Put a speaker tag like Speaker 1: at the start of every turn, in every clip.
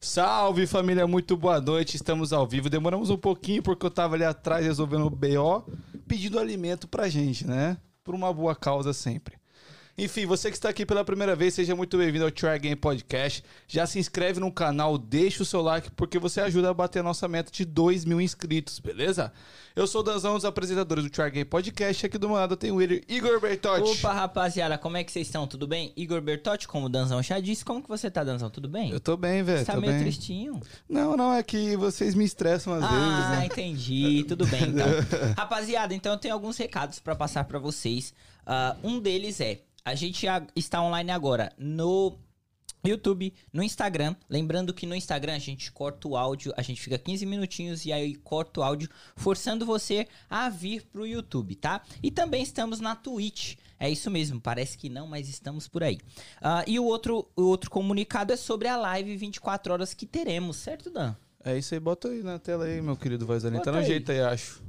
Speaker 1: Salve família, muito boa noite. Estamos ao vivo. Demoramos um pouquinho porque eu tava ali atrás resolvendo o BO, pedindo alimento pra gente, né? Por uma boa causa sempre. Enfim, você que está aqui pela primeira vez, seja muito bem-vindo ao Try Game Podcast. Já se inscreve no canal, deixa o seu like, porque você ajuda a bater a nossa meta de 2 mil inscritos, beleza? Eu sou o Danzão, um dos apresentadores do Try Game Podcast. Aqui do meu lado tem o ele, Igor Bertotti.
Speaker 2: Opa, rapaziada, como é que vocês estão? Tudo bem? Igor Bertotti, como o Danzão já disse, como que você tá, Danzão? Tudo bem?
Speaker 1: Eu tô bem,
Speaker 2: Você
Speaker 1: velho.
Speaker 2: tá
Speaker 1: tô
Speaker 2: meio
Speaker 1: bem.
Speaker 2: tristinho?
Speaker 1: Não, não, é que vocês me estressam às vezes,
Speaker 2: ah,
Speaker 1: né?
Speaker 2: entendi. Tudo bem, então. Rapaziada, então eu tenho alguns recados pra passar pra vocês. Ah, um deles é, a gente a- está online agora no YouTube, no Instagram. Lembrando que no Instagram a gente corta o áudio, a gente fica 15 minutinhos e aí corta o áudio, forçando você a vir pro YouTube, tá? E também estamos na Twitch. É isso mesmo, parece que não, mas estamos por aí. Ah, e o outro, o outro comunicado é sobre a live 24 horas que teremos, certo, Dan?
Speaker 1: É isso aí, bota aí na tela aí, meu querido voz da Anitta.
Speaker 2: Bota
Speaker 1: Tá no
Speaker 2: aí.
Speaker 1: jeito aí, acho.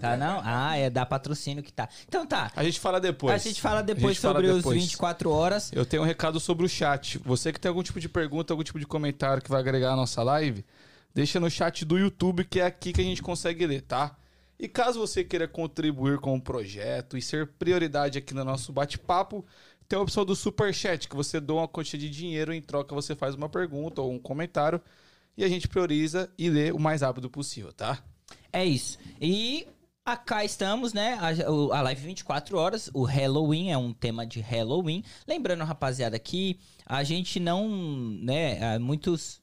Speaker 2: Tá
Speaker 1: Né?
Speaker 2: não? Ah, é da patrocínio que tá. Então tá.
Speaker 1: A gente fala depois.
Speaker 2: A gente fala depois
Speaker 1: Ah, gente fala
Speaker 2: sobre
Speaker 1: depois.
Speaker 2: os 24 horas.
Speaker 1: Eu tenho um recado sobre o chat. Você que tem algum tipo de pergunta, algum tipo de comentário que vai agregar à nossa live, deixa no chat do YouTube, que é aqui que a gente consegue ler, tá? E caso você queira contribuir com o projeto e ser prioridade aqui no nosso bate-papo, tem a opção do Superchat, que você doa uma quantia de dinheiro, em troca você faz uma pergunta ou um comentário, e a gente prioriza e lê o mais rápido possível, tá?
Speaker 2: É isso. E a- cá estamos, né? A, o- a live 24 horas, o Halloween é um tema de Halloween. Lembrando, rapaziada, que a gente não, né, ah, muitos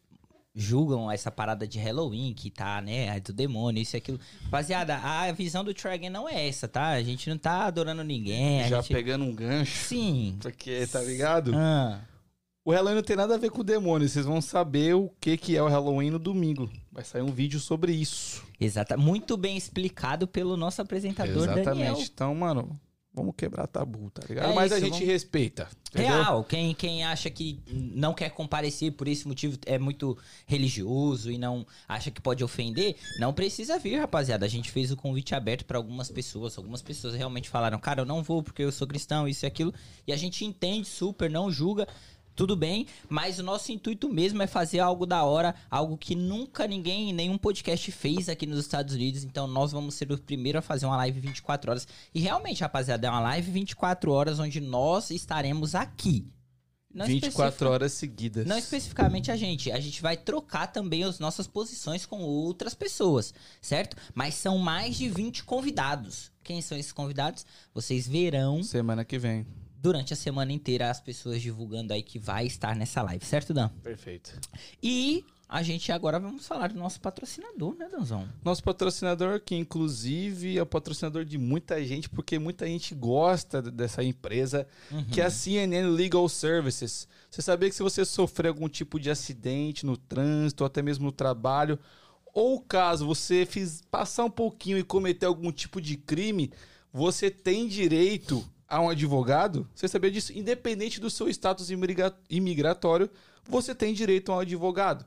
Speaker 2: julgam essa parada de Halloween que tá, né, é do demônio, isso e aquilo. Rapaziada, a visão do Tragen não é essa, tá? A gente não tá adorando ninguém, a
Speaker 1: Já
Speaker 2: gente...
Speaker 1: pegando um gancho,
Speaker 2: Sim.
Speaker 1: porque, tá ligado?
Speaker 2: Ah.
Speaker 1: O Halloween não tem nada a ver com o demônio. Vocês vão saber o que, que é o Halloween no domingo. Vai sair um vídeo sobre isso.
Speaker 2: Exata, muito bem explicado pelo nosso apresentador Tá Daniel.
Speaker 1: Então, mano, vamos quebrar tabu, tá ligado?
Speaker 2: É
Speaker 1: Mas a
Speaker 2: isso,
Speaker 1: gente
Speaker 2: vamos-
Speaker 1: respeita. Entendeu?
Speaker 2: Real, quem, quem acha que não quer comparecer por esse motivo é muito religioso e não acha que pode ofender, não precisa vir, rapaziada. A gente fez o convite aberto pra algumas pessoas. Algumas pessoas realmente falaram, cara, eu não vou porque eu sou cristão, isso e aquilo. E a gente entende super, não julga. Tudo bem, mas o nosso intuito mesmo é fazer algo da hora, algo que nunca ninguém, nenhum podcast fez aqui nos Estados Unidos. Então nós vamos ser o primeiro a fazer uma live 24 horas. E realmente, rapaziada, é uma live 24 horas onde nós estaremos aqui. Não
Speaker 1: 24
Speaker 2: especifica-
Speaker 1: horas seguidas.
Speaker 2: Não especificamente a gente, a gente vai trocar também as nossas posições com outras pessoas, certo? Mas são mais de 20 convidados. Quem são esses convidados? Vocês verão
Speaker 1: Semana que vem.
Speaker 2: durante a semana inteira as pessoas divulgando aí que vai estar nessa live, certo, Dan?
Speaker 1: Perfeito.
Speaker 2: E a gente agora vamos falar do nosso patrocinador, né, Danzão?
Speaker 1: Nosso patrocinador, que inclusive é o patrocinador de muita gente, porque muita gente gosta d- dessa empresa.
Speaker 2: Uhum.
Speaker 1: que é a CNN Legal Services. Você sabia que se você sofrer algum tipo de acidente no trânsito, ou até mesmo no trabalho, ou caso você fiz, passar um pouquinho e cometer algum tipo de crime, você tem direito a um advogado? Você sabia disso? Independente do seu status imigra- imigratório, você tem direito a um advogado.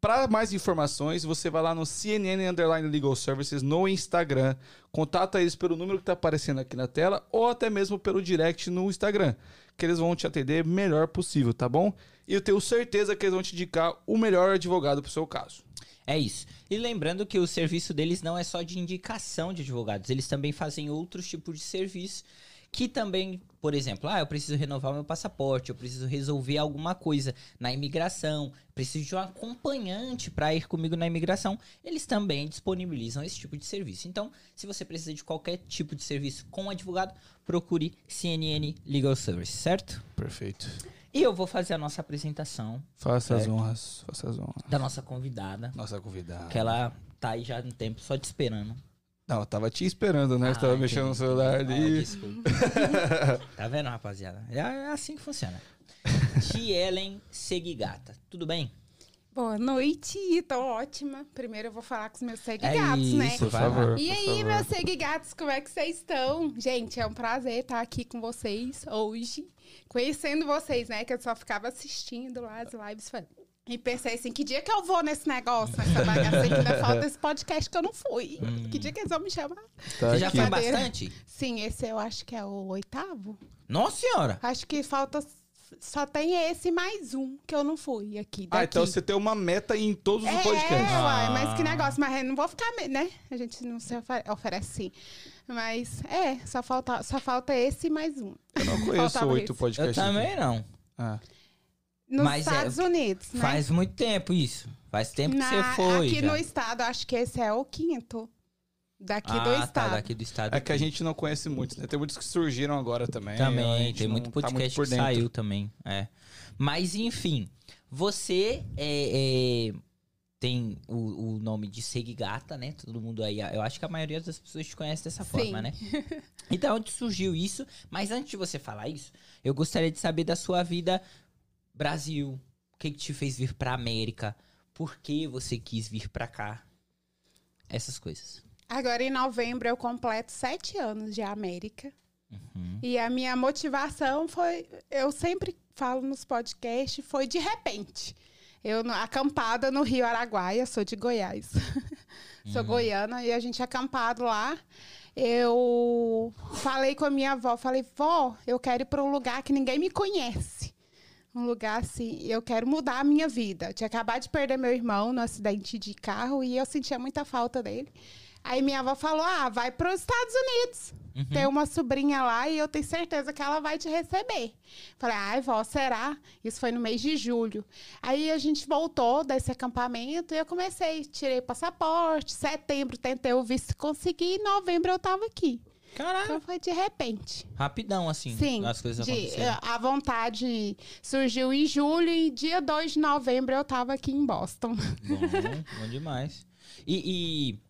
Speaker 1: Para mais informações, você vai lá no CNN Underline Legal Services no Instagram, contata eles pelo número que está aparecendo aqui na tela ou até mesmo pelo direct no Instagram, que eles vão te atender melhor possível, tá bom? E eu tenho certeza que eles vão te indicar o melhor advogado pro seu caso.
Speaker 2: É isso. E lembrando que o serviço deles não é só de indicação de advogados, eles também fazem outros tipos de serviço que também, por exemplo, ah, eu preciso renovar meu passaporte, eu preciso resolver alguma coisa na imigração, preciso de um acompanhante para ir comigo na imigração, eles também disponibilizam esse tipo de serviço. Então, se você precisa de qualquer tipo de serviço com advogado, procure CNN Legal Service, certo?
Speaker 1: Perfeito.
Speaker 2: E eu vou fazer a nossa apresentação
Speaker 1: Faça as
Speaker 2: Certo.
Speaker 1: honras, faça as honras.
Speaker 2: da nossa convidada,
Speaker 1: Nossa convidada.
Speaker 2: que ela tá aí já no tempo só te esperando.
Speaker 1: Não, eu tava te esperando, né?
Speaker 2: Ah,
Speaker 1: Você tava mexendo no
Speaker 2: entendi.
Speaker 1: celular
Speaker 2: Ah,
Speaker 1: ali.
Speaker 2: desculpa. tá vendo, rapaziada? É, é assim que funciona. Tielen Seguigata. Tudo bem?
Speaker 3: Boa noite, tô ótima. Primeiro eu vou falar com os meus
Speaker 2: É
Speaker 3: seguigatos, né?
Speaker 2: isso,
Speaker 1: Por
Speaker 2: vai lá.
Speaker 1: favor.
Speaker 3: E
Speaker 1: por
Speaker 3: aí,
Speaker 1: favor.
Speaker 3: meus seguigatos, como é que vocês estão? Gente, é um prazer estar aqui com vocês hoje, conhecendo vocês, né? Que eu só ficava assistindo lá as lives falando. e pensei assim, que dia que eu vou nesse negócio, nessa bagaça que ainda falta esse podcast que eu não fui.
Speaker 1: Hum.
Speaker 3: Que dia que eles vão me chamar?
Speaker 1: Tá
Speaker 2: Você já
Speaker 1: aqui.
Speaker 2: foi
Speaker 3: Brincadeira.
Speaker 2: bastante?
Speaker 3: Sim, esse eu acho que é o oitavo.
Speaker 2: Nossa senhora!
Speaker 3: Acho que falta só tem esse mais um que eu não fui aqui.
Speaker 1: Ah,
Speaker 3: daqui.
Speaker 1: então você tem uma meta em todos os
Speaker 3: é,
Speaker 1: podcasts.
Speaker 3: É, uai,
Speaker 2: Ah.
Speaker 3: mas que negócio. Mas eu não vou ficar, me- né? A gente não se ofe- oferece sim. Mas é, só falta, só falta esse e mais um.
Speaker 1: Eu não conheço
Speaker 3: Faltava
Speaker 1: oito
Speaker 3: esse.
Speaker 2: Eu
Speaker 1: podcasts.
Speaker 2: também
Speaker 1: aqui.
Speaker 2: não.
Speaker 3: Né?
Speaker 1: Ah.
Speaker 3: Nos
Speaker 2: Mas é,
Speaker 3: Estados Unidos, né?
Speaker 2: Faz muito tempo isso. Faz tempo que você
Speaker 3: Na-
Speaker 2: foi.
Speaker 3: Aqui
Speaker 2: já.
Speaker 3: no estado, acho que esse é o quinto. Daqui do
Speaker 2: Ah,
Speaker 3: estado.
Speaker 2: tá, daqui do estado.
Speaker 1: É que a gente não conhece muitos, né? Tem muitos que surgiram agora também. É, a
Speaker 2: Também,
Speaker 1: gente
Speaker 2: tem
Speaker 1: não
Speaker 2: muito
Speaker 1: tá
Speaker 2: podcast
Speaker 1: por
Speaker 2: que
Speaker 1: dentro.
Speaker 2: saiu também. É. Mas, enfim, você é, é, tem o, o nome de Segigata, né? Todo mundo aí. Eu acho que a maioria das pessoas te conhece dessa
Speaker 3: Sim.
Speaker 2: forma, né? E da onde surgiu isso? Mas antes de você falar isso, eu gostaria de saber da sua vida Brasil. O que, que te fez vir pra América? Por que você quis vir pra cá? Essas coisas.
Speaker 3: Agora, em novembro, eu completo sete anos de América.
Speaker 2: Uhum.
Speaker 3: E a minha motivação foi, eu sempre falo nos podcasts, foi de repente. Eu no- acampada no Rio Araguaia, sou de Goiás. sou goiana e a gente acampado lá. Eu falei com a minha avó, falei: "Vó, eu quero ir para um lugar que ninguém me conhece". Um lugar assim, eu quero mudar a minha vida. Eu tinha acabado de perder meu irmão no acidente de carro e eu sentia muita falta dele. Aí minha avó falou: "Ah, vai para os Estados Unidos". Tem uma sobrinha lá e eu tenho certeza que ela vai te receber. Falei, ai, vó, será? Isso foi no mês de julho. Aí a gente voltou desse acampamento e eu comecei, tirei passaporte, setembro tentei o visto conseguir, em novembro eu tava aqui.
Speaker 2: Caralho.
Speaker 3: Então foi de repente.
Speaker 2: Rapidão, assim.
Speaker 3: Sim.
Speaker 2: As coisas
Speaker 3: de- eh,
Speaker 2: aconteceram.
Speaker 3: a vontade surgiu em julho e dia 2 de novembro eu tava aqui em Boston.
Speaker 2: Bom, bom demais. E, e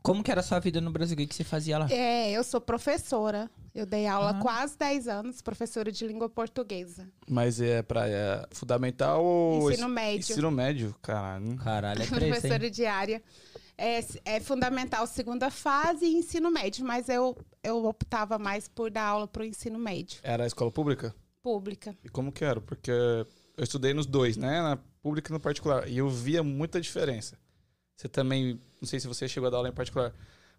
Speaker 2: como que era a sua vida no Brasil? O que que você fazia lá?
Speaker 3: É, eu sou professora. Eu dei aula
Speaker 2: Ah.
Speaker 3: quase 10 anos, professora de língua portuguesa.
Speaker 1: Mas é pra é, fundamental ou.
Speaker 3: ensino médio.
Speaker 1: Ensino médio, caralho.
Speaker 2: Caralho, é preço, hein?
Speaker 3: professora de área. É, é fundamental segunda fase e ensino médio, mas eu, eu optava mais por dar aula para o ensino médio,
Speaker 1: Era escola pública?
Speaker 3: pública.
Speaker 1: E como que era? Porque eu estudei nos dois, né? Na pública e no particular. E eu via muita diferença. Você também, não sei se você chegou a dar aula em particular,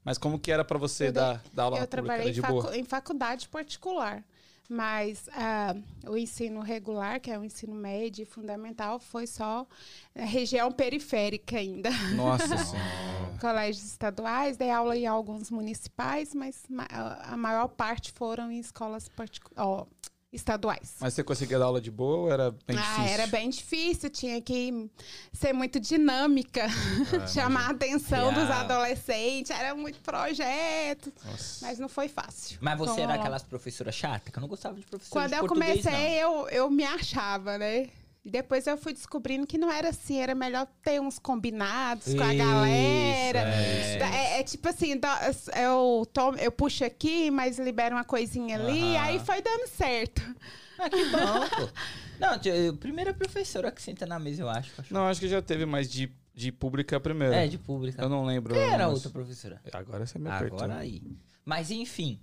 Speaker 1: mas como que era pra você
Speaker 3: Eu
Speaker 1: dar, dar aula
Speaker 3: eu
Speaker 1: na pública? Era
Speaker 3: trabalhei
Speaker 1: de
Speaker 3: em, facu-
Speaker 1: boa?
Speaker 3: em faculdade particular, mas ah, o ensino regular, que é o ensino médio e fundamental, foi só eh, região periférica ainda.
Speaker 1: Nossa senhora.
Speaker 3: Colégios estaduais, dei aula em alguns municipais, mas ma- a maior parte foram em escolas particu- ó, estaduais.
Speaker 1: Mas você conseguia dar aula de boa ou era bem
Speaker 2: É
Speaker 1: difícil?
Speaker 3: Ah, era bem difícil, tinha que ser muito dinâmica,
Speaker 2: É,
Speaker 3: chamar a atenção dos
Speaker 2: Real.
Speaker 3: adolescentes, era muito projeto,
Speaker 1: Nossa.
Speaker 3: mas não foi fácil.
Speaker 2: Mas você
Speaker 3: Então,
Speaker 2: era
Speaker 3: ó,
Speaker 2: aquelas professoras chatas? Que eu não gostava de professora
Speaker 3: Quando
Speaker 2: de
Speaker 3: eu
Speaker 2: português,
Speaker 3: comecei, eu, eu me achava, né? E depois eu fui descobrindo que não era assim, era melhor ter uns combinados com a
Speaker 2: Isso,
Speaker 3: galera.
Speaker 2: é isso.
Speaker 3: É, é tipo assim, dá- eu, tomo, eu puxo aqui, mas libero uma coisinha ali,
Speaker 2: Aham.
Speaker 3: aí foi dando certo.
Speaker 2: não. Ah, que bom, pô. Não, tio, eu- primeira professora que senta na mesa, eu acho. eu acho.
Speaker 1: Não, acho que já teve, mas de, de pública é a primeira.
Speaker 2: É, de pública.
Speaker 1: Eu não lembro.
Speaker 2: Quem era a
Speaker 1: mas-
Speaker 2: outra professora?
Speaker 1: Agora você me apertou.
Speaker 2: Agora aí. Mas, enfim.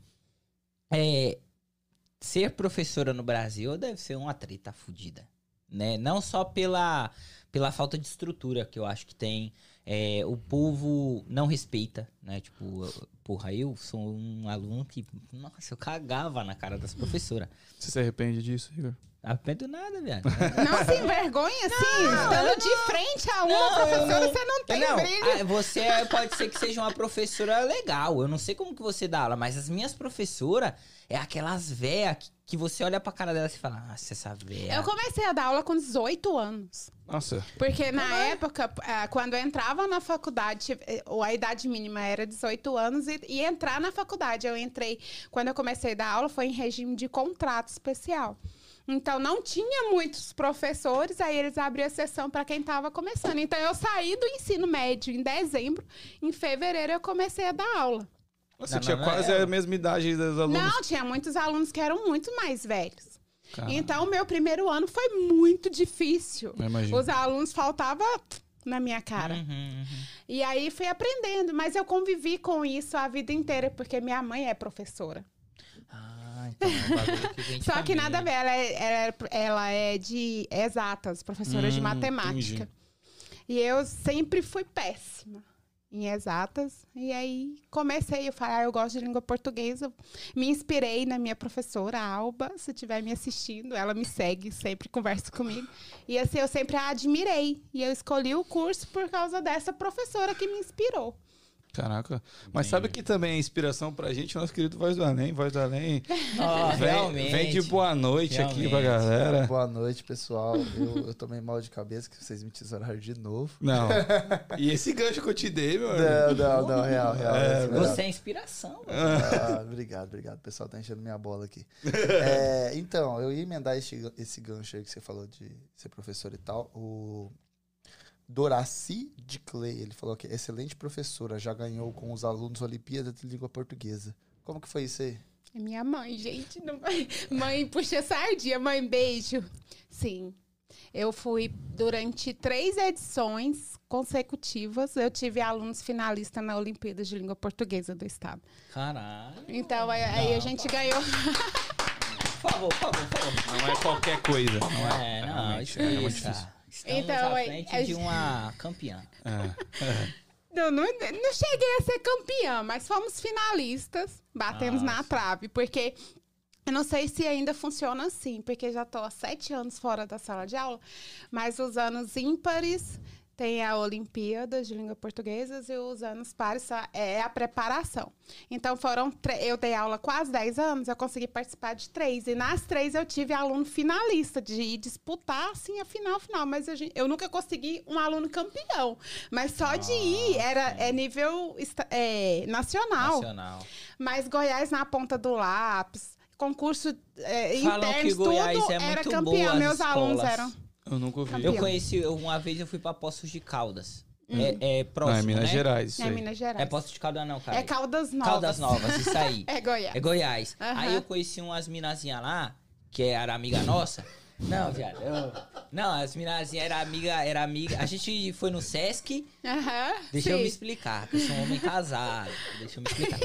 Speaker 2: é, ser professora no Brasil deve ser uma treta fodida. Né? Não só pela, pela falta de estrutura que eu acho que tem. é, o povo não respeita, né? Tipo, eu- porra, eu sou um aluno que. Nossa, eu cagava na cara das professoras.
Speaker 1: Você se arrepende disso, Igor?
Speaker 2: Arrependo nada, viado.
Speaker 3: Não se envergonha, assim, estando de frente a uma
Speaker 2: Não, eu
Speaker 3: professora,
Speaker 2: não-
Speaker 3: você não
Speaker 1: Tá
Speaker 3: tem
Speaker 2: não,
Speaker 3: brilho.
Speaker 2: ah, você é- pode ser que seja uma professora legal. Eu não sei como que você dá aula, mas as minhas professoras é aquelas véia que, que você olha pra cara delas e fala, nossa, essa véia.
Speaker 3: Eu comecei a dar aula com 18 anos.
Speaker 1: Nossa.
Speaker 3: Porque na época, ah, quando eu entrava na faculdade, eh, ou a idade mínima era 18 anos, e, e entrar na faculdade, eu entrei. Quando eu comecei a dar aula, foi em regime de contrato especial. Então não tinha muitos professores, aí eles abriam a sessão para quem estava começando. Então eu saí do ensino médio em dezembro, em fevereiro eu comecei a dar aula.
Speaker 1: Você
Speaker 2: Não,
Speaker 1: tinha
Speaker 2: não, não,
Speaker 1: quase
Speaker 2: é-
Speaker 1: a mesma idade dos alunos.
Speaker 3: Não, tinha muitos alunos que eram muito mais velhos.
Speaker 1: Cara,
Speaker 3: Então o meu primeiro ano foi muito difícil.
Speaker 1: eu imagino.
Speaker 3: Os alunos faltavam na minha cara.
Speaker 2: Uhum, uhum.
Speaker 3: E aí fui aprendendo, mas eu convivi com isso a vida inteira, porque minha mãe é professora.
Speaker 2: Ah, então é um bagulho que vem de
Speaker 3: Só que
Speaker 2: família.
Speaker 3: nada a ver, ela é, ela é- ela é de exatas, professora de
Speaker 1: Hum,
Speaker 3: matemática.
Speaker 1: entendi.
Speaker 3: E eu sempre fui péssima. em exatas. E aí comecei, eu falei, ah, eu gosto de língua portuguesa. Me inspirei na minha professora Alba, se estiver me assistindo, ela me segue, sempre conversa comigo. E assim, eu sempre a admirei. E eu escolhi o curso por causa dessa professora que me inspirou.
Speaker 1: Caraca. Mas sabe que também é inspiração pra gente, o nosso querido Voz do Além, Voz do Além.
Speaker 2: Ah,
Speaker 1: Vem,
Speaker 2: realmente.
Speaker 1: vem de boa noite aqui pra
Speaker 2: Realmente.
Speaker 1: galera.
Speaker 4: Boa noite, pessoal. Eu, eu tomei mal de cabeça que vocês me tesouraram de novo.
Speaker 1: Não. E esse gancho que eu te dei, meu amigo.
Speaker 4: Não, não, não, real, real.
Speaker 1: É,
Speaker 4: essa
Speaker 2: Você é inspiração.
Speaker 4: Ah, obrigado, obrigado. O pessoal tá enchendo minha bola aqui. É, então, eu ia emendar este gan- esse, gancho aí que você falou de ser professor e tal. O Doraci de Clay, ele falou que é excelente professora, já ganhou com os alunos Olimpíada de Língua Portuguesa. Como que foi isso aí?
Speaker 3: É minha mãe, gente. Não vai- Mãe, puxa sardinha. Mãe, beijo. Sim. Eu fui durante três edições consecutivas. Eu tive alunos finalistas na Olimpíada de Língua Portuguesa do Estado.
Speaker 2: Caralho.
Speaker 3: Então, aí, aí a
Speaker 2: Não,
Speaker 3: gente ganhou.
Speaker 2: Por favor, por favor, por favor.
Speaker 1: Não é qualquer coisa.
Speaker 2: Não é, não,
Speaker 1: Realmente,
Speaker 2: isso
Speaker 1: é
Speaker 2: aí
Speaker 1: muito
Speaker 2: está-
Speaker 1: difícil.
Speaker 2: Estamos
Speaker 3: Então,
Speaker 2: à
Speaker 3: é-
Speaker 2: frente
Speaker 3: é-
Speaker 2: de uma campeã.
Speaker 1: É.
Speaker 3: Não, não, não cheguei a ser campeã, mas fomos finalistas. Batemos na
Speaker 2: Nossa.
Speaker 3: trave, porque eu não sei se ainda funciona assim, porque já estou há sete anos fora da sala de aula, mas os anos ímpares tem a Olimpíada de Língua Portuguesa e os anos pares só- é a preparação. Então foram tre- eu dei aula quase 10 anos, eu consegui participar de três e nas três eu tive aluno finalista de ir disputar assim a final final, mas a gen- eu nunca consegui um aluno campeão, mas só de ir era é nível esta- é, nacional.
Speaker 2: Nacional.
Speaker 3: Mas Goiás na ponta do lápis, concurso é,
Speaker 2: Falam que
Speaker 3: interno,
Speaker 2: Goiás
Speaker 3: tudo
Speaker 2: é
Speaker 3: era
Speaker 2: muito
Speaker 3: campeão.
Speaker 2: boa as
Speaker 3: Meus alunos
Speaker 2: escolas.
Speaker 3: eram.
Speaker 1: Eu nunca ouvi.
Speaker 3: Campeão.
Speaker 2: Eu conheci, eu- uma vez eu fui pra Poços de Caldas.
Speaker 3: Hum.
Speaker 2: É, é
Speaker 1: Não,
Speaker 2: próximo,
Speaker 1: é Minas
Speaker 2: né?
Speaker 1: Gerais, isso
Speaker 3: É
Speaker 1: aí.
Speaker 3: Minas
Speaker 2: É
Speaker 3: Gerais.
Speaker 2: Poços de Caldas não, cara.
Speaker 3: É, Caldas Novas.
Speaker 2: Caldas Novas, isso aí.
Speaker 3: É Goiás.
Speaker 2: É Goiás.
Speaker 3: Aham.
Speaker 2: Aí eu conheci umas minazinhas lá, que era amiga nossa. Não, viado. eu- Não, as minazinhas era amiga, era amiga. A gente foi no Sesc.
Speaker 3: Aham.
Speaker 2: É. Deixa eu
Speaker 3: sim.
Speaker 2: me explicar, que eu sou um homem casado. Deixa eu me explicar.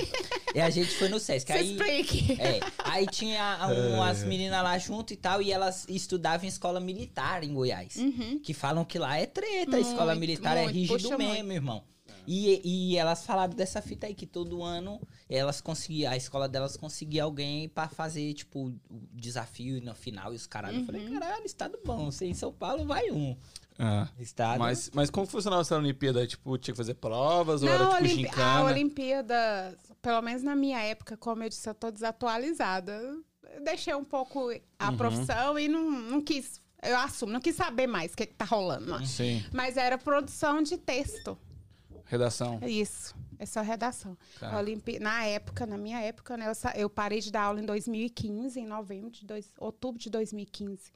Speaker 2: E a gente foi no Sesc.
Speaker 3: Se
Speaker 2: Aí,
Speaker 3: explique.
Speaker 2: é, aí tinha a- umas meninas lá junto e tal, e elas estudavam em escola militar em Goiás.
Speaker 3: Uhum.
Speaker 2: Que falam que lá é treta, a escola
Speaker 3: Muito,
Speaker 2: militar é
Speaker 3: muito, É.
Speaker 2: rígido
Speaker 3: puxa muito.
Speaker 2: mesmo, irmão. E, e elas falaram dessa fita aí, que todo ano elas conseguiam, a escola delas conseguia alguém pra fazer, tipo, o desafio no final e os caralho. Eu
Speaker 3: Uhum.
Speaker 2: falei, caralho, estado bom, você em São Paulo vai um.
Speaker 1: Ah.
Speaker 2: Estado.
Speaker 1: Mas, mas como funcionava essa Olimpíada? Tipo, tinha que fazer provas ou era
Speaker 3: Não, ah,
Speaker 1: tipo
Speaker 3: Olimpi- a
Speaker 1: gincana?
Speaker 3: Olimpíada, pelo menos na minha época, como eu disse, eu tô desatualizada. Eu Deixei um pouco a
Speaker 1: Uhum.
Speaker 3: profissão e não, não quis, eu assumo, não quis saber mais o que, que tá rolando lá.
Speaker 2: Uhum.
Speaker 1: Sim,
Speaker 3: Mas era produção de texto.
Speaker 1: redação.
Speaker 3: É Isso, é só redação.
Speaker 2: Tá.
Speaker 1: Caraca.
Speaker 3: Olimpi- Na época, na minha época, né, eu, sa- eu parei de dar aula em 2015, em novembro de dois... outubro de 2015.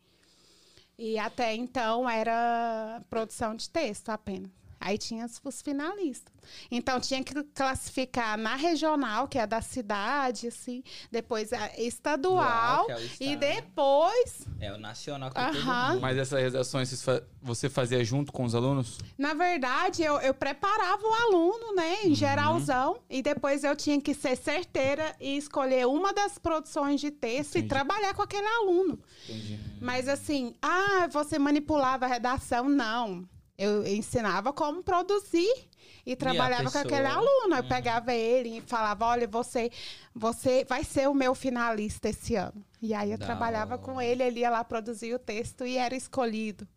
Speaker 3: E até então era produção de texto apenas. Aí tinha os- os finalistas. Então tinha que classificar na regional, que é da cidade, assim, depois a estadual.
Speaker 2: que é o
Speaker 3: E
Speaker 2: estado.
Speaker 3: depois,
Speaker 2: É o nacional que todo
Speaker 3: Aham.
Speaker 2: mundo.
Speaker 1: Mas essas redações vocês fa- você fazia junto com os alunos?
Speaker 3: na verdade, eu, eu preparava o aluno, né,
Speaker 2: Uhum.
Speaker 3: em geralzão, e depois eu tinha que ser certeira e escolher uma das produções de texto
Speaker 1: Entendi.
Speaker 3: e trabalhar com aquele aluno.
Speaker 2: Hum.
Speaker 1: Entendi.
Speaker 3: Mas assim, ah, você manipulava a redação? Não. Eu ensinava como produzir e trabalhava com
Speaker 2: pessoa? Uhum.
Speaker 3: aquele aluno. Eu pegava ele e falava: olha, você, você vai ser o meu finalista esse ano. E aí eu
Speaker 2: Da
Speaker 3: trabalhava
Speaker 2: hora.
Speaker 3: com ele, ele ia lá produzir o texto e era escolhido.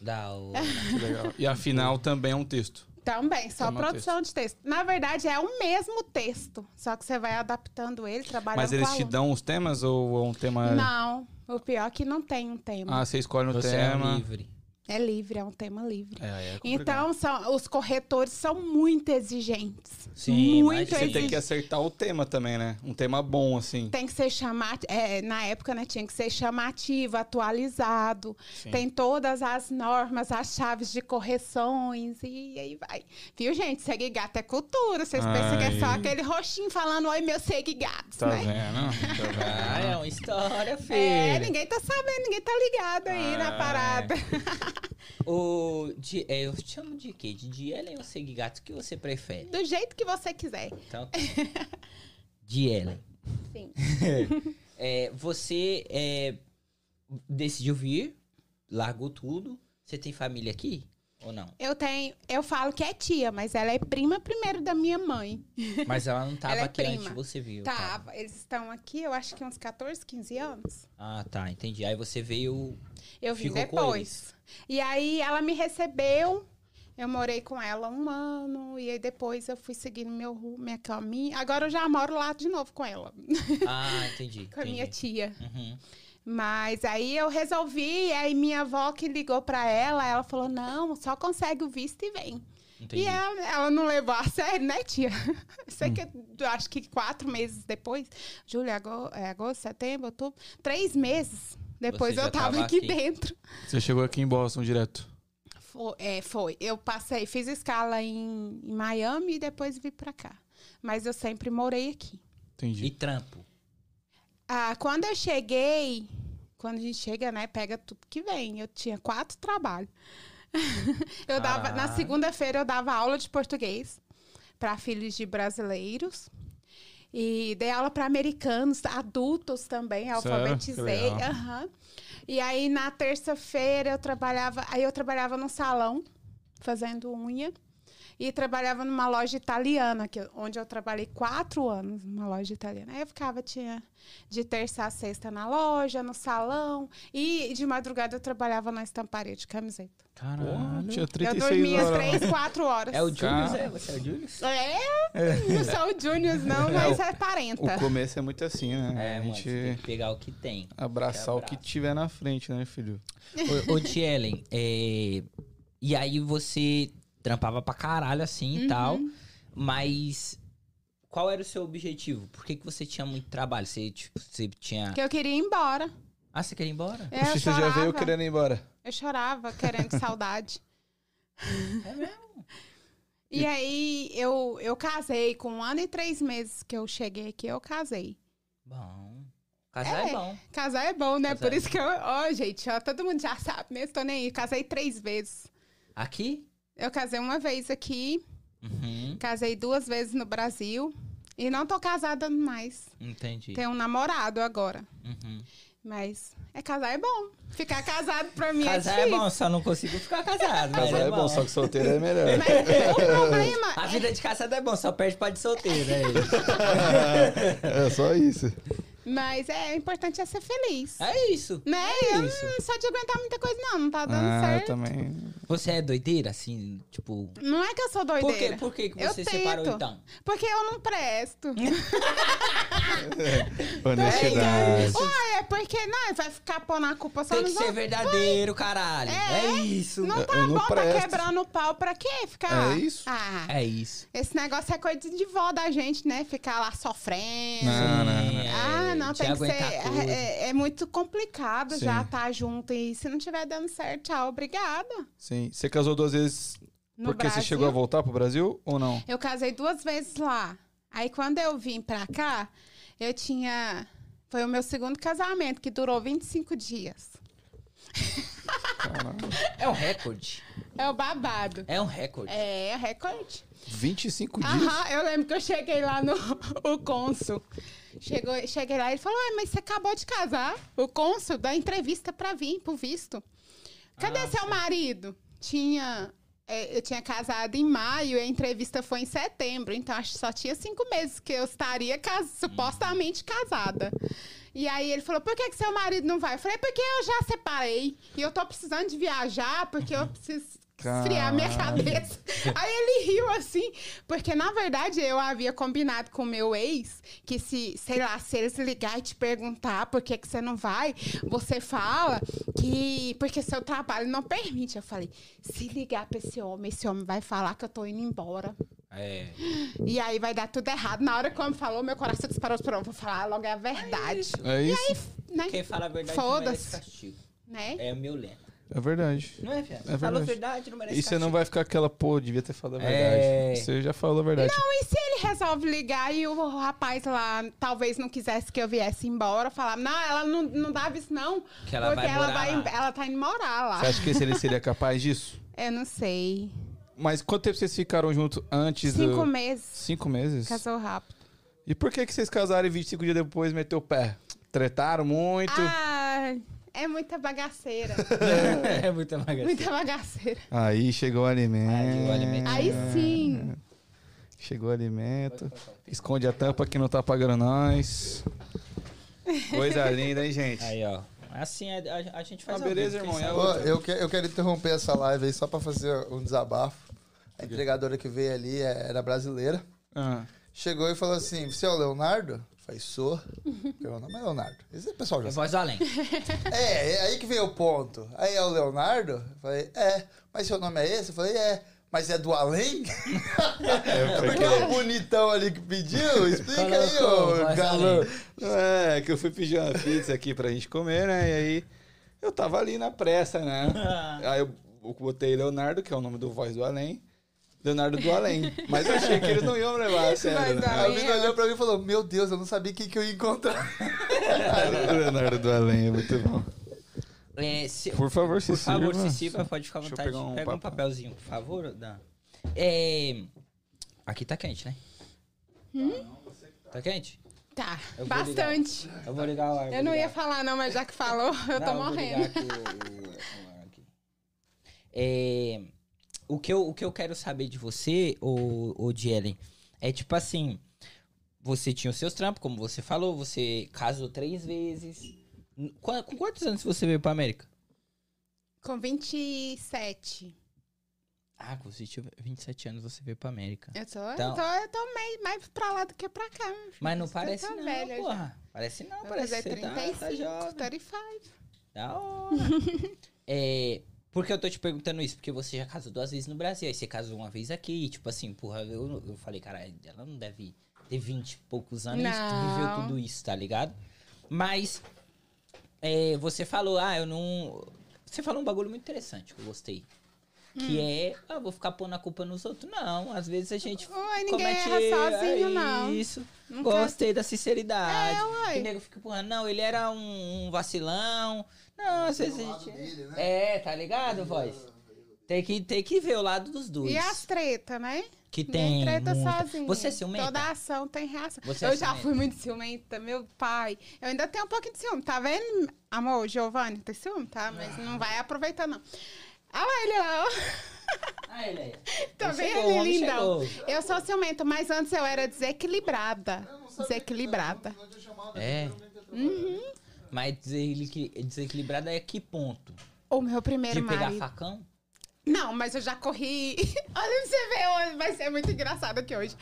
Speaker 2: Da o...
Speaker 1: Que legal. E afinal também é um texto.
Speaker 3: Também, só
Speaker 1: Como é o
Speaker 3: produção de texto. Na verdade, é o mesmo texto, só que você vai adaptando ele, trabalhando
Speaker 1: Mas eles
Speaker 3: com o
Speaker 1: te
Speaker 3: aluno.
Speaker 1: dão os temas ou é um tema.
Speaker 3: é um Não, o pior é que não tem um tema.
Speaker 1: Ah, você escolhe um
Speaker 2: Você é um
Speaker 1: tema.
Speaker 2: livre. Ah,
Speaker 3: É livre, é um tema livre.
Speaker 1: É, aí é complicado.
Speaker 3: Então, são, os corretores são muito exigentes.
Speaker 2: Sim,
Speaker 3: muito
Speaker 2: mas
Speaker 1: Você tem
Speaker 3: exigentes.
Speaker 1: que acertar o tema também, né? Um tema bom, assim.
Speaker 3: Tem que ser chamativo. na época, né, tinha que ser chamativo, atualizado. Tem todas as normas, as chaves de correções. E aí vai. Viu, gente? Segue gato é cultura. Vocês pensam que é só
Speaker 1: Ai.
Speaker 3: aquele roxinho falando, oi, meus segue gatos,
Speaker 1: Tá
Speaker 3: né?
Speaker 1: vendo?
Speaker 2: Ah, é uma história, filho.
Speaker 3: É, ninguém tá sabendo, ninguém tá ligado aí
Speaker 2: Ah,
Speaker 3: na parada.
Speaker 2: O de, é, eu te chamo de quê? De Dielen ou Seguigato? O que você prefere?
Speaker 3: Do jeito que você quiser.
Speaker 2: Então, Dielen.
Speaker 3: Sim.
Speaker 2: É, você é, decidiu vir, largou tudo. Você tem família aqui? Ou não?
Speaker 3: Eu tenho, eu falo que é tia, mas ela é prima primeiro da minha mãe.
Speaker 2: Mas ela não tava
Speaker 3: Ela é
Speaker 2: aqui
Speaker 3: prima.
Speaker 2: antes, você viu.
Speaker 3: Tava. Eles estão aqui, eu acho que uns 14, 15 anos.
Speaker 2: Ah, tá, entendi. Aí você veio.
Speaker 3: Eu vim
Speaker 2: Ficou com
Speaker 3: depois. E aí ela me recebeu. Eu morei com ela um ano e aí depois eu fui seguindo meu ru- minha caminho. Agora eu já moro lá de novo com ela,
Speaker 2: Ah, entendi.
Speaker 3: com a minha
Speaker 2: entendi.
Speaker 3: tia.
Speaker 2: Uhum.
Speaker 3: Mas aí eu resolvi, e aí minha avó que ligou pra ela, ela falou: "Não, só consegue o visto e vem".
Speaker 2: entendi. Hum.
Speaker 3: E ela, ela não levou a sério, né, tia? Sei que eu acho que quatro meses depois, julho, agosto, agosto setembro, outubro, três meses depois
Speaker 2: Você já
Speaker 3: eu tava,
Speaker 2: tava
Speaker 3: aqui,
Speaker 2: aqui.
Speaker 3: dentro.
Speaker 2: é.
Speaker 1: Você chegou aqui em Boston direto.
Speaker 3: Foi, é, foi. Eu passei, fiz escala em, em Miami e depois vim pra cá. Mas eu sempre morei aqui.
Speaker 2: E
Speaker 1: Entendi.
Speaker 2: trampo.
Speaker 3: Ah, quando eu cheguei, quando a gente chega, né, pega tudo que vem. Eu tinha quatro trabalhos. eu dava, na
Speaker 2: Caralho.
Speaker 3: segunda-feira eu dava aula de português para filhos de brasileiros. E dei aula para americanos, adultos também,
Speaker 1: Sério? Que
Speaker 3: alfabetizei.
Speaker 1: legal.
Speaker 3: aham. E aí na terça-feira eu trabalhava, aí eu trabalhava num salão fazendo unha e trabalhava numa loja italiana, que, eu- onde eu trabalhei quatro anos numa loja italiana. Aí eu ficava, tinha de terça a sexta na loja, no salão. E de madrugada eu trabalhava na estamparia de camiseta.
Speaker 1: Porra, tinha
Speaker 3: Eu
Speaker 1: 36
Speaker 3: dormia às
Speaker 1: horas. lá.
Speaker 3: três, quatro horas.
Speaker 2: É o Julius,
Speaker 1: Cara.
Speaker 2: é? Você é o Julius?
Speaker 3: É, não sou o Juniors, não, mas é
Speaker 1: O
Speaker 3: 40.
Speaker 1: começo é muito assim, né?
Speaker 2: É,
Speaker 1: a
Speaker 2: mano,
Speaker 1: gente
Speaker 2: você tem que pegar o que tem.
Speaker 1: abraçar o que
Speaker 2: abraça.
Speaker 1: tiver na frente, né, filho?
Speaker 2: Ô, ô Tia Ellen, é, e aí você trampava pra caralho assim e
Speaker 3: Uhum.
Speaker 2: tal, mas qual era o seu objetivo? Por que, que você tinha muito trabalho? Você, tipo, você tinha...
Speaker 3: Que eu queria ir embora.
Speaker 2: Ah, você queria ir embora?
Speaker 3: É, Eu
Speaker 1: Poxa, você
Speaker 3: chorava.
Speaker 1: já veio querendo ir embora.
Speaker 3: Eu chorava, querendo saudade.
Speaker 2: É mesmo?
Speaker 3: E aí eu, eu casei, com um ano e três meses que eu cheguei aqui, eu casei.
Speaker 2: Bom, casar é,
Speaker 3: É.
Speaker 2: bom.
Speaker 3: Casar é bom, né?
Speaker 2: Casar
Speaker 3: Por
Speaker 2: é
Speaker 3: isso que eu. Ó, gente, ó, todo mundo já sabe mesmo, tô nem aí. Casei três vezes.
Speaker 2: Aqui?
Speaker 3: Eu casei uma vez aqui,
Speaker 2: Uhum,
Speaker 3: casei duas vezes no Brasil. E não tô casada mais.
Speaker 2: entendi.
Speaker 3: Tenho um namorado agora.
Speaker 2: Uhum.
Speaker 3: Mas é casar é bom. Ficar casado pra mim
Speaker 2: Casar
Speaker 3: é
Speaker 2: é
Speaker 3: difícil.
Speaker 2: bom, só não consigo ficar casado. mas
Speaker 1: Casar é bom, só que solteiro é melhor.
Speaker 3: Mas o problema
Speaker 2: A vida de casado é bom, só perde pra de solteiro. É, isso.
Speaker 1: É só isso.
Speaker 3: Mas é importante é ser feliz.
Speaker 2: é isso.
Speaker 3: Né?
Speaker 2: É
Speaker 3: eu
Speaker 2: isso.
Speaker 3: não sou de aguentar muita coisa, não. Não tá dando
Speaker 1: Ah, eu
Speaker 3: certo. Tá
Speaker 1: também.
Speaker 2: Você é doideira, assim, tipo...
Speaker 3: Não é que eu sou
Speaker 2: Por que,
Speaker 3: doideira.
Speaker 2: por que, que
Speaker 3: Eu
Speaker 2: você separou,
Speaker 3: tento.
Speaker 2: então?
Speaker 3: Porque eu não presto.
Speaker 2: Hum?
Speaker 1: Honestidade.
Speaker 3: Ué, é porque não, vai ficar pondo a culpa só
Speaker 2: Tem que
Speaker 3: nos
Speaker 2: ser
Speaker 3: outros.
Speaker 2: verdadeiro, caralho. É, isso.
Speaker 3: Não tá
Speaker 1: Eu não
Speaker 3: bom,
Speaker 1: presto.
Speaker 3: tá quebrando o pau pra quê? Ficar.
Speaker 1: É isso.
Speaker 3: Ah,
Speaker 2: É isso.
Speaker 3: esse negócio é coisa de vó da gente, né? Ficar lá sofrendo.
Speaker 1: Não, não,
Speaker 2: Sim,
Speaker 1: não.
Speaker 2: é,
Speaker 3: Ah, não,
Speaker 2: de
Speaker 3: tem que ser.
Speaker 2: aguentar
Speaker 3: É,
Speaker 2: tudo.
Speaker 3: é- é muito complicado
Speaker 1: Sim.
Speaker 3: já estar junto. E se não tiver dando certo, tchau, obrigada.
Speaker 1: Sim. Você casou duas vezes
Speaker 3: No
Speaker 1: porque
Speaker 3: Brasil,
Speaker 1: você chegou a voltar pro Brasil ou não?
Speaker 3: Eu casei duas vezes lá. Aí quando eu vim pra cá, eu tinha. Foi o meu segundo casamento, que durou 25 dias.
Speaker 2: É um recorde.
Speaker 3: É o babado.
Speaker 2: É um recorde.
Speaker 3: É, recorde.
Speaker 1: 25 dias?
Speaker 3: Aham, eu lembro que eu cheguei lá no o cônsul. Chegou, cheguei lá e ele falou: Ué, mas você acabou de casar. O cônsul dá entrevista pra vir, pro visto. Cadê
Speaker 2: Ah,
Speaker 3: seu marido? Tinha. é, eu tinha casado em maio e a entrevista foi em setembro. Então, acho que só tinha cinco meses que eu estaria cas- supostamente casada. E aí ele falou: por que, que seu marido não vai? Eu falei, porque eu já separei. E eu tô precisando de viajar, porque eu preciso esfriar minha
Speaker 1: Caralho.
Speaker 3: cabeça. Aí ele riu assim, porque na verdade eu havia combinado com o meu ex que se, sei lá, se eles ligar e te perguntar por que, que você não vai, você fala que porque seu trabalho não permite. Eu falei, se ligar pra esse homem, esse homem vai falar que eu tô indo embora.
Speaker 2: É.
Speaker 3: E aí vai dar tudo errado. Na hora que o homem falou, meu coração disparou, disparou. Eu Vou falar logo a verdade,
Speaker 1: É isso?
Speaker 3: né?
Speaker 2: Quem fala a verdade não
Speaker 3: Foda-se.
Speaker 2: merece castigo.
Speaker 3: né?
Speaker 2: É o meu lema.
Speaker 1: É verdade.
Speaker 2: Não é, Fiat?
Speaker 1: É
Speaker 2: Falou
Speaker 1: verdade.
Speaker 2: verdade, não merece
Speaker 1: E você não
Speaker 2: castigo.
Speaker 1: vai ficar aquela, pô, devia ter falado a verdade.
Speaker 2: É.
Speaker 1: Você já falou a verdade.
Speaker 3: E se ele resolve ligar e o rapaz lá talvez não quisesse que eu viesse embora, falar, não, ela não, não dava isso não,
Speaker 2: Que ela
Speaker 3: porque
Speaker 2: vai
Speaker 3: ela,
Speaker 2: morar
Speaker 3: vai,
Speaker 2: lá.
Speaker 3: ela tá indo morar lá.
Speaker 1: Você acha que ele seria capaz disso?
Speaker 3: Eu É, não sei.
Speaker 1: Mas quanto tempo vocês ficaram juntos antes
Speaker 3: Cinco
Speaker 1: do...
Speaker 3: meses,
Speaker 1: Cinco meses?
Speaker 3: casou rápido.
Speaker 1: E por que, que vocês casaram e 25 dias depois meteu o pé? Tretaram muito?
Speaker 3: Ah, É muita bagaceira.
Speaker 2: é muita bagaceira.
Speaker 3: muita bagaceira.
Speaker 1: Aí chegou o alimento.
Speaker 2: Aí o alimento.
Speaker 3: Ah. Aí sim.
Speaker 1: Chegou o alimento. Esconde a tampa que não tá pagando nós. Coisa linda, hein, gente?
Speaker 2: Aí, ó. Assim a, a- a gente faz
Speaker 1: Ah,
Speaker 2: ao
Speaker 1: beleza,
Speaker 2: vivo, quem
Speaker 1: irmão,
Speaker 2: sabe?
Speaker 4: Ô, eu, que- eu quero interromper essa live aí só pra fazer um desabafo. A entregadora que veio ali é- era brasileira.
Speaker 1: Ah,
Speaker 4: Chegou e falou assim: Você é o Leonardo? Falei, sou. Porque Meu nome é Leonardo. Esse pessoal já
Speaker 2: É voz do além.
Speaker 4: É, é aí que veio o ponto. Aí é o Leonardo? Eu Falei, é. Mas seu nome é esse? Eu falei, é. Mas é do além? Porque é o bonitão ali que pediu. Explica aí,
Speaker 2: Colocou,
Speaker 4: ô
Speaker 2: mas
Speaker 4: galã.
Speaker 2: além.
Speaker 1: É, que eu fui pedir uma pizza aqui pra gente comer, né? E aí eu tava ali na pressa, né? Aí eu eu botei Leonardo, que é o nome do Voz do Além. Leonardo do Além. Mas eu achei que eles não iam levar a sério.
Speaker 3: Voz do
Speaker 1: né?
Speaker 4: A mina olhou pra mim e falou, meu Deus, eu não sabia quem que eu ia encontrar.
Speaker 1: Leonardo do Além é muito bom.
Speaker 2: É, se-
Speaker 1: Por favor, se
Speaker 2: Por favor,
Speaker 1: sirva.
Speaker 2: se sirva, pode ficar à
Speaker 1: Deixa eu
Speaker 2: vontade.
Speaker 1: pegar um
Speaker 2: Pega um
Speaker 1: papo.
Speaker 2: papelzinho, por favor, Dan. É... Aqui tá quente, né?
Speaker 3: Hum?
Speaker 2: Tá quente?
Speaker 3: Tá,
Speaker 2: Eu vou
Speaker 3: bastante.
Speaker 2: Eu vou ligar o ar.
Speaker 3: Eu não ia falar não, mas já que falou, eu tô morrendo.
Speaker 2: É, o, que eu, o que eu quero saber de você, ô, ô Jelen, é tipo assim: você tinha os seus trampos, como você falou, você casou três vezes. Qua- Com quantos anos você veio pra América?
Speaker 3: Com 27.
Speaker 2: Ah, com 20 27 anos você veio pra América.
Speaker 3: Eu tô,
Speaker 2: Então-
Speaker 3: eu tô, eu tô meio, mais pra lá do que pra cá. meu filho.
Speaker 2: Mas não
Speaker 3: Você tá
Speaker 2: parece não,
Speaker 3: velha já.
Speaker 2: porra. Parece não,
Speaker 3: Vou
Speaker 2: parece
Speaker 3: fazer
Speaker 2: que você tá,
Speaker 3: 35,
Speaker 2: tá jovem.
Speaker 3: 35.
Speaker 2: Da hora. é, por que eu tô te perguntando isso? Porque você já casou duas vezes no Brasil, aí você casou uma vez aqui, tipo assim, porra, eu, eu falei, cara, ela não deve ter 20 e poucos anos e
Speaker 3: Não.
Speaker 2: viveu tudo isso, tá ligado? Mas é, você falou, ah, eu não... Você falou um bagulho muito interessante que eu gostei.
Speaker 3: Hum.
Speaker 2: Que é, ah, vou ficar pondo a culpa nos outros. Não, às vezes a gente
Speaker 3: Ué, ninguém
Speaker 2: comete
Speaker 3: erra
Speaker 2: é
Speaker 3: sozinho, não. É,
Speaker 2: Isso.
Speaker 3: Nunca-
Speaker 2: Gostei da sinceridade.
Speaker 3: ué.
Speaker 2: o nego fica empurrando. Não, ele era um, um vacilão. Não, às vezes a gente. É, tá ligado, voz? Tem que, tem que ver o lado dos dois.
Speaker 3: E as treta, né?
Speaker 2: Que tem.
Speaker 3: Ninguém treta
Speaker 2: muita-
Speaker 3: sozinho.
Speaker 2: Você é ciumenta?
Speaker 3: Toda ação tem reação.
Speaker 2: Você é
Speaker 3: eu já
Speaker 2: ciumenta?
Speaker 3: fui muito ciumenta, meu pai. Eu ainda tenho um pouquinho de ciúme, tá vendo? Amor, Giovanni tem ciúme, tá? Mas não vai aproveitar, não. Olha lá ele lá, ó.
Speaker 2: Ah, ele é.
Speaker 3: Tá
Speaker 2: Ele
Speaker 3: vendo
Speaker 2: chegou, o homem
Speaker 3: ele, lindão?
Speaker 2: chegou.
Speaker 3: Eu sou ciumenta, mas antes eu era desequilibrada. Desequilibrada.
Speaker 2: É.
Speaker 3: Uhum.
Speaker 2: Mas desequili- desequilibrado é que ponto?
Speaker 3: O meu
Speaker 2: De
Speaker 3: primeiro
Speaker 2: pegar
Speaker 3: marido.
Speaker 2: facão?
Speaker 3: Não, mas eu já corri. Olha pra você ver, olha, vai ser muito engraçado aqui hoje.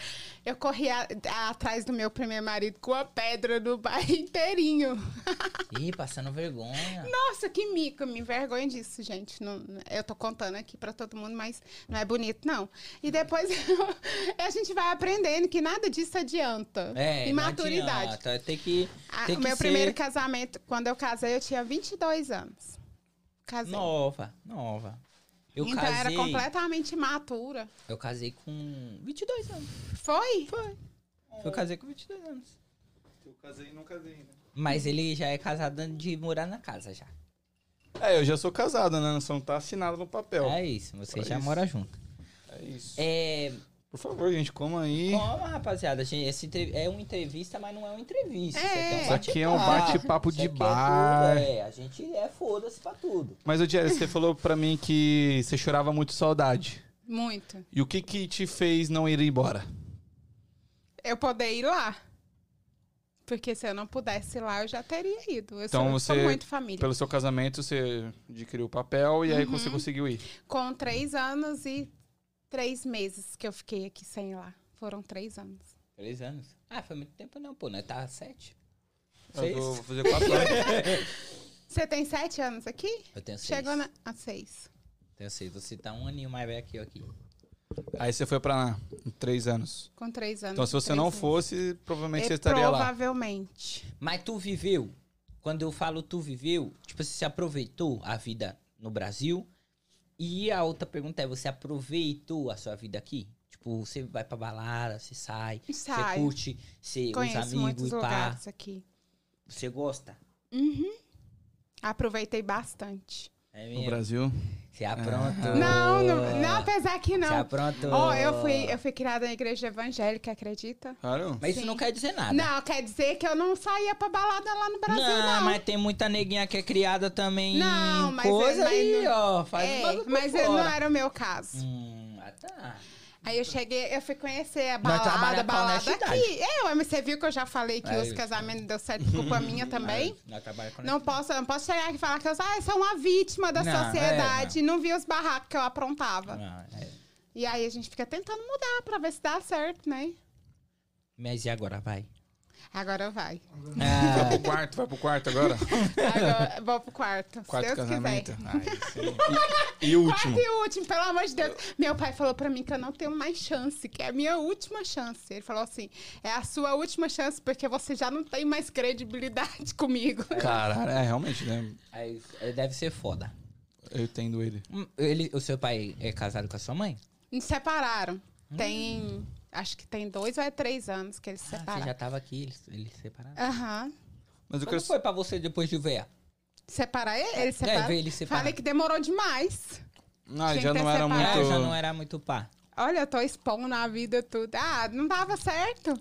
Speaker 3: Eu corri a- a- atrás do meu primeiro marido com a pedra no bairro inteirinho.
Speaker 2: Ih, passando vergonha.
Speaker 3: Nossa, que mico, me envergonho disso, gente. Não- eu tô contando aqui pra todo mundo, mas não é bonito, não.
Speaker 2: Uhum.
Speaker 3: E depois a gente vai aprendendo que nada disso adianta.
Speaker 2: É,
Speaker 3: Imaturidade.
Speaker 2: Não adianta, tem que.
Speaker 3: Ah,
Speaker 2: tem
Speaker 3: o
Speaker 2: que
Speaker 3: meu
Speaker 2: ser
Speaker 3: primeiro casamento, quando eu casei, eu tinha 22 anos. Casei.
Speaker 2: Nova, nova. Eu
Speaker 3: então
Speaker 2: casei.
Speaker 3: era completamente imatura.
Speaker 2: Eu casei com 22 anos.
Speaker 3: Foi? Foi.
Speaker 2: Eu casei com 22 anos.
Speaker 1: Eu casei e não casei, né?
Speaker 2: Mas ele já é casado de morar na casa já.
Speaker 1: É, eu já sou casado, né? Só não tá assinado no papel.
Speaker 2: É isso, você
Speaker 1: Só
Speaker 2: já
Speaker 1: isso.
Speaker 2: mora junto.
Speaker 1: É isso.
Speaker 2: É,
Speaker 1: Por favor, gente, coma aí.
Speaker 2: calma, É, rapaziada. gente, essa entre- é uma entrevista, mas não é uma entrevista. isso aqui é um
Speaker 3: É.
Speaker 1: Isso aqui é um
Speaker 2: bate-papo.
Speaker 1: bate-papo
Speaker 2: Isso
Speaker 1: de
Speaker 2: aqui é
Speaker 1: bar.
Speaker 2: tudo, É, a gente é foda-se pra tudo.
Speaker 1: Mas, ô Jerry, você falou pra mim que você chorava muito saudade.
Speaker 3: Muito.
Speaker 1: E o que que te fez não ir embora?
Speaker 3: eu poder ir lá. Porque se eu não pudesse ir lá, eu já teria ido. Eu
Speaker 1: Então
Speaker 3: sou, sou
Speaker 1: você-
Speaker 3: muito família.
Speaker 1: Pelo seu casamento, você adquiriu o papel e aí você conseguiu ir.
Speaker 3: Com três anos e três meses que eu fiquei aqui sem ir lá. Foram três anos.
Speaker 2: Três anos. Ah, foi muito tempo não, pô. Nós tá sete.
Speaker 1: Eu
Speaker 2: Seis?
Speaker 1: vou fazer quatro anos.
Speaker 3: Você tem sete anos aqui?
Speaker 2: Eu tenho seis.
Speaker 3: Chegou na... a seis.
Speaker 2: Tenho seis. Você tá um aninho mais velho que eu aqui.
Speaker 1: aí você foi pra lá, em três anos.
Speaker 3: Com três anos.
Speaker 1: Então, se você
Speaker 3: três
Speaker 1: não
Speaker 3: anos. É
Speaker 1: fosse, provavelmente
Speaker 3: E
Speaker 1: você estaria lá.
Speaker 3: Provavelmente.
Speaker 2: Mas tu viveu. Quando eu falo tu viveu, tipo, você se aproveitou a vida no Brasil. E a outra pergunta é: você aproveitou a sua vida aqui? Tipo, você vai pra balada, você sai, você
Speaker 3: Saio.
Speaker 2: curte, você os
Speaker 3: Conheço
Speaker 2: amigos
Speaker 3: muitos
Speaker 2: e pá.
Speaker 3: lugares aqui.
Speaker 2: Você gosta?
Speaker 3: Aproveitei bastante.
Speaker 2: É
Speaker 1: no
Speaker 2: mesmo.
Speaker 1: Brasil. É.
Speaker 2: Você aprontou.
Speaker 3: Não, não, não, apesar que
Speaker 2: Você
Speaker 3: não.
Speaker 2: aprontou.
Speaker 3: Ó, eu, fui, eu fui criada na igreja evangélica, acredita?
Speaker 1: Claro.
Speaker 2: Mas isso
Speaker 3: Sim.
Speaker 2: não quer dizer nada.
Speaker 3: Não, quer dizer que eu não saía pra balada lá no Brasil,
Speaker 2: Não,
Speaker 3: não.
Speaker 2: mas tem muita neguinha que é criada também
Speaker 3: Não,
Speaker 2: em
Speaker 3: mas é-
Speaker 2: coisa
Speaker 3: mas
Speaker 2: aí,
Speaker 3: não-
Speaker 2: ó. Faz
Speaker 3: É,
Speaker 2: um bagulho
Speaker 3: mas
Speaker 2: por
Speaker 3: não
Speaker 2: fora.
Speaker 3: era o meu caso.
Speaker 2: Hum, ah, tá.
Speaker 3: Aí eu cheguei, eu fui conhecer a
Speaker 2: Vai trabalhar
Speaker 3: balada,
Speaker 2: com
Speaker 3: balada
Speaker 2: honestidade. É,
Speaker 3: aqui. É, ué, mas você viu que eu já falei que
Speaker 2: Aí.
Speaker 3: os casamentos deu certo, culpa
Speaker 2: É,
Speaker 3: minha também?
Speaker 2: Mas Nós trabalha com
Speaker 3: Não posso, não posso chegar aqui e falar que eu, ah, eu sou uma vítima da
Speaker 2: Não, é,
Speaker 3: sociedade. não. vi os barracos que eu aprontava.
Speaker 2: Não, é.
Speaker 3: E aí a gente fica tentando mudar pra ver se dá certo, né?
Speaker 2: Mas e agora, vai?
Speaker 3: Agora vai.
Speaker 1: Vai
Speaker 2: Ah,
Speaker 1: pro quarto, vai pro quarto agora.
Speaker 3: Agora vou pro quarto.
Speaker 1: Quarto
Speaker 3: se Deus
Speaker 1: casamento.
Speaker 2: Ah,
Speaker 3: quiser.
Speaker 1: Ai, sim. e, e último.
Speaker 3: Quarto e último, pelo amor de Deus. Meu pai falou pra mim que eu não tenho mais chance, que é a minha última chance. Ele falou assim: é a sua última chance, porque você já não tem mais credibilidade comigo.
Speaker 1: Caralho, é realmente, né?
Speaker 2: aí, é, deve ser foda.
Speaker 1: Eu entendo ele.
Speaker 2: Hum, Ele, o seu pai é casado com a sua mãe?
Speaker 3: Nos separaram. Tem. Acho que tem dois ou é três anos que eles se
Speaker 2: Hum. Ah, você já
Speaker 3: separaram.
Speaker 2: tava aqui, eles, eles separaram.
Speaker 3: Aham.
Speaker 1: Mas eu
Speaker 2: Como
Speaker 1: quero.
Speaker 2: foi pra você depois de ver?
Speaker 3: Separar ele, ele
Speaker 2: É,
Speaker 3: separa.
Speaker 2: ver ele separar.
Speaker 3: Falei que demorou demais.
Speaker 1: Ah,
Speaker 3: Tinha
Speaker 1: já
Speaker 3: que
Speaker 1: não
Speaker 3: ter
Speaker 1: era
Speaker 2: Ah,
Speaker 1: muito.
Speaker 2: já não era muito pá.
Speaker 3: Olha, eu tô expondo a vida tudo. Ah, não dava certo.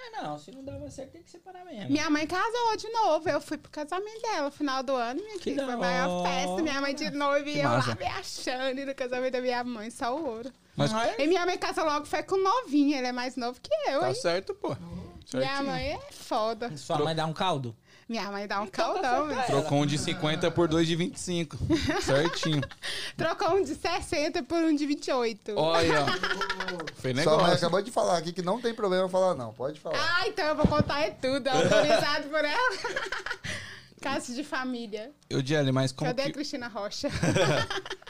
Speaker 2: É, não, se não dava certo, tem que separar mesmo.
Speaker 3: Minha mãe casou de novo. Eu fui pro casamento dela, final do ano, minha
Speaker 2: Que
Speaker 3: filha. Foi
Speaker 2: da
Speaker 3: a maior festa. Minha mãe de noiva e
Speaker 1: Que
Speaker 3: eu
Speaker 1: massa.
Speaker 3: lá me achando e no casamento da minha mãe, só o ouro.
Speaker 1: Mas
Speaker 2: Não é?
Speaker 3: E minha mãe casou logo, foi com novinha. Ele é mais novo que eu,
Speaker 1: tá
Speaker 3: hein?
Speaker 1: certo, pô.
Speaker 3: Minha
Speaker 1: Certinho.
Speaker 3: mãe é foda.
Speaker 2: Sua mãe dá um caldo?
Speaker 3: Minha mãe dá um
Speaker 2: Então tá
Speaker 3: caldão. hein?
Speaker 1: Trocou um de 50 por dois de 25. Certinho.
Speaker 3: Trocou um de 60 por um de 28.
Speaker 1: Olha. Foi
Speaker 4: Sua mãe
Speaker 1: negócio.
Speaker 4: acabou de falar aqui que não tem problema falar não, pode falar.
Speaker 3: Ah, então eu vou contar é tudo. Autorizado por ela. Caso de família.
Speaker 1: Eu, Jelly, mas como
Speaker 3: Cadê a
Speaker 1: que,
Speaker 3: Cristina Rocha?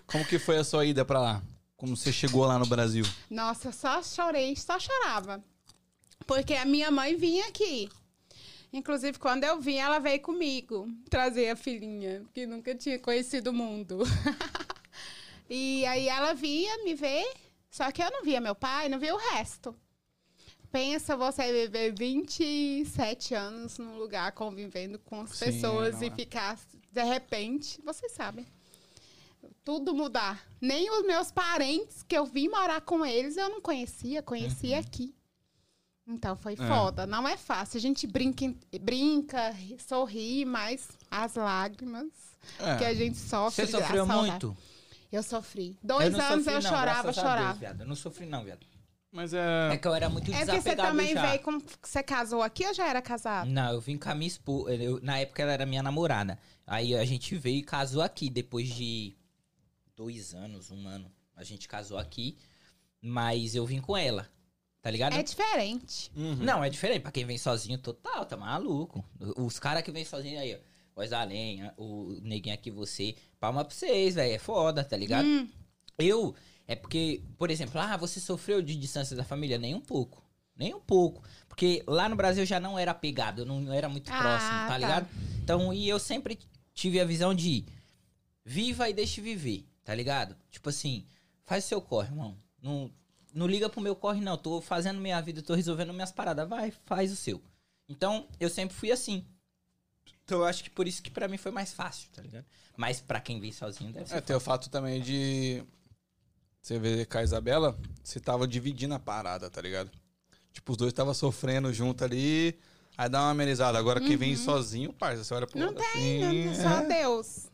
Speaker 1: como que foi a sua ida pra lá? Como você chegou lá no Brasil?
Speaker 3: Nossa, eu só chorei, só chorava. Porque a minha mãe vinha aqui. Inclusive, quando eu vim, ela veio comigo trazer a filhinha, que nunca tinha conhecido o mundo. e aí ela vinha me ver, só que eu não via meu pai, não via o resto. Pensa você viver 27 anos num lugar convivendo com as
Speaker 1: Sim,
Speaker 3: pessoas
Speaker 1: não
Speaker 3: e
Speaker 1: é.
Speaker 3: ficar, de repente, vocês sabem, tudo mudar. Nem os meus parentes, que eu vim morar com eles, eu não conhecia, conhecia
Speaker 2: Uhum.
Speaker 3: aqui. Então foi foda, não é fácil. A gente brinca, em- brinca ri- sorri, mas as lágrimas que a
Speaker 1: É,
Speaker 3: gente sofre.
Speaker 2: Você sofreu
Speaker 3: graças ao Deus.
Speaker 2: muito?
Speaker 3: Eu sofri.
Speaker 2: Eu
Speaker 3: Dois
Speaker 2: não
Speaker 3: anos
Speaker 2: sofri,
Speaker 3: eu
Speaker 2: não,
Speaker 3: chorava,
Speaker 2: graças a Deus,
Speaker 3: chorava.
Speaker 2: viado. Eu não sofri não, viado.
Speaker 1: mas
Speaker 2: É
Speaker 1: é.
Speaker 2: que eu era muito
Speaker 3: É porque
Speaker 2: desapegado
Speaker 3: você também
Speaker 2: já.
Speaker 3: veio com. Você casou aqui ou já era casado?
Speaker 2: Não, eu vim com a minha esposa. na época ela era minha namorada. Aí a gente veio e casou aqui, depois de dois anos, um ano. A gente casou aqui, mas eu vim com ela. Tá ligado?
Speaker 3: É diferente.
Speaker 1: Uhum.
Speaker 2: Não, é diferente. Pra quem vem sozinho, total, tá maluco. Os caras que vem sozinho aí, ó. Voz da lenha, o neguinho aqui, você. Palma pra vocês, velho. É foda, tá ligado?
Speaker 3: Hum.
Speaker 2: Eu, é porque, por exemplo, ah, você sofreu de distância da família? Nem um pouco. Nem um pouco. Porque lá no Brasil eu já não era apegado, eu não era muito
Speaker 3: Ah,
Speaker 2: próximo, tá,
Speaker 3: tá.
Speaker 2: ligado? Então, e eu sempre tive a visão de viva e deixe viver, tá ligado? Tipo assim, faz seu corre, irmão. Não, não liga pro meu corre, não. Tô fazendo minha vida, tô resolvendo minhas paradas. Vai, faz o seu. Então, eu sempre fui assim. Então, eu acho que por isso que pra mim foi mais fácil, tá ligado? Mas pra quem vem sozinho deve ser.
Speaker 1: É, tem o fato também de. Você vê com a Isabela, você tava dividindo a parada, tá ligado? Tipo, os dois tava sofrendo junto ali. Aí dá uma amenizada. Agora quem vem sozinho, parça, você olha pro
Speaker 3: Uhum. Não
Speaker 1: lado assim.
Speaker 3: Não,
Speaker 2: É.
Speaker 3: Só Deus.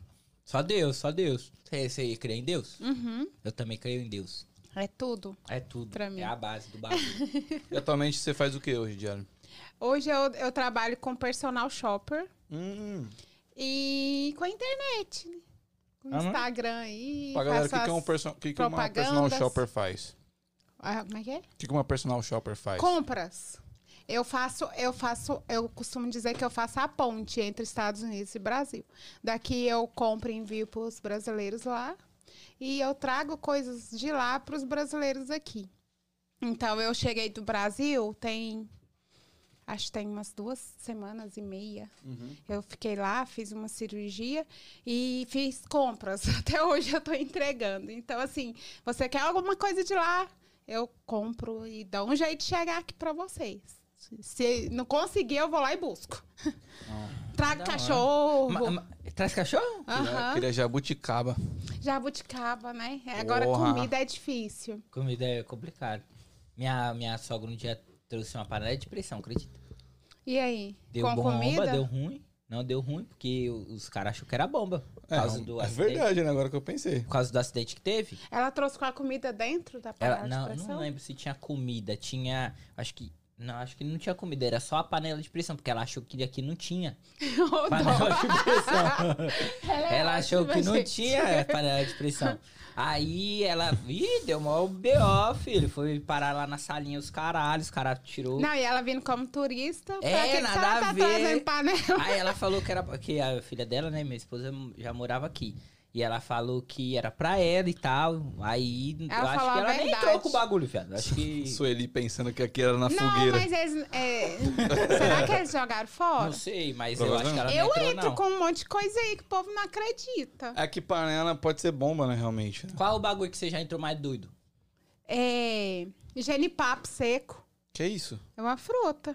Speaker 2: Só Deus, só Deus. Você, você crê em Deus?
Speaker 3: Uhum.
Speaker 2: Eu também creio em Deus.
Speaker 3: É tudo.
Speaker 2: É tudo.
Speaker 3: Pra mim.
Speaker 2: É a base do bagulho.
Speaker 1: E atualmente você faz o que hoje, Diário?
Speaker 3: Hoje eu, eu trabalho com personal shopper
Speaker 1: Hum,
Speaker 3: e com a internet. né? Com o
Speaker 2: Aham.
Speaker 3: Instagram aí.
Speaker 1: Ah, é? pra galera, o que,
Speaker 3: faço
Speaker 1: que, é um
Speaker 3: as-
Speaker 1: perso- o que, que uma personal
Speaker 3: propagandas.
Speaker 1: shopper faz?
Speaker 3: Ah, Como é que é?
Speaker 1: O que, que uma personal shopper faz?
Speaker 3: Compras. Eu faço, eu faço, eu costumo dizer que eu faço a ponte entre Estados Unidos e Brasil. Daqui eu compro e envio para os brasileiros lá e eu trago coisas de lá para os brasileiros aqui. Então eu cheguei do Brasil tem acho que tem umas duas semanas e meia.
Speaker 1: Uhum.
Speaker 3: Eu fiquei lá, fiz uma cirurgia e fiz compras. Até hoje eu tô entregando. Então, assim, você quer alguma coisa de lá, eu compro e dou um jeito de chegar aqui pra vocês. Se- Se não conseguir, eu vou lá e busco.
Speaker 2: Da hora.
Speaker 3: Trago cachorro.
Speaker 2: Ma- ma- Traz cachorro?
Speaker 1: Queria,
Speaker 3: Aham.
Speaker 1: queria jabuticaba.
Speaker 3: Jabuticaba, né? Agora
Speaker 1: Porra.
Speaker 3: comida é difícil.
Speaker 2: Comida é complicado. Minha, minha sogra um dia trouxe uma parada de pressão, acredita?
Speaker 3: E aí?
Speaker 2: Deu
Speaker 3: Com
Speaker 2: bomba,
Speaker 3: comida?
Speaker 2: deu ruim. Não, deu ruim, porque os caras acham que era bomba. Por
Speaker 1: É,
Speaker 2: causa do
Speaker 1: é
Speaker 2: acidente.
Speaker 1: verdade, né? Agora que eu pensei.
Speaker 2: Por causa do acidente que teve.
Speaker 3: Ela trouxe com a comida dentro da panela
Speaker 2: Ela,
Speaker 3: de
Speaker 2: não,
Speaker 3: pressão?
Speaker 2: não é. lembro se tinha comida. Tinha. Acho que. Não, acho que não tinha comida, era só a panela de pressão, porque ela achou que aqui não tinha.
Speaker 3: Ô,
Speaker 2: Panela
Speaker 3: dó.
Speaker 2: de pressão.
Speaker 3: Ela, é
Speaker 2: Ela achou
Speaker 3: ótima,
Speaker 2: que não
Speaker 3: gente.
Speaker 2: tinha panela de pressão. Aí ela. Ih, deu mó BO, filho. Foi parar lá na salinha os caralhos, os caras tirou.
Speaker 3: Não, e ela vindo como turista.
Speaker 2: É,
Speaker 3: pra que que
Speaker 2: nada
Speaker 3: ela
Speaker 2: a
Speaker 3: tá
Speaker 2: ver.
Speaker 3: trazendo panela?
Speaker 2: Aí ela falou que era. Que a filha dela, né? Minha esposa já morava aqui. E ela falou que era pra ela e tal. Aí
Speaker 3: Ela
Speaker 2: eu acho
Speaker 3: falou
Speaker 2: que
Speaker 3: a
Speaker 2: ela nem
Speaker 3: verdade.
Speaker 2: entrou com o bagulho, viado. Acho que.
Speaker 1: Sueli pensando que aqui era na
Speaker 3: não,
Speaker 1: fogueira.
Speaker 3: mas eles. é, será que eles jogaram fora?
Speaker 2: Não sei, mas eu acho que ela
Speaker 3: Eu
Speaker 2: não entrou,
Speaker 3: entro
Speaker 2: não.
Speaker 3: com um monte de coisa aí que o povo não acredita.
Speaker 1: É que panela pode ser bomba, né? Realmente. né?
Speaker 2: Qual o bagulho que você já entrou mais doido?
Speaker 3: É. Genipapo seco.
Speaker 1: Que isso?
Speaker 3: É uma fruta.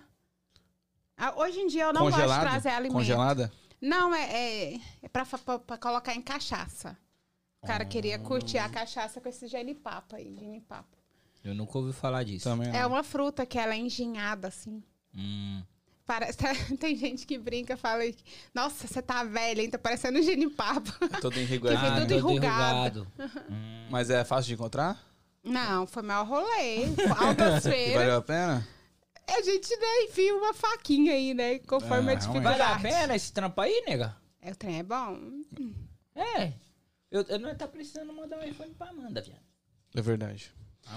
Speaker 3: Ah, Hoje em dia eu não gosto de trazer alimento.
Speaker 1: Congelada?
Speaker 3: Não, é, é, é pra, fa- pra- pra colocar em cachaça. O cara queria curtir
Speaker 2: Ah.
Speaker 3: a cachaça com esse genipapo aí, genipapo.
Speaker 2: Eu nunca ouvi falar disso.
Speaker 1: Também.
Speaker 3: É
Speaker 1: não.
Speaker 3: uma fruta que ela é enginhada, assim.
Speaker 2: Hum.
Speaker 3: Parece, tem gente que brinca, fala, nossa, você tá velha, hein? Tá parecendo um genipapo.
Speaker 1: Toda
Speaker 3: Que fica
Speaker 1: enriguada.
Speaker 3: Tipo, tudo
Speaker 2: todo
Speaker 3: enrugado.
Speaker 2: enrugado. Hum.
Speaker 1: Mas é fácil de encontrar?
Speaker 3: Não, foi meu rolê. Altas
Speaker 1: E
Speaker 3: feiras.
Speaker 1: valeu a pena?
Speaker 3: A gente né, enfia uma faquinha aí, né? Conforme
Speaker 1: Ah,
Speaker 3: a dificuldade.
Speaker 2: Vale a pena esse trampo aí, nega?
Speaker 3: É, O trem é bom.
Speaker 2: É. Eu, eu não tá precisando mandar um iPhone pra Amanda, viado.
Speaker 1: É verdade.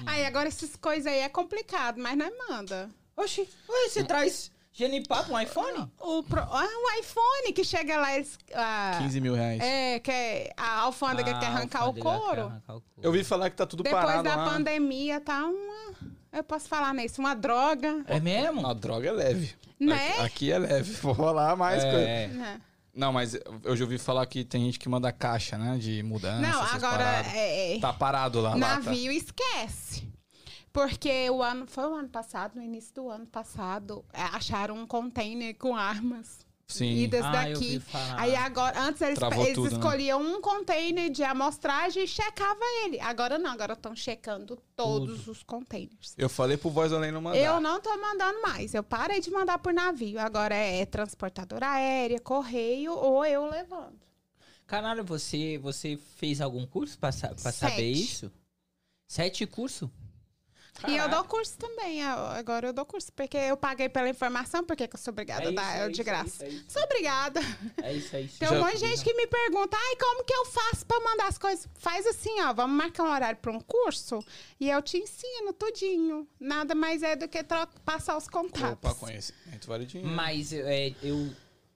Speaker 3: Aí agora essas coisas aí é complicado, mas nós manda.
Speaker 2: Oxi, ué, você traz genipapo um iPhone?
Speaker 3: O pro... ah, um iPhone que chega lá. eles- ah,
Speaker 1: 15 mil reais.
Speaker 3: É, que é- a alfândega
Speaker 2: Ah,
Speaker 3: quer arrancar o
Speaker 2: alfândega quer
Speaker 3: couro.
Speaker 2: arrancar o couro.
Speaker 1: Eu vi falar que tá tudo
Speaker 3: Depois
Speaker 1: parado
Speaker 3: da
Speaker 1: lá.
Speaker 3: pandemia, tá uma. Eu posso falar nisso, uma droga,
Speaker 2: É mesmo?
Speaker 1: Não, a droga é leve.
Speaker 3: né?
Speaker 1: Aqui- Aqui é leve. Vou falar mais coisa.
Speaker 2: é.
Speaker 3: Né?
Speaker 1: Não, mas eu já ouvi falar que tem gente que manda caixa, né? De mudança.
Speaker 3: Não,
Speaker 1: essas
Speaker 3: agora
Speaker 1: paradas.
Speaker 3: é, é,
Speaker 1: Tá parado lá, lá. tá.
Speaker 3: navio esquece. Porque o ano. Foi o ano passado, no início do ano passado, é, acharam um container com armas.
Speaker 1: Sim.
Speaker 3: Idas
Speaker 2: Ah, eu
Speaker 3: daqui.
Speaker 2: vi falar.
Speaker 3: Aí agora, antes eles,
Speaker 1: Travou
Speaker 3: eles
Speaker 1: tudo, né?
Speaker 3: escolhiam um container de amostragem e checava ele. Agora não, agora estão checando todos os containers.
Speaker 1: Eu falei pro Voz Além não mandar.
Speaker 3: Eu não tô mandando mais. Eu parei de mandar por navio. Agora é transportadora aérea, correio ou eu levando.
Speaker 2: Caralho, você, você fez algum curso pra, sa- pra saber
Speaker 3: Sete.
Speaker 2: isso? Sete cursos?
Speaker 3: E eu dou curso também. eu- Agora eu dou curso. Porque eu paguei pela informação, porque que tá? eu sou obrigada a dar ela de graça.
Speaker 2: É isso,
Speaker 3: Sou obrigada.
Speaker 2: é isso, é isso.
Speaker 3: Tem um
Speaker 1: Já-
Speaker 3: monte de gente que me pergunta, ai, como que eu faço pra mandar as coisas? Faz assim, ó, vamos marcar um horário pra um curso e eu te ensino tudinho. Nada mais é do que tro- passar os contatos.
Speaker 1: Opa, conhecimento vale dinheiro.
Speaker 2: Mas é, eu,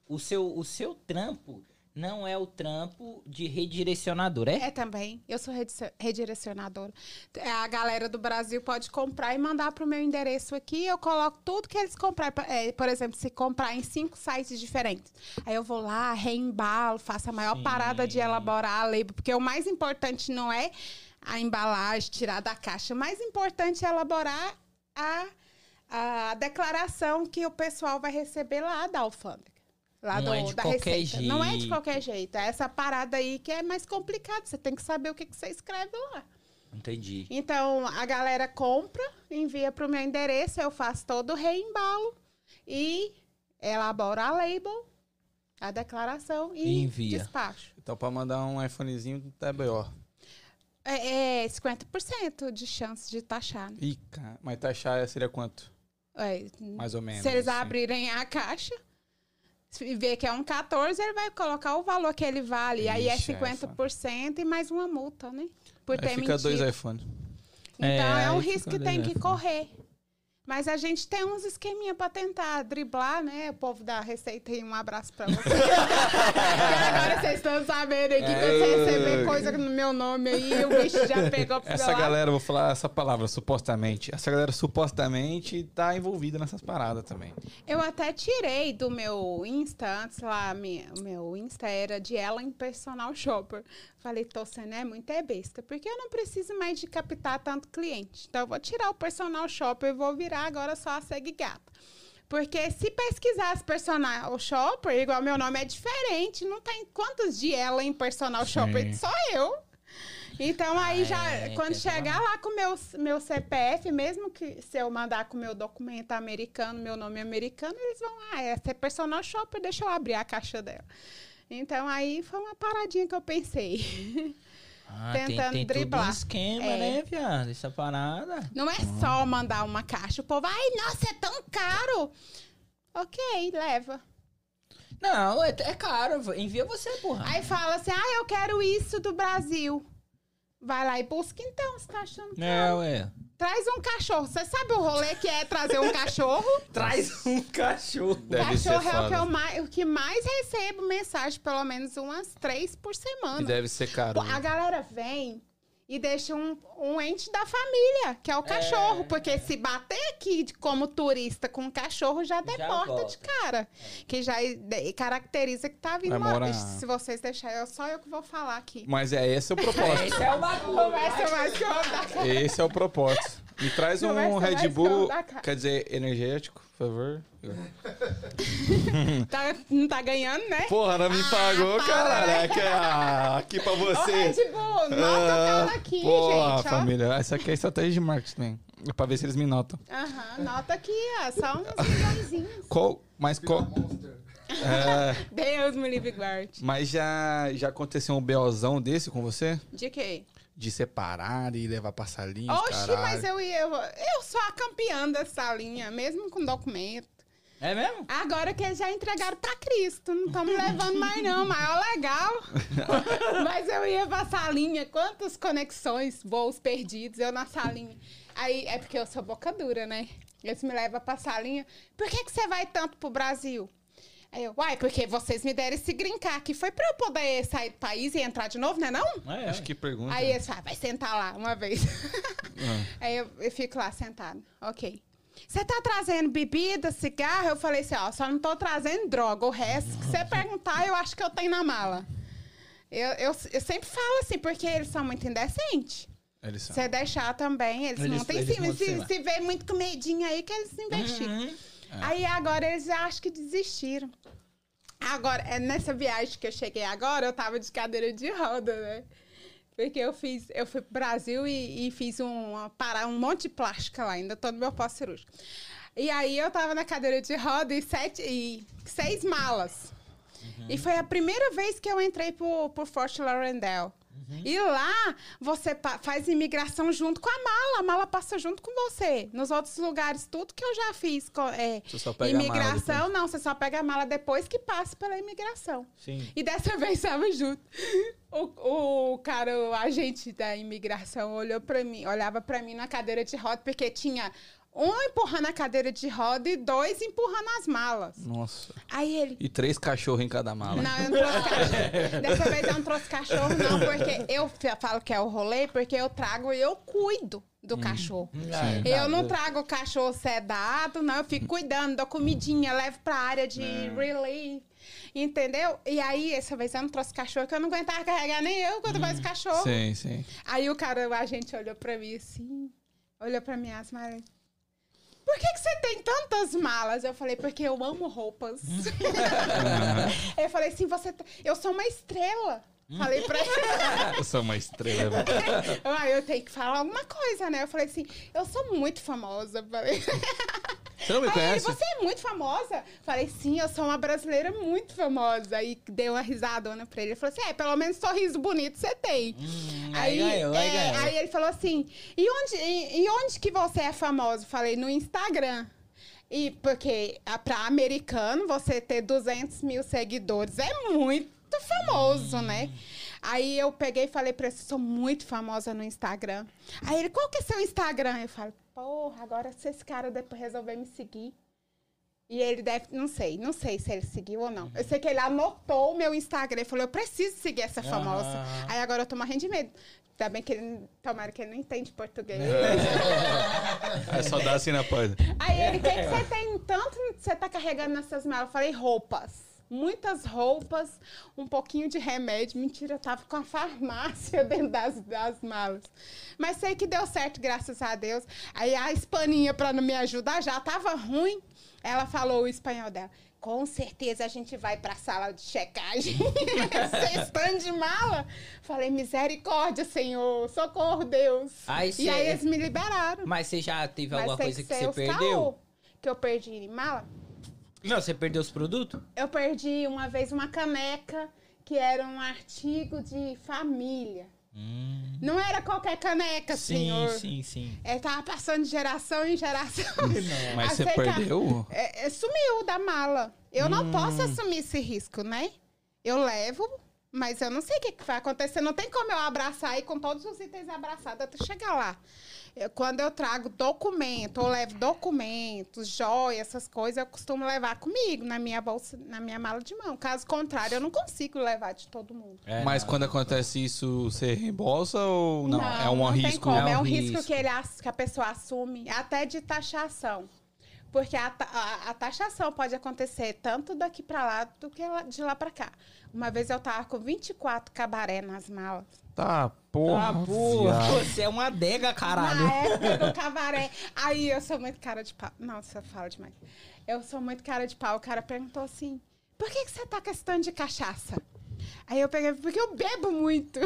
Speaker 2: o, seu, o seu trampo não é o trampo de redirecionador, é?
Speaker 3: É também. Eu sou redice- redirecionadora. É, A galera do Brasil pode comprar e mandar pro meu endereço aqui. Eu coloco tudo que eles comprar. Pa- é, por exemplo, se comprar em cinco sites diferentes. Aí eu vou lá, reembalo, faço a maior
Speaker 2: Sim.
Speaker 3: parada de elaborar a label. Porque o mais importante não é a embalagem, tirar da caixa. O mais importante é elaborar a, a declaração que o pessoal vai receber lá da alfândega. Lá
Speaker 2: Não
Speaker 3: do,
Speaker 2: é de
Speaker 3: da
Speaker 2: qualquer
Speaker 3: receita. Não é de
Speaker 2: jeito.
Speaker 3: qualquer jeito. É essa parada aí que é mais complicada. Você tem que saber o que, que você escreve lá.
Speaker 2: Entendi.
Speaker 3: Então, a galera compra, envia pro meu endereço, eu faço todo o reembalo e elaboro a label, a declaração e
Speaker 2: Envia.
Speaker 3: despacho.
Speaker 1: Então, pra mandar um iPhonezinho, tá B.O.
Speaker 3: É, é 50% de chance de taxar. né?
Speaker 1: Ih, cara. Mas taxar seria quanto?
Speaker 3: É,
Speaker 1: Mais ou menos.
Speaker 3: Se eles
Speaker 1: assim.
Speaker 3: abrirem a caixa e ver que é um 14, ele vai colocar o valor que ele vale. E aí é
Speaker 1: Ixi, aí é
Speaker 3: 50% e mais uma multa, né? Por
Speaker 1: Aí
Speaker 3: ter
Speaker 1: fica
Speaker 3: mentido.
Speaker 1: dois iPhones.
Speaker 3: Então
Speaker 2: É,
Speaker 3: é, um
Speaker 2: aí fica
Speaker 3: risco que
Speaker 2: dois
Speaker 3: tem que
Speaker 2: iPhone.
Speaker 3: correr. Mas a gente tem uns esqueminha pra tentar driblar, né? O povo da Receita aí, um abraço pra vocês. Porque agora vocês estão sabendo aí que
Speaker 1: É.
Speaker 3: quando você receber coisa no meu nome aí, o bicho já pegou pro
Speaker 1: Essa
Speaker 3: meu lado.
Speaker 1: galera, eu vou falar essa palavra, supostamente. Essa galera supostamente tá envolvida nessas paradas também.
Speaker 3: Eu até tirei do meu Insta, antes lá, minha, meu Insta era de Ellen Personal Shopper. Falei, tô sendo é muito é besta, porque eu não preciso mais de captar tanto cliente. Então eu vou tirar o Personal Shopper e vou virar agora só a segue gata. Porque se pesquisasse personal shopper, igual meu nome é diferente, não tem quantos de ela em personal
Speaker 1: Sim.
Speaker 3: shopper? Só eu. Então aí
Speaker 2: Ah,
Speaker 3: já,
Speaker 2: é,
Speaker 3: quando
Speaker 2: tem essa
Speaker 3: chegar lá com o meu, meu CPF, mesmo que se eu mandar com o meu documento americano, meu nome americano, eles vão, ah, essa é personal shopper, deixa eu abrir a caixa dela. Então aí foi uma paradinha que eu pensei.
Speaker 2: Ah,
Speaker 3: Tentando
Speaker 2: tem, tem
Speaker 3: driblar.
Speaker 2: Tudo um esquema,
Speaker 3: É.
Speaker 2: né, viado? Essa parada.
Speaker 3: Não é só mandar uma caixa. O povo, ai, nossa, é tão caro. Ok, leva.
Speaker 2: Não, é, é caro. Envia você, porra.
Speaker 3: Aí fala assim, ah, eu quero isso do Brasil. Vai lá e busca então, você tá achando caro.
Speaker 2: É, ué.
Speaker 3: Traz um cachorro. Você sabe o rolê que é trazer um cachorro?
Speaker 2: Traz um cachorro.
Speaker 1: Deve ser
Speaker 3: cachorro é o que, eu
Speaker 1: foda.
Speaker 3: mais, o que mais recebo mensagem, pelo menos umas três por semana.
Speaker 1: E deve ser caro. né?
Speaker 3: Pô, A galera vem e deixa um, um ente da família, que é o cachorro. Porque se bater aqui de- como turista com um cachorro, já É. deporta de
Speaker 2: volta.
Speaker 3: cara. Que já e- de- caracteriza que tá
Speaker 1: Vai
Speaker 3: vindo
Speaker 1: morar.
Speaker 3: morar. Se vocês deixarem, é só eu que vou falar aqui.
Speaker 1: Mas é esse é o propósito.
Speaker 2: Esse é o bagulho.
Speaker 3: Conversa mais que eu vou dar.
Speaker 1: Esse é o propósito. Me traz um
Speaker 3: Não vai ser mais
Speaker 1: Red Bull,
Speaker 3: não, dá cara.
Speaker 1: quer dizer, energético, por favor.
Speaker 3: Ah,
Speaker 1: Hum.
Speaker 3: Tá- não tá ganhando, né?
Speaker 1: Porra, não me pagou, caralho. Aqui, ah, aqui pra
Speaker 3: Ô, Red
Speaker 1: você.
Speaker 3: Bull, nota
Speaker 1: Ah,
Speaker 3: o cara aqui,
Speaker 1: porra,
Speaker 3: gente. ó.
Speaker 1: família. Essa aqui é estratégia de marketing. É pra ver se eles me notam.
Speaker 3: Aham, nota aqui, ó. Só uns milhõezinhos.
Speaker 1: Qual, mas qual...
Speaker 4: Monster.
Speaker 1: é,
Speaker 3: Deus me livre e guarde.
Speaker 1: mas já, já aconteceu um BOzão desse com você?
Speaker 3: De quê?
Speaker 1: De separar e levar pra salinha, os
Speaker 3: Oxi,
Speaker 1: caralho.
Speaker 3: mas eu ia. Eu sou a campeã dessa linha, mesmo com documento.
Speaker 2: É mesmo?
Speaker 3: Agora que já entregaram pra Cristo, não estamos levando mais, não, mas é legal. mas eu ia pra salinha, quantas conexões, voos perdidos, eu na salinha. Aí é porque eu sou boca dura, né? Eles me levam pra salinha. Por que, que você vai tanto pro Brasil? Aí eu, uai, porque vocês me deram esse grincar que foi pra eu poder sair do país e entrar de novo, né? Não?
Speaker 2: É.
Speaker 1: Acho que pergunta.
Speaker 3: Aí eles falam, vai sentar lá uma vez. Aí eu, eu fico lá sentada. Ok. Você tá trazendo bebida, cigarro? Eu falei assim, ó, só não tô trazendo droga. O resto que você perguntar, eu acho que eu tenho na mala. Eu, eu, eu sempre falo assim, porque eles são muito indecentes.
Speaker 1: Eles
Speaker 3: Se
Speaker 1: são.
Speaker 3: você deixar também, eles,
Speaker 2: Eles-
Speaker 3: montam em
Speaker 2: eles
Speaker 3: cima.
Speaker 2: montam em
Speaker 3: Se,
Speaker 2: cima.
Speaker 3: se vê muito comidinho aí, que eles investigam. Aí agora eles acham que desistiram. Agora, é nessa viagem que eu cheguei agora, eu tava de cadeira de roda, né? Porque eu fiz, eu fui pro Brasil e, e fiz uma, para um monte de plástica lá, ainda tô no meu pós-cirúrgico. E aí eu tava na cadeira de roda e, sete, e seis malas. E foi a primeira vez que eu entrei pro, pro Fort Lauderdale. E lá, você pa- faz imigração junto com a mala. A mala passa junto com você. Nos outros lugares, tudo que eu já fiz. co- é,
Speaker 1: Você só pega a mala
Speaker 3: imigração, não. Você só pega a mala depois que passa pela imigração.
Speaker 2: Sim.
Speaker 3: E dessa vez tava junto. O, o cara, o agente da imigração, olhou pra mim, olhava pra mim na cadeira de roda, porque tinha um empurrando a cadeira de roda e dois empurrando as malas.
Speaker 1: Nossa.
Speaker 3: Aí ele.
Speaker 1: E três cachorros em cada mala.
Speaker 3: Não, eu não trouxe cachorro. Dessa vez eu não trouxe cachorro, não, porque eu f- falo que é o rolê, porque eu trago e eu cuido do cachorro. Eu não trago cachorro sedado, não. Eu fico cuidando, dou comidinha, levo pra área de relief. Entendeu? E aí, essa vez eu não trouxe cachorro, que eu não aguentava carregar nem eu quando mais cachorro.
Speaker 1: Sim, sim.
Speaker 3: Aí o cara, o agente olhou pra mim assim, olhou pra mim as malas. Por que, que você tem tantas malas? Eu falei, porque eu amo roupas. eu falei assim, você. tá- Eu sou uma estrela. Falei pra ele.
Speaker 1: Eu sou uma estrela, velho.
Speaker 3: Ah, eu tenho que falar alguma coisa, né? Eu falei assim, eu sou muito famosa. Falei.
Speaker 1: Você não me
Speaker 3: Aí ele,
Speaker 1: conhece?
Speaker 3: você é muito famosa? Falei, sim, eu sou uma brasileira muito famosa. E dei uma risadona pra ele. Ele falou assim, é, pelo menos sorriso bonito você tem.
Speaker 2: aí ganhou, aí ganhou.
Speaker 3: aí ele falou assim, e onde, e, e onde que você é famosa? Falei, no Instagram. E porque ah, pra americano, você ter 200 mil seguidores é muito famoso, né? Aí eu peguei e falei pra ele, sou muito famosa no Instagram. Aí ele, qual que é seu Instagram? Eu falo, porra, agora se esse cara depois resolver me seguir, e ele deve, não sei, não sei se ele seguiu ou não. Eu sei que ele anotou o meu Instagram e falou: eu preciso seguir essa famosa.
Speaker 2: Aham.
Speaker 3: Aí agora eu tô morrendo de medo. Ainda bem que ele, tomara que ele não entende português.
Speaker 1: É só dar assim na porta.
Speaker 3: Aí ele, o que, que você tem tanto que você tá carregando nessas malas? Eu falei, roupas. Muitas roupas, um pouquinho de remédio. Mentira, eu tava com a farmácia dentro das, das malas. Mas sei que deu certo, graças a Deus. Aí a espaninha, pra não me ajudar, já tava ruim. Ela falou o espanhol dela. Com certeza a gente vai pra sala de checagem. Cestando de mala. Falei, misericórdia, senhor. Socorro, Deus.
Speaker 2: Aí
Speaker 3: e
Speaker 2: cê-
Speaker 3: aí eles me liberaram.
Speaker 2: Mas você já teve alguma
Speaker 3: tem
Speaker 2: coisa que
Speaker 3: ser
Speaker 2: você
Speaker 3: os
Speaker 2: perdeu?
Speaker 3: caô Que eu perdi em mala.
Speaker 2: Não, você perdeu os produtos?
Speaker 3: Eu perdi uma vez uma caneca que era um artigo de família.
Speaker 2: Hum.
Speaker 3: Não era qualquer caneca, senhor.
Speaker 2: sim, sim.
Speaker 3: É, tava passando de geração em geração.
Speaker 1: Mas você
Speaker 3: Achei que a-
Speaker 1: perdeu?
Speaker 3: É, é, sumiu da mala. Eu não posso assumir esse risco, né? Eu levo, mas eu não sei o que, que vai acontecer. Não tem como eu abraçar e com todos os itens abraçados até chegar lá. Eu- quando eu trago documento, ou levo documentos, joia, essas coisas, eu costumo levar comigo na minha bolsa, na minha mala de mão. Caso contrário, eu não consigo levar de todo mundo.
Speaker 2: É,
Speaker 1: Mas
Speaker 2: não.
Speaker 1: quando acontece isso, você reembolsa ou não? é um
Speaker 3: não tem
Speaker 1: risco.
Speaker 3: como.
Speaker 2: É um
Speaker 3: É um risco,
Speaker 2: risco.
Speaker 3: que, ele ass- que a pessoa assume, até de taxação. Porque a, ta- a- a taxação pode acontecer tanto daqui pra lá do que lá- de lá pra cá. Uma vez eu tava com 24 cabaré nas malas.
Speaker 1: Tá,
Speaker 2: Ah,
Speaker 1: porra.
Speaker 2: porra,
Speaker 1: viado.
Speaker 2: você é uma adega, caralho.
Speaker 3: Na época do cabaré. Aí eu sou muito cara de pau. Nossa, eu falo demais. Eu sou muito cara de pau. O cara perguntou assim: por que, que você tá com esse tanto de cachaça? Aí eu peguei, porque eu bebo muito.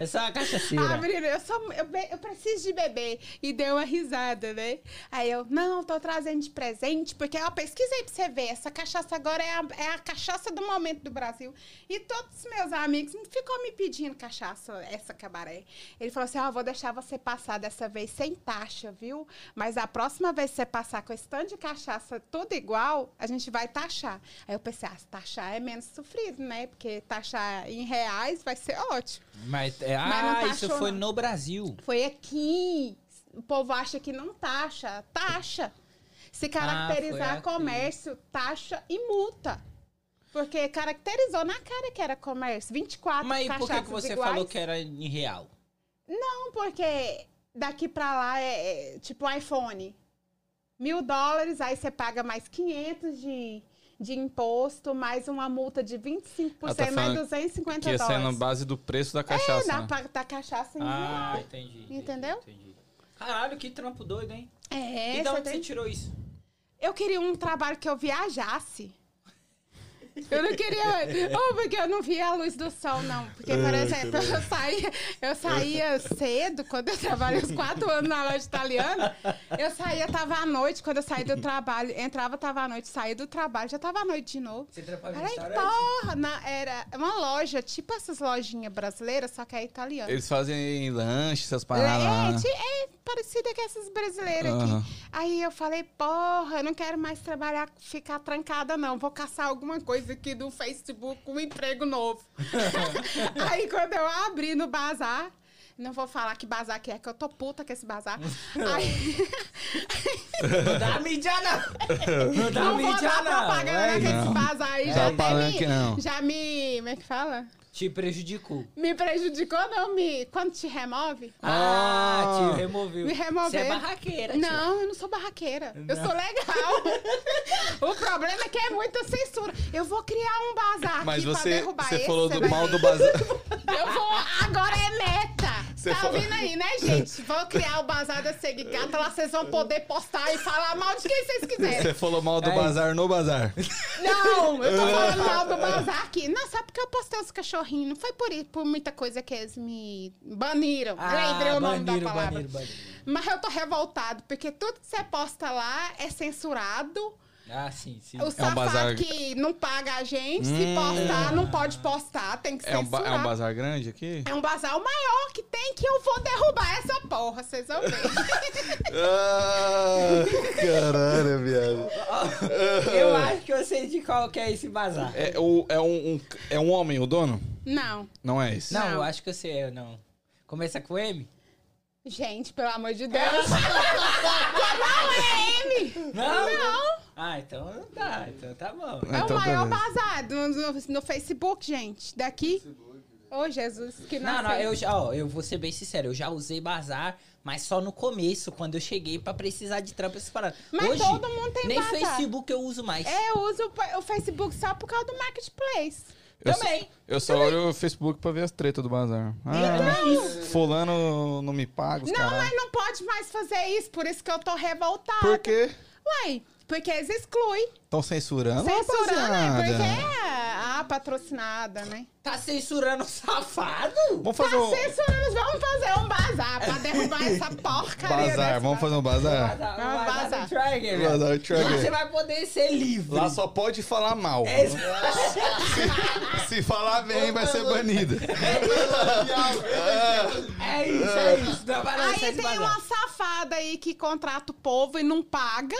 Speaker 2: Essa é uma
Speaker 3: Ah,
Speaker 2: cachaceira.
Speaker 3: menino, eu, sou, eu, be- eu preciso de beber. E deu uma risada, né? Aí eu, não, tô trazendo de presente, porque ó, pesquisei pra você ver. Essa cachaça agora é a, é a cachaça do momento do Brasil. E todos os meus amigos ficou me pedindo cachaça, essa cabaré. Ele falou assim: ó, vou deixar você passar dessa vez sem taxa, viu? Mas a próxima vez que você passar com esse tanto de cachaça tudo igual, a gente vai taxar. Aí eu pensei, ah, se taxar é menos sofrido, né? Porque taxar em reais vai ser ótimo.
Speaker 2: Mas, é,
Speaker 3: Mas não
Speaker 2: ah,
Speaker 3: tá
Speaker 2: isso
Speaker 3: achou,
Speaker 2: foi
Speaker 3: não.
Speaker 2: no Brasil.
Speaker 3: Foi aqui. O povo acha que não taxa. Taxa. Se
Speaker 2: Ah,
Speaker 3: caracterizar
Speaker 2: foi aqui.
Speaker 3: comércio, taxa e multa. Porque caracterizou na cara que era comércio. 24
Speaker 2: Mas e por que,
Speaker 3: cachaças
Speaker 2: que você
Speaker 3: iguais.
Speaker 2: falou que era em real?
Speaker 3: Não, porque daqui pra lá é, é tipo iPhone. Mil dólares, aí você paga mais 500 de, de imposto, mais uma multa de 25%,
Speaker 1: Ela tá
Speaker 3: mais
Speaker 1: falando
Speaker 3: 250
Speaker 1: Que ia sair na
Speaker 3: dólares.
Speaker 1: base do preço da
Speaker 3: É,
Speaker 1: cachaça.
Speaker 3: dá
Speaker 1: né?
Speaker 3: pra da cachaça em
Speaker 2: Ah,
Speaker 3: real.
Speaker 2: entendi. entendi,
Speaker 3: Uhum. Entendeu?
Speaker 2: entendi. Caralho, que trampo doido, hein?
Speaker 3: É,
Speaker 2: e da
Speaker 3: você
Speaker 2: onde você tirou isso?
Speaker 3: Eu queria um trabalho que eu viajasse. Eu não queria. Oh, porque eu não via a luz do sol, não. Porque, por exemplo, eu saía, eu saía cedo, quando eu trabalhei os quatro anos na loja italiana. Eu saía, tava à noite, quando eu saí do trabalho. Entrava, tava à noite, saía do trabalho, já tava à noite de novo.
Speaker 2: Você trampava em
Speaker 3: Era em
Speaker 2: restaurante?
Speaker 3: porra, na- era uma loja, tipo essas lojinhas brasileiras, só que é italiana.
Speaker 1: Eles fazem lanche, essas paradas.
Speaker 3: É,
Speaker 1: né?
Speaker 3: ti- é parecida com essas brasileiras
Speaker 1: Aham.
Speaker 3: aqui. Aí eu falei, porra, eu não quero mais trabalhar, ficar trancada, não. Vou caçar alguma coisa aqui do Facebook, um emprego novo. Aí quando eu abri no bazar, não vou falar que bazar que é, que eu tô puta com esse bazar. Aí,
Speaker 2: Não dá mídia, não! Não dá
Speaker 3: não vou
Speaker 2: mídia,
Speaker 3: dar
Speaker 2: não!
Speaker 3: propaganda com
Speaker 1: não.
Speaker 3: esse bazar aí.
Speaker 1: Tá
Speaker 3: já até
Speaker 1: falando
Speaker 3: me-
Speaker 1: que não.
Speaker 3: Já me... Como é que fala?
Speaker 2: Te prejudicou.
Speaker 3: Me prejudicou, não? Me, quando te remove?
Speaker 2: Ah,
Speaker 1: Ah,
Speaker 2: te removeu.
Speaker 3: Me removeu.
Speaker 2: Você é barraqueira,
Speaker 1: né?
Speaker 2: tio.
Speaker 3: Não, eu não sou barraqueira. Eu sou legal. o problema é que é muita censura. Eu vou criar um bazar
Speaker 1: Mas
Speaker 3: aqui pra
Speaker 1: você,
Speaker 3: derrubar
Speaker 1: você
Speaker 3: esse,
Speaker 1: falou
Speaker 3: você
Speaker 1: do
Speaker 3: vai
Speaker 1: mal
Speaker 3: ver.
Speaker 1: do bazar.
Speaker 3: Eu vou... Agora é meta.
Speaker 1: Você
Speaker 3: tá
Speaker 1: falou-
Speaker 3: ouvindo aí, né, gente? Vou criar o bazar da Segata. Lá vocês vão poder postar e falar mal de quem vocês quiserem.
Speaker 1: Você falou mal do
Speaker 2: É.
Speaker 1: bazar no bazar.
Speaker 3: Não, eu tô falando mal do bazar aqui. Não, só porque eu postei os cachorrinhos. Não foi por, isso- por muita coisa que eles me baniram.
Speaker 2: Ah,
Speaker 3: Lembrei o nome
Speaker 2: banheiro,
Speaker 3: da palavra.
Speaker 2: banheiro, banheiro.
Speaker 3: Mas eu tô revoltado, porque tudo que você posta lá é censurado.
Speaker 2: Ah, sim, sim.
Speaker 3: O É um safado
Speaker 1: É um bazar- Hum.
Speaker 3: que não paga a gente, se postar, não pode postar, tem que
Speaker 1: É um, ba-
Speaker 3: censurar.
Speaker 1: é um bazar grande aqui?
Speaker 3: É um bazar o maior que tem que eu vou derrubar essa porra, vocês vão ver.
Speaker 4: Ah, caralho, viado.
Speaker 2: Eu acho que eu sei de qual que é esse bazar.
Speaker 1: É, o, é, um, um- é um homem o dono?
Speaker 3: não.
Speaker 1: Não é esse?
Speaker 2: Não,
Speaker 3: Não.
Speaker 2: eu acho que eu sei, eu não. Começa com M?
Speaker 3: Gente, pelo amor de Deus. não é M!
Speaker 2: Não!
Speaker 3: Não!
Speaker 2: Ah, então não dá, então tá bom.
Speaker 3: É o
Speaker 1: Então, beleza.
Speaker 3: maior bazar do- no, no Facebook, gente. Daqui. Ô, Jesus, que
Speaker 2: Não,
Speaker 3: nasceu.
Speaker 2: não, eu já, ó, eu vou ser bem sincero, eu já usei bazar, mas só no começo, quando eu cheguei pra precisar de trampo essas paradas.
Speaker 3: Mas
Speaker 2: Hoje,
Speaker 3: todo mundo tem
Speaker 2: nem
Speaker 3: bazar.
Speaker 2: Facebook eu uso mais.
Speaker 3: É, eu uso o- o Facebook só por causa do Marketplace.
Speaker 1: Eu
Speaker 2: também.
Speaker 1: Só, eu só olho o Facebook pra ver as tretas do bazar. Ah, fulano não me paga os
Speaker 3: Então, é Não,
Speaker 1: caras.
Speaker 3: mas não pode mais fazer isso, por isso que eu tô revoltada.
Speaker 1: Por quê?
Speaker 3: Uai, porque eles excluem.
Speaker 1: Estão censurando,
Speaker 3: Censurando é
Speaker 1: rapaziada?
Speaker 3: porque é a patrocinada, né?
Speaker 2: Tá censurando o safado?
Speaker 1: Vamos
Speaker 3: Tá
Speaker 1: fazer um
Speaker 3: censurando, vamos fazer um bazar pra derrubar essa porcaria.
Speaker 1: bazar,
Speaker 3: dessa-
Speaker 1: vamos fazer um
Speaker 2: Ah,
Speaker 1: bazar.
Speaker 2: tá,
Speaker 3: Vai vazar.
Speaker 2: Tracker, velho.
Speaker 1: Bazar Tracker.
Speaker 2: né? Você vai poder ser livre.
Speaker 1: Lá só pode falar mal.
Speaker 2: É isso.
Speaker 1: Se falar bem, vai ser banido.
Speaker 2: É isso, é isso. Dá pra
Speaker 3: Aí
Speaker 2: lançar
Speaker 3: tem
Speaker 2: esse bazar.
Speaker 3: uma safada aí que contrata o povo e não paga.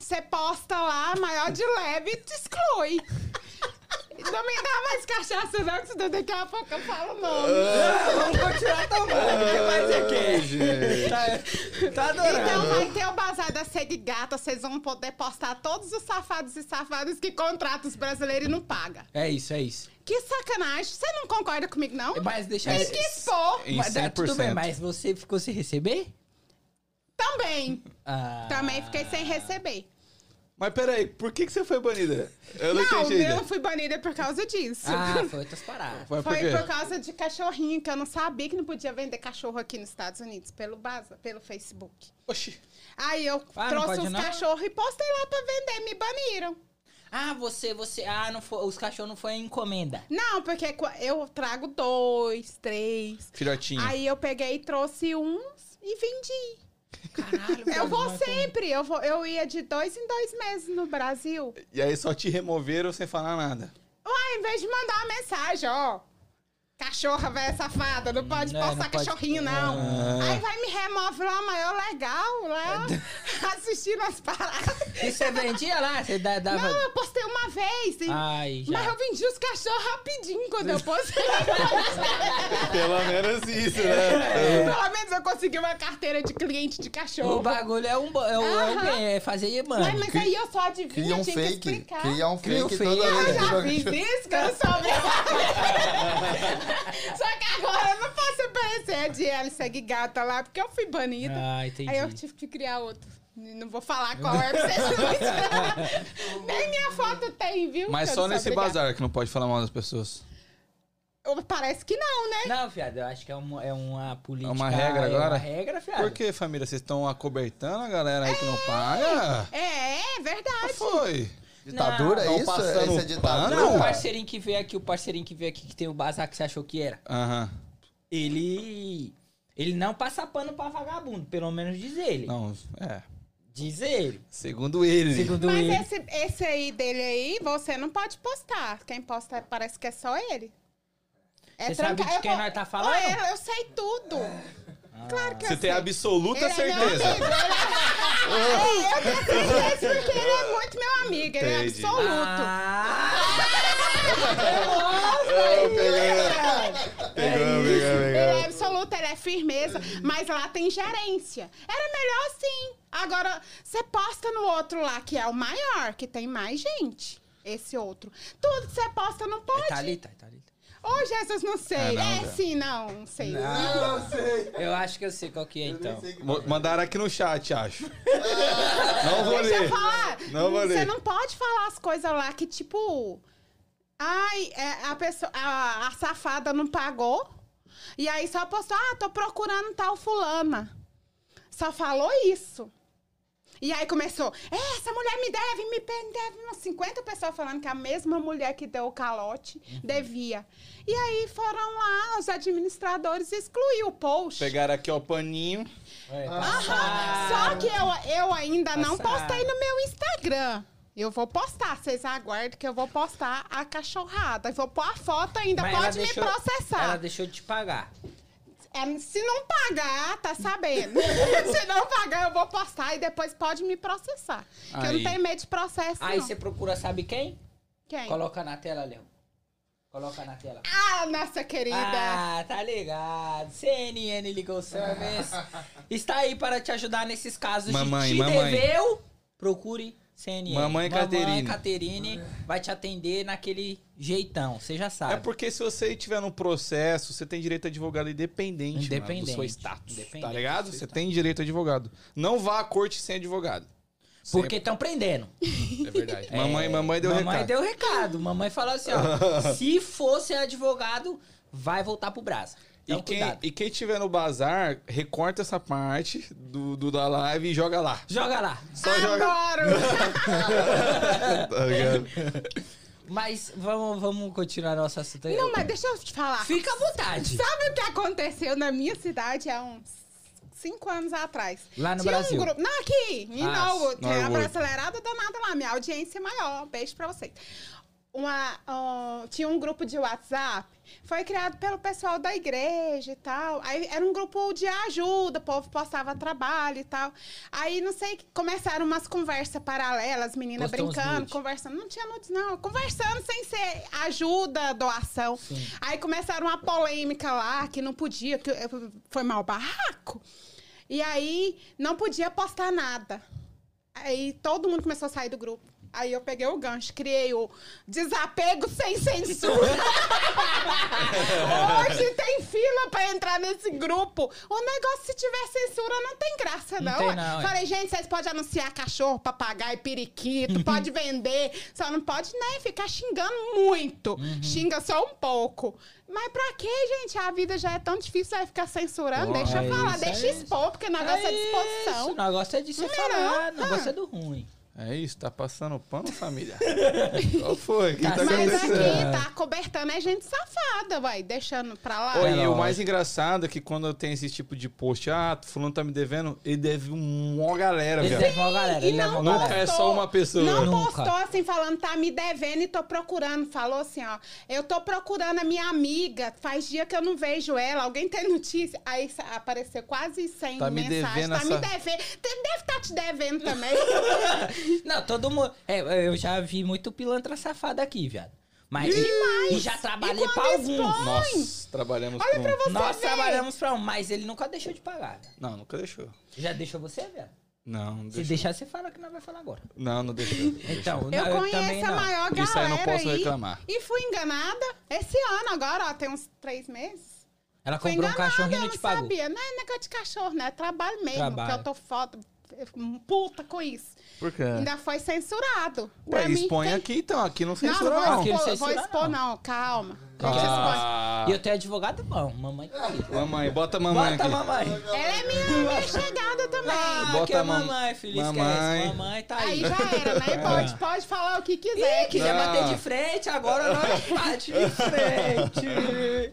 Speaker 3: Você posta lá, maior de leve, e te exclui. Não me dá mais cachaça, não, que senão daqui a pouco eu falo o nome.
Speaker 2: Ah, Vamos continuar tomando, porque vai ser
Speaker 1: Ai,
Speaker 2: quê?
Speaker 1: gente.
Speaker 2: Tá, tá adorando.
Speaker 3: Então vai ter o bazar da sede gata, vocês vão poder postar todos os safados e safadas que contratam os brasileiros e não paga.
Speaker 2: É isso, é isso. É,
Speaker 3: Que sacanagem. Você não concorda comigo, não?
Speaker 1: É,
Speaker 2: Mas deixa
Speaker 3: Tem que expor
Speaker 1: Em
Speaker 2: Mas tá, tudo bem,
Speaker 1: 100%.
Speaker 2: mas você ficou sem receber?
Speaker 3: também.
Speaker 2: Ah.
Speaker 3: Também fiquei sem receber.
Speaker 1: Mas peraí, por que, que você foi banida? Eu não,
Speaker 3: Não,
Speaker 1: entendi
Speaker 3: eu
Speaker 1: ainda.
Speaker 3: não fui banida por causa disso.
Speaker 2: Ah, foi outras paradas.
Speaker 1: Foi por
Speaker 3: Foi
Speaker 1: quê?
Speaker 3: por causa de cachorrinho, que eu não sabia que não podia vender cachorro aqui nos Estados Unidos, pelo, Baza, pelo Facebook.
Speaker 1: Oxi.
Speaker 3: Aí eu
Speaker 2: Ah, não
Speaker 3: trouxe
Speaker 2: pode
Speaker 3: os
Speaker 2: não?
Speaker 3: cachorros e postei lá pra vender, me baniram.
Speaker 2: Ah, você, você. Ah, não foi, os cachorros não foi encomenda.
Speaker 3: Não, porque qu- eu trago dois, três.
Speaker 1: Filhotinho.
Speaker 3: Aí eu peguei e trouxe uns e vendi.
Speaker 2: Caralho,
Speaker 3: Eu vou
Speaker 2: mas-
Speaker 3: sempre, eu, vou, eu ia de dois em dois meses no Brasil.
Speaker 1: E aí só te removeram sem falar nada.
Speaker 3: Uai, em vez de mandar uma mensagem, ó. Cachorra, velha safada, não pode
Speaker 2: Não,
Speaker 3: postar
Speaker 2: não pode-
Speaker 3: cachorrinho, não.
Speaker 1: Ah.
Speaker 3: Aí vai me remove lá, maior legal, lá, assistindo as paradas.
Speaker 2: E você vendia lá? Você dá- dava.
Speaker 3: Não, eu postei uma vez, e-
Speaker 2: Ai, Ah, já.
Speaker 3: mas eu vendi os cachorros rapidinho quando eu postei.
Speaker 1: Pelo menos isso, né?
Speaker 3: Pelo menos eu consegui uma carteira de cliente de
Speaker 2: O
Speaker 3: cachorro.
Speaker 2: bagulho é um. bo- É, o- é o
Speaker 3: Aham.
Speaker 2: quê? é fazer, mano.
Speaker 3: Uai, mas aí eu só
Speaker 4: Cria
Speaker 3: adivinha,
Speaker 4: um
Speaker 3: tinha que
Speaker 4: fake.
Speaker 3: explicar.
Speaker 4: Cria um
Speaker 2: Cria um
Speaker 4: fake toda
Speaker 2: fake.
Speaker 3: Eu
Speaker 4: vez.
Speaker 3: Ah, já
Speaker 4: que
Speaker 3: fiz
Speaker 4: joga-
Speaker 3: isso, que eu não soube. Só que agora eu não posso aparecer de ela segue gata lá, porque eu fui banida.
Speaker 2: Ah, entendi.
Speaker 3: Aí eu tive que criar outro. Não vou falar qual é pra vocês. Nem minha foto tem, viu?
Speaker 1: Mas
Speaker 3: que eu
Speaker 1: só
Speaker 3: não sou
Speaker 1: nesse
Speaker 3: obrigada.
Speaker 1: bazar que não pode falar mal das pessoas.
Speaker 3: Eu- Parece que não, né?
Speaker 2: Não, fiado, eu acho que é uma, é uma política.
Speaker 1: É uma regra
Speaker 2: É
Speaker 1: agora?
Speaker 2: uma regra, fiado.
Speaker 1: Por que, família? Vocês estão acobertando a galera aí que não paga?
Speaker 3: É, é
Speaker 1: Ah,
Speaker 3: verdade.
Speaker 1: Foi.
Speaker 4: Ditadura
Speaker 1: Não,
Speaker 4: é isso?
Speaker 1: passando
Speaker 4: Isso é ditadura?
Speaker 2: Não, o
Speaker 1: Não.
Speaker 2: parceirinho que veio aqui, o parceirinho que veio aqui, que tem o bazar que você achou que era.
Speaker 1: Aham.
Speaker 2: Ele. Ele não passa pano pra vagabundo, pelo menos diz ele.
Speaker 1: Não, é.
Speaker 2: Diz ele.
Speaker 1: Segundo ele.
Speaker 2: Segundo
Speaker 3: Mas é-
Speaker 2: ele.
Speaker 3: esse, esse aí dele aí, você não pode postar. Quem posta é- parece que é só ele.
Speaker 2: Você sabe
Speaker 3: é tranca-
Speaker 2: de quem
Speaker 3: eu,
Speaker 2: nós tá falando?
Speaker 3: Ué, é eu, eu sei tudo. Claro que
Speaker 1: Você
Speaker 3: eu
Speaker 1: tem
Speaker 3: sei.
Speaker 1: absoluta
Speaker 3: Ele é meu
Speaker 1: certeza.
Speaker 3: amigo, ele é- Eu tenho certeza porque ele é muito meu amigo. Ele é
Speaker 1: Entendi.
Speaker 3: absoluto.
Speaker 2: Ah,
Speaker 1: Pegou, pegou,
Speaker 3: Ele é absoluto, ele é firmeza, mas lá tem gerência. Era melhor assim. Agora, você posta no outro lá, que é o maior, que tem mais gente. Esse outro. Tudo que você posta não
Speaker 2: é
Speaker 3: pode.
Speaker 2: Thalita, é Thalita.
Speaker 3: Ô, Jesus, não sei.
Speaker 1: É,
Speaker 3: É,
Speaker 1: não, não.
Speaker 3: sim, não, não sei.
Speaker 4: Não sei.
Speaker 2: Eu acho que eu sei qual que é, então.
Speaker 1: Mo- Mandaram aqui no chat, acho. Não vou
Speaker 3: Ah. Deixa eu
Speaker 1: ler.
Speaker 3: falar.
Speaker 1: Não vou
Speaker 3: você
Speaker 1: ler.
Speaker 3: não pode falar as coisas lá que, tipo. Ai, é, a, pessoa, a, a safada não pagou. E aí só postou, ah, tô procurando tal fulana. Só falou isso. E aí começou, "É, essa mulher me deve, me pe- deve umas 50 pessoas falando que a mesma mulher que deu o calote
Speaker 1: Uhum.
Speaker 3: devia. E aí foram lá, os administradores excluíram o post.
Speaker 1: Pegaram aqui ó, o paninho.
Speaker 2: É,
Speaker 3: Só que eu, eu
Speaker 2: Tá
Speaker 3: ainda não
Speaker 2: Passado.
Speaker 3: postei no meu Instagram. Eu vou postar, vocês aguardem que eu vou postar a cachorrada. Eu vou pôr a foto ainda,
Speaker 2: Mas ela
Speaker 3: Então pode me
Speaker 2: deixou- Ela
Speaker 3: processar.
Speaker 2: deixou de te pagar.
Speaker 3: É, se não pagar, tá sabendo. se não pagar, eu vou postar e depois pode me processar. Que eu
Speaker 1: Aí.
Speaker 3: não tenho medo de processo,
Speaker 2: Aí
Speaker 3: não.
Speaker 2: você procura, sabe quem?
Speaker 3: Quem?
Speaker 2: Coloca na tela, Léo. Coloca na tela.
Speaker 3: Ah, nossa querida.
Speaker 2: Ah, tá ligado. CNN Legal Service está aí para te ajudar nesses casos
Speaker 1: Mamãe,
Speaker 2: de te
Speaker 1: mamãe.
Speaker 2: deveu. Procure CNN.
Speaker 1: Mamãe Caterine.
Speaker 2: Caterine vai te atender naquele jeitão, você já sabe.
Speaker 1: É porque se você tiver num processo, você tem direito a advogado independente,
Speaker 2: Independente.
Speaker 1: mano, do seu status. Tá
Speaker 2: Independente
Speaker 1: ligado?
Speaker 2: do seu
Speaker 1: Você
Speaker 2: status.
Speaker 1: tem direito a advogado. Não vá à corte sem advogado.
Speaker 2: Porque estão prendendo.
Speaker 1: Sempre. É verdade. Mamãe, mamãe deu
Speaker 2: Mamãe
Speaker 1: recado.
Speaker 2: deu recado. Mamãe falou assim, ó. se fosse advogado, vai voltar pro Brasa. Então,
Speaker 1: e, quem,
Speaker 2: cuidado.
Speaker 1: e quem tiver no bazar, recorta essa parte do, do- da live e joga lá.
Speaker 2: Joga lá.
Speaker 1: Só joga.
Speaker 3: Adoro!
Speaker 1: Tá ligado?
Speaker 2: Mas vamos, vamos continuar nosso assunto aí.
Speaker 3: Não, mas deixa eu te falar.
Speaker 2: Fica à vontade.
Speaker 3: Sabe o que aconteceu na minha cidade há uns cinco anos atrás?
Speaker 2: Lá no
Speaker 3: Tinha
Speaker 2: Brasil.
Speaker 3: Um grupo... Não, aqui, em
Speaker 2: Ah,
Speaker 3: Norwood. Tem uma
Speaker 1: Norwood.
Speaker 3: brasileirada danada lá. Minha audiência é maior. Beijo pra vocês. Uma, ó, tinha um grupo de WhatsApp, foi criado pelo pessoal da igreja e tal. Aí era um grupo de ajuda, o povo postava trabalho e tal. Aí, não sei, começaram umas conversas paralelas, meninas
Speaker 2: Postou uns
Speaker 3: brincando,
Speaker 2: nudes.
Speaker 3: conversando. Não tinha nudes, não. Conversando sem ser ajuda, doação. Aí começaram uma polêmica lá, que não podia, que eh, foi mal barraco. E aí não podia postar nada. Aí todo mundo começou a sair do grupo. Aí eu peguei o gancho, criei o desapego sem censura. Hoje tem fila pra entrar nesse grupo. O negócio, se tiver censura, não tem graça,
Speaker 2: Não
Speaker 3: não.
Speaker 2: tem
Speaker 3: ué.
Speaker 2: não, é.
Speaker 3: Falei, gente, vocês podem anunciar cachorro, papagaio, periquito, pode vender. Só não pode, né, ficar xingando muito.
Speaker 2: Uhum.
Speaker 3: Xinga só um pouco. Mas pra quê, gente? A vida já é tão difícil, vai ficar censurando.
Speaker 1: Porra,
Speaker 3: deixa
Speaker 2: é
Speaker 3: eu falar,
Speaker 2: isso,
Speaker 3: deixa
Speaker 2: é
Speaker 3: expor, porque o negócio é, disposição.
Speaker 2: Isso, o negócio é de você
Speaker 3: Não é
Speaker 2: falar, o
Speaker 3: não?
Speaker 2: negócio
Speaker 3: Ah.
Speaker 2: é do ruim.
Speaker 1: É isso, tá passando pano, família? Qual foi? O que
Speaker 2: Tá
Speaker 1: tá,
Speaker 2: certo.
Speaker 3: Mas aqui
Speaker 1: acontecendo?
Speaker 3: tá cobertando é gente safada, vai, deixando pra lá.
Speaker 1: Oi, Ah, e
Speaker 2: Ela,
Speaker 1: o mais engraçado é que quando tem esse tipo de post, ah, fulano tá me devendo, ele deve mó galera,
Speaker 2: Ele
Speaker 1: velho.
Speaker 2: leva uma galera,
Speaker 3: e
Speaker 2: ele leva
Speaker 3: não
Speaker 2: uma
Speaker 1: Nunca
Speaker 2: galera.
Speaker 1: é só uma pessoa.
Speaker 3: Não
Speaker 2: Nunca.
Speaker 3: postou assim, falando, tá me devendo e tô procurando. Falou assim, ó, eu tô procurando a minha amiga, faz dia que eu não vejo ela, alguém tem notícia? Aí sa- apareceu quase 100
Speaker 1: Tá me
Speaker 3: mensagens,
Speaker 1: devendo
Speaker 3: tá me
Speaker 1: essa-
Speaker 3: devendo. Te- Deve tá te devendo também.
Speaker 2: Não, todo mundo. é, eu já vi muito pilantra safado aqui, viado. Mas. E já trabalhei
Speaker 3: E
Speaker 2: pra
Speaker 3: quando
Speaker 2: alguns.
Speaker 1: Nós trabalhamos com...
Speaker 2: Nós
Speaker 3: vê.
Speaker 2: trabalhamos pra um, mas ele nunca deixou de pagar. velho.
Speaker 1: Não, nunca deixou.
Speaker 2: Já deixou você, velho?
Speaker 1: Não, não
Speaker 2: Se
Speaker 1: deixou.
Speaker 2: deixar, você fala que nós vai falar agora.
Speaker 1: Não, não deixou.
Speaker 2: Então, não, também
Speaker 3: Eu conheço a
Speaker 2: não.
Speaker 3: maior galera
Speaker 1: Isso aí eu não posso
Speaker 3: aí,
Speaker 1: reclamar.
Speaker 3: E fui enganada esse ano agora, ó, tem uns três meses.
Speaker 2: Ela
Speaker 3: Fui
Speaker 2: comprou um
Speaker 3: enganada,
Speaker 2: cachorro e
Speaker 3: eu
Speaker 2: não
Speaker 3: não
Speaker 2: te pagou.
Speaker 3: sabia. Não é negócio de cachorro, né? É trabalho mesmo,
Speaker 2: Trabalho.
Speaker 3: que eu tô foda, eu fico puta com isso.
Speaker 1: Por quê?
Speaker 3: Ainda foi censurado.
Speaker 1: É. Ué,
Speaker 3: Pra mim,
Speaker 1: expõe
Speaker 3: tem-
Speaker 1: aqui então, aqui não
Speaker 3: Não,
Speaker 1: censura
Speaker 3: não
Speaker 1: não.
Speaker 3: vou
Speaker 2: Aqui não
Speaker 3: expor, vou
Speaker 2: censura,
Speaker 3: expor
Speaker 2: não.
Speaker 3: não. calma. Não
Speaker 1: Ah,
Speaker 2: E eu tenho advogado bom, mamãe. querida.
Speaker 1: Mamãe, bota a mamãe
Speaker 2: Bota a
Speaker 1: aqui.
Speaker 2: mamãe.
Speaker 3: expõe. Ela é minha, minha chegada também.
Speaker 2: Ah,
Speaker 1: Bota
Speaker 2: que é
Speaker 1: a mam-
Speaker 2: mamãe, filho.
Speaker 1: mamãe.
Speaker 2: Esquece. Mamãe tá aí.
Speaker 3: Aí já é era,
Speaker 1: É.
Speaker 3: né? Pode, pode falar o que quiser.
Speaker 2: Ih, quiser
Speaker 1: Não.
Speaker 2: bater de frente, agora nós bate de frente.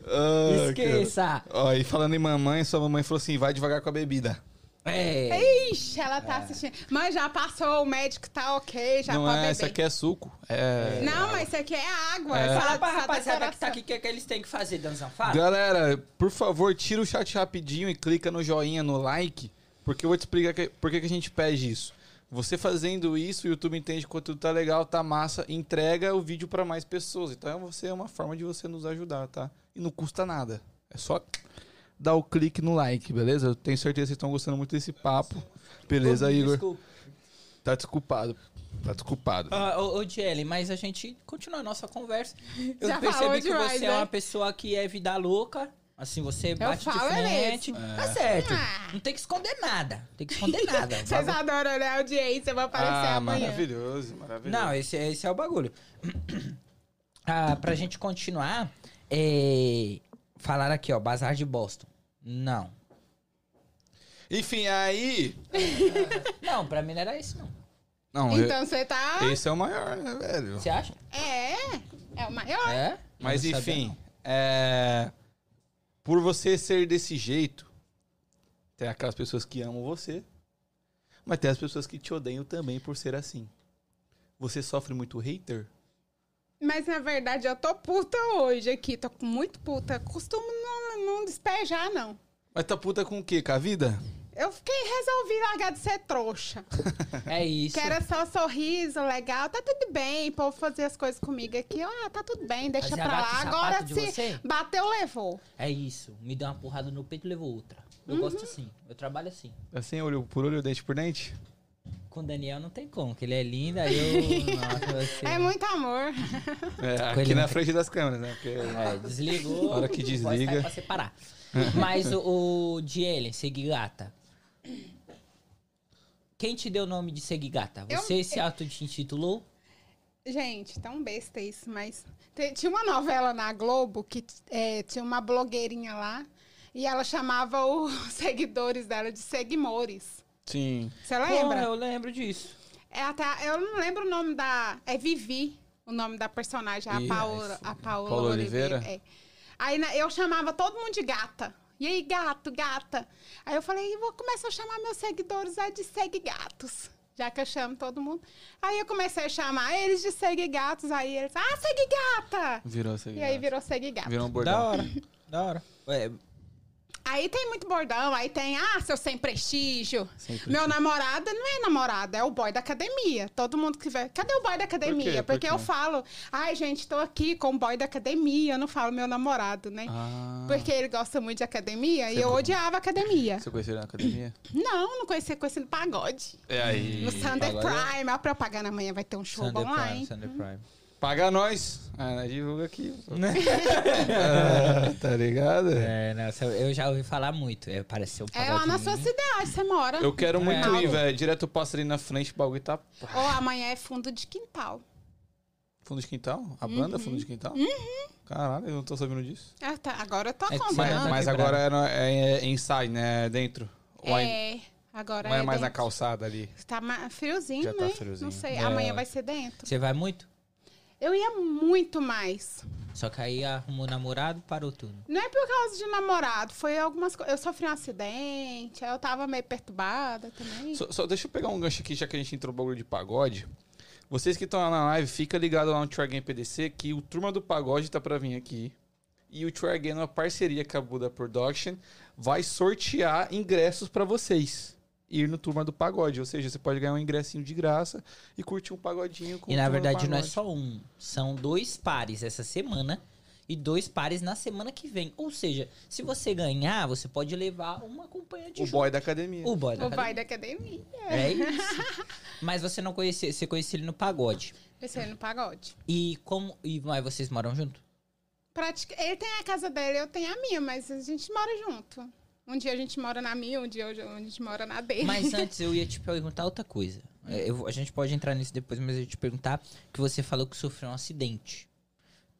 Speaker 1: Ah,
Speaker 2: Esqueça.
Speaker 1: cara. Ó, e falando em mamãe, sua mamãe falou assim, vai devagar com a bebida.
Speaker 2: É.
Speaker 3: Ixi, ela tá assistindo. Mas já passou, o médico tá ok, já
Speaker 1: não
Speaker 3: pode
Speaker 1: é,
Speaker 3: beber.
Speaker 1: isso aqui é suco. É...
Speaker 3: Não, mas isso aqui é água. É.
Speaker 2: Fala pra rapaziada que tá aqui o que, é que eles têm que fazer, Danzão. Fala.
Speaker 1: Galera, por favor, tira o chat rapidinho e clica no joinha, no like, porque eu vou te explicar que- por que que a gente pede isso. Você fazendo isso, o YouTube entende que o conteúdo tá legal, tá massa, entrega o vídeo pra mais pessoas. Então você é uma forma de você nos ajudar, tá? E não custa nada. É só dar o clique no like, beleza? Eu tenho certeza que vocês estão gostando muito desse papo. Beleza, Igor?
Speaker 2: Desculpa.
Speaker 1: Tá desculpado. Tá desculpado.
Speaker 2: Ah, ô, ô Jelly, mas a gente continua a nossa conversa. Eu
Speaker 3: Já falou
Speaker 2: percebi que
Speaker 3: demais,
Speaker 2: você é
Speaker 3: né?
Speaker 2: uma pessoa que é vida louca. Assim, você bate
Speaker 3: falo,
Speaker 2: de
Speaker 3: é
Speaker 2: frente. Tá certo.
Speaker 3: Ah.
Speaker 2: Não tem que esconder nada. Não tem que esconder nada.
Speaker 3: Vocês adoram, né? A audiência vai aparecer
Speaker 1: ah,
Speaker 3: é amanhã.
Speaker 1: maravilhoso, maravilhoso.
Speaker 2: Não, esse, esse é o bagulho. Ah, pra gente continuar, é... falaram aqui, ó, Bazar de Boston. Não.
Speaker 1: Enfim, aí.
Speaker 2: Não, pra mim não era isso, não.
Speaker 1: Não, eu-
Speaker 3: Então você tá.
Speaker 1: esse é o maior, né, velho?
Speaker 2: Você acha?
Speaker 3: É, é o maior.
Speaker 2: É?
Speaker 1: Mas
Speaker 2: Eu não sabia,
Speaker 1: enfim, é, por você ser desse jeito, tem aquelas pessoas que amam você, mas tem as pessoas que te odeiam também por ser assim. Você sofre muito hater?
Speaker 3: Mas na verdade eu tô puta hoje aqui, tô muito puta. Costumo não, não despejar, não.
Speaker 1: Mas tá puta com o quê? Com a vida?
Speaker 3: Eu fiquei, resolvi largar de ser trouxa.
Speaker 2: não. É isso.
Speaker 3: Que era só sorriso, legal, tá tudo bem. O povo fazia as coisas comigo aqui, ah, tá tudo bem, deixa
Speaker 2: Fazia
Speaker 3: pra lá.
Speaker 2: bate-sapato
Speaker 3: Agora
Speaker 2: de
Speaker 3: se
Speaker 2: você?
Speaker 3: bateu, levou.
Speaker 2: É isso. Me deu uma porrada no peito e levou outra.
Speaker 3: Uhum.
Speaker 2: Eu gosto assim. Eu trabalho assim.
Speaker 1: Assim, olho por olho, dente por dente?
Speaker 2: Com o Daniel não tem como, que ele é lindo, aí eu... Nossa, você...
Speaker 3: É muito amor.
Speaker 1: É,
Speaker 2: Com
Speaker 1: aqui
Speaker 2: ele
Speaker 1: na
Speaker 2: não tem-
Speaker 1: frente das câmeras, né? Porque
Speaker 2: É, desligou.
Speaker 1: Na hora que
Speaker 2: Vou sair
Speaker 1: desliga.
Speaker 2: Pra separar. Mas o, o Dielen, seguir gata. Quem te deu o nome de seguir gata?
Speaker 3: Eu-
Speaker 2: Você se auto-intitulou?
Speaker 3: Gente, tão besta isso, mas. te- Tinha uma novela na Globo que eh, tinha uma é, blogueirinha lá E ela chamava os seguidores dela de seguimores.
Speaker 1: Sim.
Speaker 3: Você lembra?
Speaker 2: eu lembro disso.
Speaker 3: É até, eu não lembro o nome da. É Vivi, o nome da personagem, a
Speaker 1: Ih, é
Speaker 3: Paola,
Speaker 2: ai,
Speaker 3: a Paola,
Speaker 1: Paola
Speaker 3: Oliveira.
Speaker 1: Oliveira?
Speaker 3: é. Aí na- eu chamava todo mundo de gata. E aí, gato, gata. Aí eu falei, "Eu vou começar a chamar meus seguidores é de segue gatos. Já que eu chamo todo mundo. Aí eu comecei a chamar eles de segue gatos. Aí eles, ah, segue gata!
Speaker 1: Virou essa
Speaker 3: E aí virou segue gato.
Speaker 1: Virou um
Speaker 2: Da
Speaker 1: bordão.
Speaker 2: hora, da hora. Ué,
Speaker 3: Aí tem muito bordão, aí tem, ah, seu sem prestígio.
Speaker 1: Sem prestígio.
Speaker 3: Meu namorado não é namorado, é o boy da academia. Todo mundo que vai. Cadê o boy da academia?
Speaker 1: quê? Por
Speaker 3: Porque eu
Speaker 1: quê?
Speaker 3: falo, ai, gente, tô aqui com o boy da academia, eu não falo meu namorado, né?
Speaker 1: Ah,
Speaker 3: Porque ele gosta muito de academia e
Speaker 1: Você
Speaker 3: eu
Speaker 1: como?
Speaker 3: odiava academia.
Speaker 1: você conheceu ele na academia?
Speaker 3: Não, não conhecia, conhecia no pagode.
Speaker 1: É aí.
Speaker 3: No Sunday
Speaker 2: agora-
Speaker 3: Prime, a propaganda amanhã vai ter um show
Speaker 2: Sunday Prime,
Speaker 3: online.
Speaker 2: Sunday Prime.
Speaker 3: Hum.
Speaker 1: Paga nós. Ah, divulga aqui. Ah, tá ligado?
Speaker 2: É, não, essa- eu já ouvi falar muito. É, parece ser um
Speaker 3: É lá na sua
Speaker 2: pagodinho.
Speaker 3: cidade, você mora.
Speaker 1: Eu quero muito
Speaker 3: É.
Speaker 1: ir, velho. Direto eu passo ali na frente, o bagulho tá.
Speaker 3: Ou amanhã é fundo de quintal.
Speaker 1: Fundo de quintal? A banda é fundo de quintal? Caralho, eu não tô sabendo disso.
Speaker 3: Ah, tá, Agora eu tô
Speaker 2: É que você
Speaker 3: acompanhando.
Speaker 1: Mas,
Speaker 2: Não, tá
Speaker 1: mas
Speaker 2: quebrado.
Speaker 1: agora era- é, é inside, né? Dentro. Ou é,
Speaker 3: É, agora
Speaker 1: não é mais na
Speaker 3: dentro.
Speaker 1: calçada ali.
Speaker 3: Tá ma- friozinho,
Speaker 1: Já tá
Speaker 3: né?
Speaker 1: friozinho.
Speaker 3: Não sei,
Speaker 2: É.
Speaker 3: amanhã vai ser dentro.
Speaker 2: Você vai muito?
Speaker 3: Eu ia muito mais.
Speaker 2: Só que aí arrumou namorado, parou tudo.
Speaker 3: Não é por causa de namorado, foi algumas coisas. Eu sofri um acidente, aí eu tava meio perturbada também.
Speaker 1: Só, só deixa eu pegar um gancho aqui, já que a gente entrou no bagulho de pagode. Vocês que estão lá na live, fica ligado lá no Try Game PDC que o Turma do Pagode tá pra vir aqui. E o Try Game, uma parceria com a Buda Production, vai sortear ingressos pra vocês. Ir no Turma do Pagode. Ou seja, você pode ganhar um ingressinho de graça e curtir um pagodinho com
Speaker 2: E
Speaker 1: o
Speaker 2: na
Speaker 1: Turma do
Speaker 2: verdade não é
Speaker 1: Pagode.
Speaker 2: só um, são dois pares essa semana e dois pares na semana que vem. Ou seja, se você ganhar, você pode levar uma acompanhante
Speaker 1: O
Speaker 2: junto.
Speaker 1: boy da academia.
Speaker 2: O boy. da
Speaker 3: O
Speaker 2: academia.
Speaker 3: pai da academia.
Speaker 2: É isso. Mas você não conhecia, você conhecia ele no pagode.
Speaker 3: Pensei no pagode.
Speaker 2: E como e mas vocês moram junto?
Speaker 3: Pratica... Ele tem a casa dele, eu tenho a minha, mas a gente mora junto. Um dia a gente mora na minha, um dia hoje a gente mora na dele.
Speaker 2: Mas antes eu ia te perguntar outra coisa. É, eu vou- a gente pode entrar nisso depois, mas eu ia te perguntar que você falou que sofreu um acidente.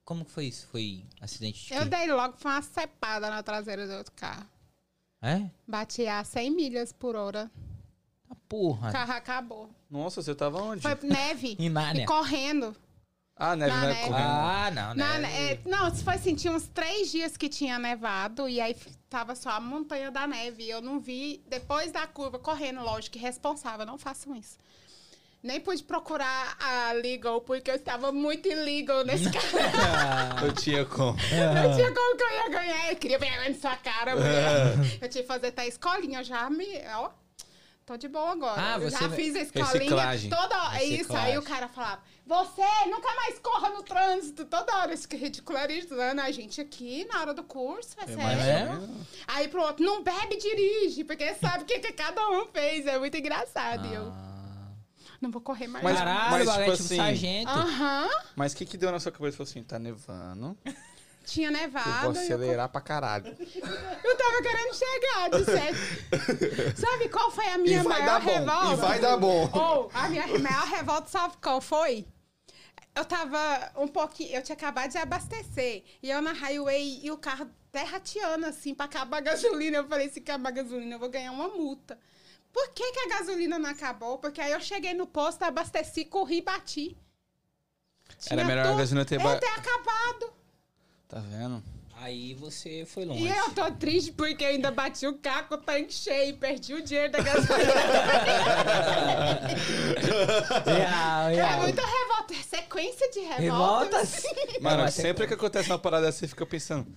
Speaker 2: Como que foi isso? Foi acidente de
Speaker 3: Eu
Speaker 2: quê?
Speaker 3: dei logo, foi uma cepada na traseira do outro carro.
Speaker 2: É?
Speaker 3: Bati a 100 milhas por hora.
Speaker 2: Ah,
Speaker 3: O
Speaker 2: porra.
Speaker 3: carro acabou.
Speaker 1: Nossa, você tava onde?
Speaker 3: Foi neve
Speaker 2: Em
Speaker 3: e
Speaker 2: Nárnia.
Speaker 3: correndo.
Speaker 1: Ah, neve,
Speaker 3: Na
Speaker 1: né?
Speaker 3: neve.
Speaker 1: Correndo.
Speaker 2: Ah, não, né?
Speaker 3: Não, é, não, se foi assim, tinha uns três dias que tinha nevado e aí f- tava só a montanha da neve. E eu não vi, depois da curva, correndo, lógico, irresponsável, não façam isso. Nem pude procurar a legal, porque eu estava muito illegal nesse carro.
Speaker 1: Eu tinha como.
Speaker 2: É.
Speaker 3: Não tinha como que eu ia ganhar. Eu queria vergonha na sua cara, mulher. Eu tive que fazer até escolinha, eu já me... Ó, tô de boa agora.
Speaker 2: Ah,
Speaker 3: eu já
Speaker 2: você-
Speaker 3: fiz a escolinha.
Speaker 1: Reciclagem.
Speaker 3: Toda hora,
Speaker 2: Reciclagem.
Speaker 3: isso, aí o cara falava, você nunca mais corra no trânsito. Toda hora, isso que ridicularizando a gente aqui na hora do curso, é sério.
Speaker 2: É?
Speaker 3: Aí pro outro, não bebe, dirige, porque sabe o que, que cada um fez. É muito engraçado. E eu,
Speaker 2: Ah.
Speaker 3: não vou correr mais.
Speaker 1: Mas-
Speaker 2: Caralho,
Speaker 1: mas,
Speaker 2: bagulho,
Speaker 1: tipo
Speaker 2: tipo
Speaker 1: assim,
Speaker 2: sargento.
Speaker 3: Aham,
Speaker 1: Mas o que que deu na sua cabeça? Falou assim, tá nevando,
Speaker 3: tinha
Speaker 2: Ah,
Speaker 1: eu
Speaker 3: nevado.
Speaker 1: vou
Speaker 3: e eu
Speaker 1: acelerar pra caralho.
Speaker 3: Eu tava querendo chegar, de sério. Sabe qual foi a minha
Speaker 4: E vai
Speaker 3: maior
Speaker 4: dar bom,
Speaker 3: revolta?
Speaker 4: e vai dar bom.
Speaker 3: Ou, a minha maior revolta, sabe qual foi? Eu tava um pouquinho. Eu tinha acabado de abastecer. E eu na highway e o carro derrateando, assim, pra acabar a gasolina. Eu falei: se acabar a gasolina, eu vou ganhar uma multa. Por que, que a gasolina não acabou? Porque aí eu cheguei no posto, abasteci, corri e bati.
Speaker 1: Era
Speaker 3: Tinha
Speaker 1: melhor a
Speaker 3: tudo-
Speaker 1: gasolina ter...
Speaker 3: Eu
Speaker 1: Ba...
Speaker 3: ter acabado.
Speaker 1: Tá vendo?
Speaker 2: Aí você foi longe.
Speaker 3: Ah. E eu tô triste porque eu ainda bati o caco, o tanque cheio, perdi o dinheiro da gasolina.
Speaker 2: Real, assim.
Speaker 3: é
Speaker 2: real.
Speaker 3: muita assim. revolta, é sequência de revoltas.
Speaker 2: Revoltas.
Speaker 1: Mano,
Speaker 2: Não, até-
Speaker 1: sempre que acontece uma parada dessa, você fica pensando...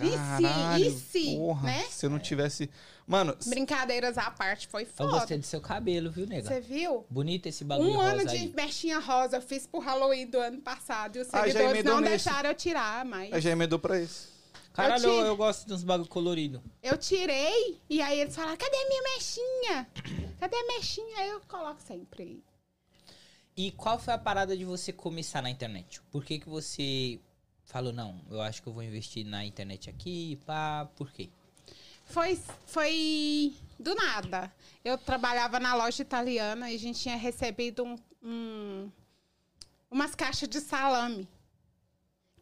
Speaker 3: E se?
Speaker 1: Caralho,
Speaker 3: E se?
Speaker 1: porra,
Speaker 3: Né?
Speaker 1: se eu não tivesse... Mano, se-
Speaker 3: Brincadeiras à parte, foi
Speaker 2: Eu
Speaker 3: foda.
Speaker 2: gostei do seu cabelo, viu, nega?
Speaker 3: Você viu?
Speaker 2: Bonito esse bagulho
Speaker 3: Um
Speaker 2: rosa
Speaker 3: ano
Speaker 2: aí.
Speaker 3: de mexinha rosa eu fiz pro Halloween do ano passado e os
Speaker 1: Ah, já
Speaker 3: seguidores
Speaker 1: emendou
Speaker 3: não
Speaker 1: nesse.
Speaker 3: deixaram eu tirar, mas
Speaker 1: eu já emendou pra isso.
Speaker 2: Caralho,
Speaker 3: Eu
Speaker 2: eu,
Speaker 3: tive-
Speaker 2: gosto de uns bagulho colorido.
Speaker 3: eu tirei e aí eles falaram: cadê minha mexinha? Cadê a mexinha? Aí eu coloco sempre aí.
Speaker 2: E qual foi a parada de você começar na internet? Por que que você falou, não, eu acho que eu vou investir na internet aqui, pá, por quê?
Speaker 3: Foi, foi do nada. Eu trabalhava na loja italiana e a gente tinha recebido um- um- umas caixas de salame.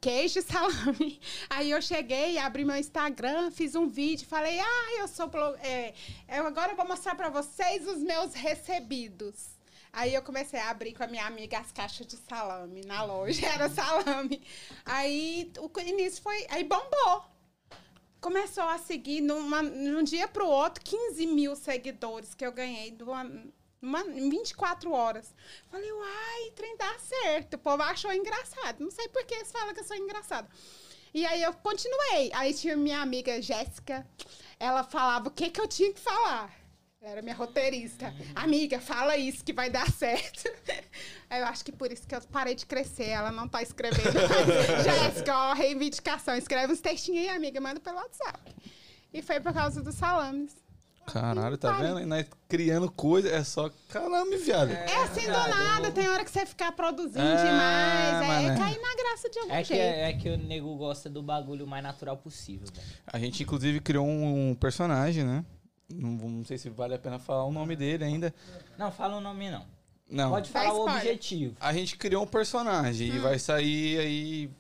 Speaker 3: queijo e salame. Aí eu cheguei, abri meu Instagram, fiz um vídeo, falei, ah, eu sou... blo- é, eu agora eu vou mostrar pra vocês os meus recebidos. Aí eu comecei a abrir com a minha amiga as caixas de salame na loja, era salame. Aí o início foi... Aí bombou. Começou a seguir, numa, num dia pro outro, 15 mil seguidores que eu ganhei de uma, uma- em 24 horas. Falei, uai, trem dá certo. O povo achou engraçado. Não sei por que eles falam que eu sou engraçada. E aí eu continuei. Aí tinha minha amiga Jéssica. Ela falava o que, que eu tinha que falar. Ela era minha roteirista. Amiga, fala isso que vai dar certo. Aí Eu acho que por isso que eu parei de crescer. Ela não tá escrevendo mais. Jéssica, ó, reivindicação. Escreve uns textinhos aí, amiga. Manda pelo WhatsApp. E foi por causa dos salames.
Speaker 1: Caralho, tá
Speaker 3: Vale.
Speaker 1: vendo? E nós criando coisa, é só calame, viado.
Speaker 3: É assim do nada, tem hora que você ficar produzindo
Speaker 1: É,
Speaker 3: demais. É,
Speaker 1: mané.
Speaker 3: cair na graça de algum
Speaker 2: É que,
Speaker 3: jeito.
Speaker 2: é, que o nego gosta do bagulho mais natural possível, velho.
Speaker 1: A gente, inclusive, criou um personagem, né? Não, não sei se vale a pena falar o nome dele ainda.
Speaker 2: Não, fala o nome não.
Speaker 1: Não.
Speaker 2: Pode
Speaker 3: Dá
Speaker 2: falar o
Speaker 3: spoiler.
Speaker 2: objetivo.
Speaker 1: A gente criou um personagem e vai sair aí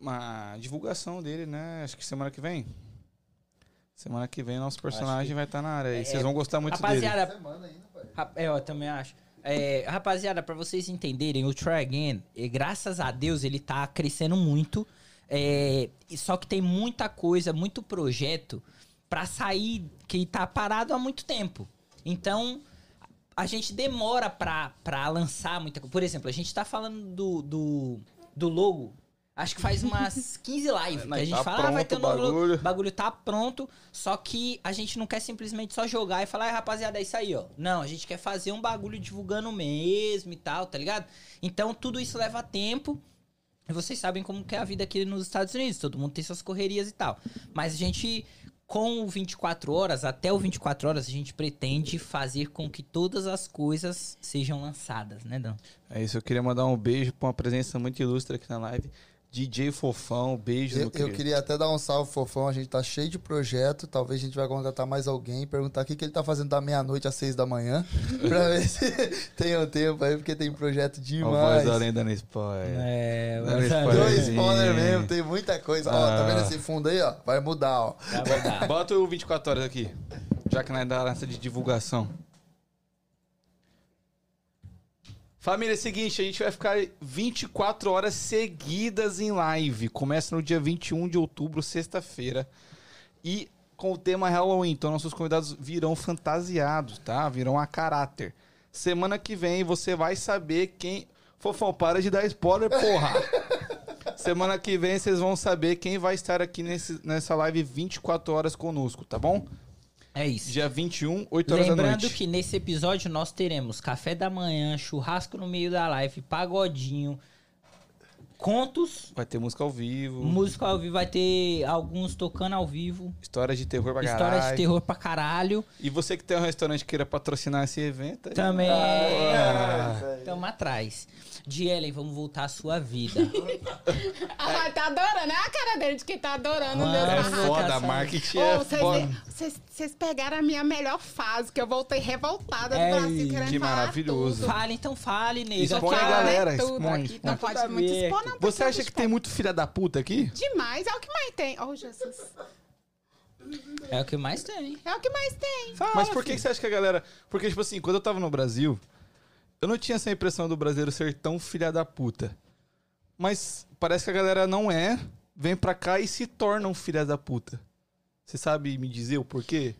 Speaker 1: uma divulgação dele, né? Acho que semana que vem. Semana que é, vem nosso personagem vai estar na área. E vocês vão gostar muito dele.
Speaker 2: Rapaziada,
Speaker 4: Semana ainda, pai.
Speaker 2: Rap- é, eu também acho. É, rapaziada, pra vocês entenderem, o Try Again, eh, graças a Deus, ele tá crescendo muito. É, e só que tem muita coisa, muito projeto pra sair que tá parado há muito tempo. Então, a gente demora pra, pra lançar muita coisa. Por exemplo, a gente tá falando do, do, do logo. Acho que faz umas 15 lives que a
Speaker 1: Mas
Speaker 2: gente
Speaker 1: tá
Speaker 2: fala, ah, vai
Speaker 1: pronto
Speaker 2: ter um
Speaker 1: o
Speaker 2: novo logo.
Speaker 1: bagulho.
Speaker 2: O bagulho tá pronto, só que a gente não quer simplesmente só jogar e falar, "Ah, rapaziada, é isso aí, ó. Não, a gente quer fazer um bagulho divulgando mesmo e tal, tá ligado? Então tudo isso leva tempo. E vocês sabem como que é a vida aqui nos Estados Unidos, todo mundo tem suas correrias e tal. Mas a gente, com o 24 horas, até o 24 horas, a gente pretende fazer com que todas as coisas sejam lançadas, né, Dan?
Speaker 1: É isso, eu queria mandar um beijo pra uma presença muito ilustre aqui na live. DJ Fofão, beijo,
Speaker 4: Eu,
Speaker 1: meu
Speaker 4: eu
Speaker 1: querido.
Speaker 4: queria até dar um salve, fofão. A gente tá cheio de projeto. Talvez a gente vai contratar mais alguém, perguntar o que, que ele tá fazendo da meia-noite às seis da manhã. pra ver se tem um tempo aí, porque tem projeto
Speaker 1: Ó, voz
Speaker 4: demais.
Speaker 1: da lenda no spoiler.
Speaker 2: É,
Speaker 1: Não, mas-
Speaker 4: Dois
Speaker 1: Sim.
Speaker 4: spoiler mesmo, tem muita coisa. Ó, tá
Speaker 1: Ah.
Speaker 4: vendo esse fundo aí, ó? Vai mudar, ó.
Speaker 2: Vai voltar.
Speaker 1: Bota o 24 horas aqui, já que nós dá essa de divulgação. Família, é o seguinte, a gente vai ficar 24 horas seguidas em live. Começa no dia 21 de outubro, sexta-feira. E com o tema Halloween, então nossos convidados virão fantasiados, tá? Virão a caráter. Semana que vem você vai saber quem. Fofão, para de dar spoiler, porra! Semana que vem vocês vão saber quem vai estar aqui nesse- nessa live 24 horas conosco, tá bom?
Speaker 2: É isso.
Speaker 1: Dia 21, 8 horas da
Speaker 2: Lembrando
Speaker 1: noite.
Speaker 2: que nesse episódio nós teremos café da manhã, churrasco no meio da live, pagodinho, contos,
Speaker 1: Vai ter música ao vivo,
Speaker 2: música ao vivo, vai ter alguns tocando ao vivo,
Speaker 1: histórias de terror pra
Speaker 2: histórias
Speaker 1: caralho.
Speaker 2: de terror pra caralho.
Speaker 1: E você que tem um restaurante queira patrocinar esse evento, aí-
Speaker 2: Também
Speaker 1: Ah,
Speaker 2: estamos atrás. De Ellen, vamos voltar à sua vida.
Speaker 3: Ah, tá adorando. É a cara dele de quem tá adorando.
Speaker 2: Mano,
Speaker 3: Deus
Speaker 1: é
Speaker 3: arrasa.
Speaker 1: foda, marketing
Speaker 3: Ô,
Speaker 1: é
Speaker 3: vocês-
Speaker 1: foda.
Speaker 3: vocês- Vocês pegaram a minha melhor fase, que eu voltei revoltada do
Speaker 2: Ei,
Speaker 3: Brasil querendo
Speaker 1: que
Speaker 3: falar
Speaker 1: maravilhoso.
Speaker 3: tudo.
Speaker 2: fale, então fale, nego.
Speaker 1: Expõe
Speaker 2: Aqui,
Speaker 1: a
Speaker 2: ó,
Speaker 3: Fala, né,
Speaker 1: galera,
Speaker 3: tudo
Speaker 1: expõe,
Speaker 3: aqui.
Speaker 1: expõe.
Speaker 3: Não pode
Speaker 2: Tudo
Speaker 3: muito expor,
Speaker 2: aberto.
Speaker 3: não. porque
Speaker 1: Você acha que tem muito filha da puta aqui?
Speaker 3: Demais, é o que mais tem. Oh, Jesus.
Speaker 2: É o que mais tem.
Speaker 3: É o que mais tem.
Speaker 1: Mas por que que você acha que a galera. Porque, tipo assim, quando eu tava no Brasil, eu não tinha essa impressão do brasileiro ser tão filha da puta. Mas parece que a galera não é, vem pra cá e se tornam filha da puta. Você sabe me dizer o porquê?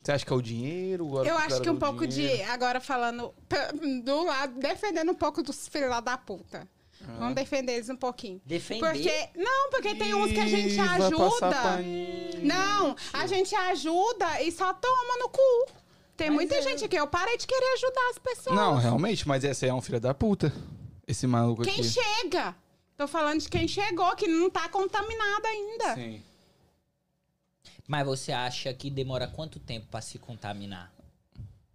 Speaker 1: Você acha que é o dinheiro? Agora
Speaker 3: Eu
Speaker 1: o
Speaker 3: acho
Speaker 1: cara
Speaker 3: que um
Speaker 1: do
Speaker 3: pouco
Speaker 1: dinheiro?
Speaker 3: de. Agora falando pe- do lado, defendendo um pouco dos filhos lá da puta. Vamos defender eles um pouquinho.
Speaker 2: Defender.
Speaker 3: Porque. Não, porque tem uns que a gente
Speaker 1: Ih, vai passar
Speaker 3: ajuda.
Speaker 1: paninho.
Speaker 3: Não, a gente ajuda e só toma no cu. Tem muita gente aqui. Eu parei de querer ajudar as pessoas.
Speaker 1: é. Não, realmente, mas esse aí é um filho da puta. Esse maluco
Speaker 3: Quem
Speaker 1: aqui.
Speaker 3: chega? Tô falando de quem chegou, que não tá contaminado ainda.
Speaker 1: Sim.
Speaker 2: Mas você acha que demora quanto tempo pra se contaminar?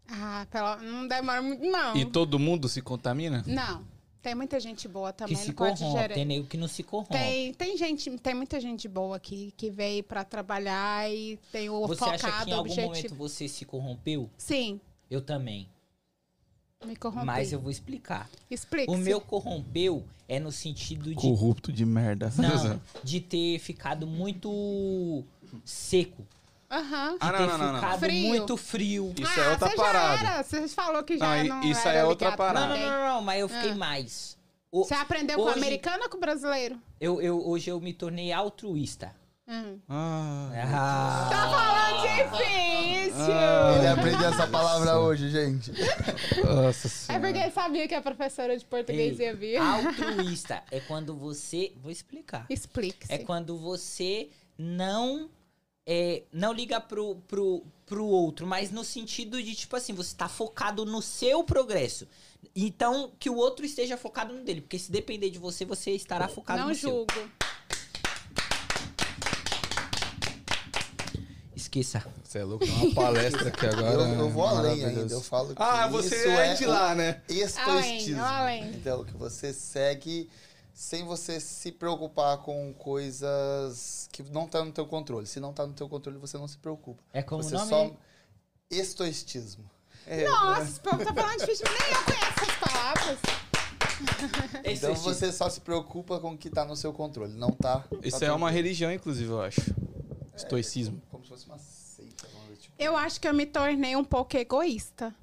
Speaker 3: Ah, pelo... não demora muito, não.
Speaker 1: E todo mundo se contamina?
Speaker 3: Não. Tem muita gente boa
Speaker 2: Que
Speaker 3: também.
Speaker 2: se
Speaker 3: não pode
Speaker 2: corrompe,
Speaker 3: gerar.
Speaker 2: tem nego que não se corrompe.
Speaker 3: Tem, tem gente, tem muita gente boa aqui que veio pra trabalhar e tem o
Speaker 2: Você acha que
Speaker 3: focado,
Speaker 2: em algum
Speaker 3: objetivo.
Speaker 2: momento você se corrompeu?
Speaker 3: Sim.
Speaker 2: Eu também.
Speaker 3: Me corrompeu.
Speaker 2: Mas eu vou explicar.
Speaker 3: Explica.
Speaker 2: O meu corrompeu é no sentido de
Speaker 1: Corrupto de merda.
Speaker 2: Não, de ter ficado muito seco. De
Speaker 3: Aham.
Speaker 1: Ah, não,
Speaker 2: ter
Speaker 1: não, não, não.
Speaker 2: ficado
Speaker 3: Frio.
Speaker 2: muito frio.
Speaker 1: Isso é outra
Speaker 3: você
Speaker 1: parada.
Speaker 3: Já era. Você falou que
Speaker 1: Não,
Speaker 3: já
Speaker 1: i-
Speaker 3: não,
Speaker 1: isso aí
Speaker 3: era
Speaker 1: é outra
Speaker 3: ligado pra
Speaker 1: parada.
Speaker 2: Não, não,
Speaker 3: ninguém.
Speaker 2: não, não, mas eu fiquei
Speaker 3: Ah.
Speaker 2: mais. O-
Speaker 3: Você aprendeu com
Speaker 2: Hoje-
Speaker 3: o americano ou com o brasileiro?
Speaker 2: eu, eu- hoje eu me tornei altruísta.
Speaker 3: Hum.
Speaker 1: Ah,
Speaker 3: Tá
Speaker 2: Ah,
Speaker 3: falando difícil!
Speaker 1: Ah.
Speaker 4: Ele aprendeu essa palavra hoje, gente.
Speaker 1: nossa
Speaker 3: é
Speaker 1: senhora.
Speaker 3: porque ele sabia que a professora de português
Speaker 2: Ei, Ah,
Speaker 3: ia vir.
Speaker 2: altruísta é quando você. Vou explicar.
Speaker 3: Explique-se.
Speaker 2: É quando você não. é, não liga pro, pro, pro outro, mas no sentido de, tipo assim, você tá focado no seu progresso. Então, que o outro esteja focado no dele. Porque se depender de você, você estará focado
Speaker 3: Não
Speaker 2: no seu.
Speaker 3: julgo.
Speaker 2: Esqueça.
Speaker 1: Você é louco, dá uma palestra aqui agora. né?
Speaker 4: Eu, eu vou além
Speaker 1: maravilhoso.
Speaker 4: ainda. Eu falo que
Speaker 1: Ah, você
Speaker 4: isso
Speaker 1: é
Speaker 4: é,
Speaker 1: de
Speaker 4: o
Speaker 1: lá, né?
Speaker 4: estoicismo.
Speaker 3: Além, além.
Speaker 4: Então, que você segue sem você se preocupar com coisas que não tá no teu controle. Se não tá no teu controle, você não se preocupa.
Speaker 2: É como
Speaker 4: você
Speaker 2: o nome.
Speaker 4: só estoicismo.
Speaker 3: Nossa, esse povo tá falando difícil, mas nem eu conheço essas palavras.
Speaker 2: Esse
Speaker 4: Então
Speaker 2: é o estilo.
Speaker 4: você só se preocupa com o que tá no seu controle, não tá. tá
Speaker 1: Isso é
Speaker 4: tudo
Speaker 1: uma
Speaker 4: bem.
Speaker 1: religião, inclusive, eu acho. Estoicismo.
Speaker 4: Como se fosse uma seita, vamos ver, tipo.
Speaker 3: Eu acho que eu me tornei um pouco egoísta.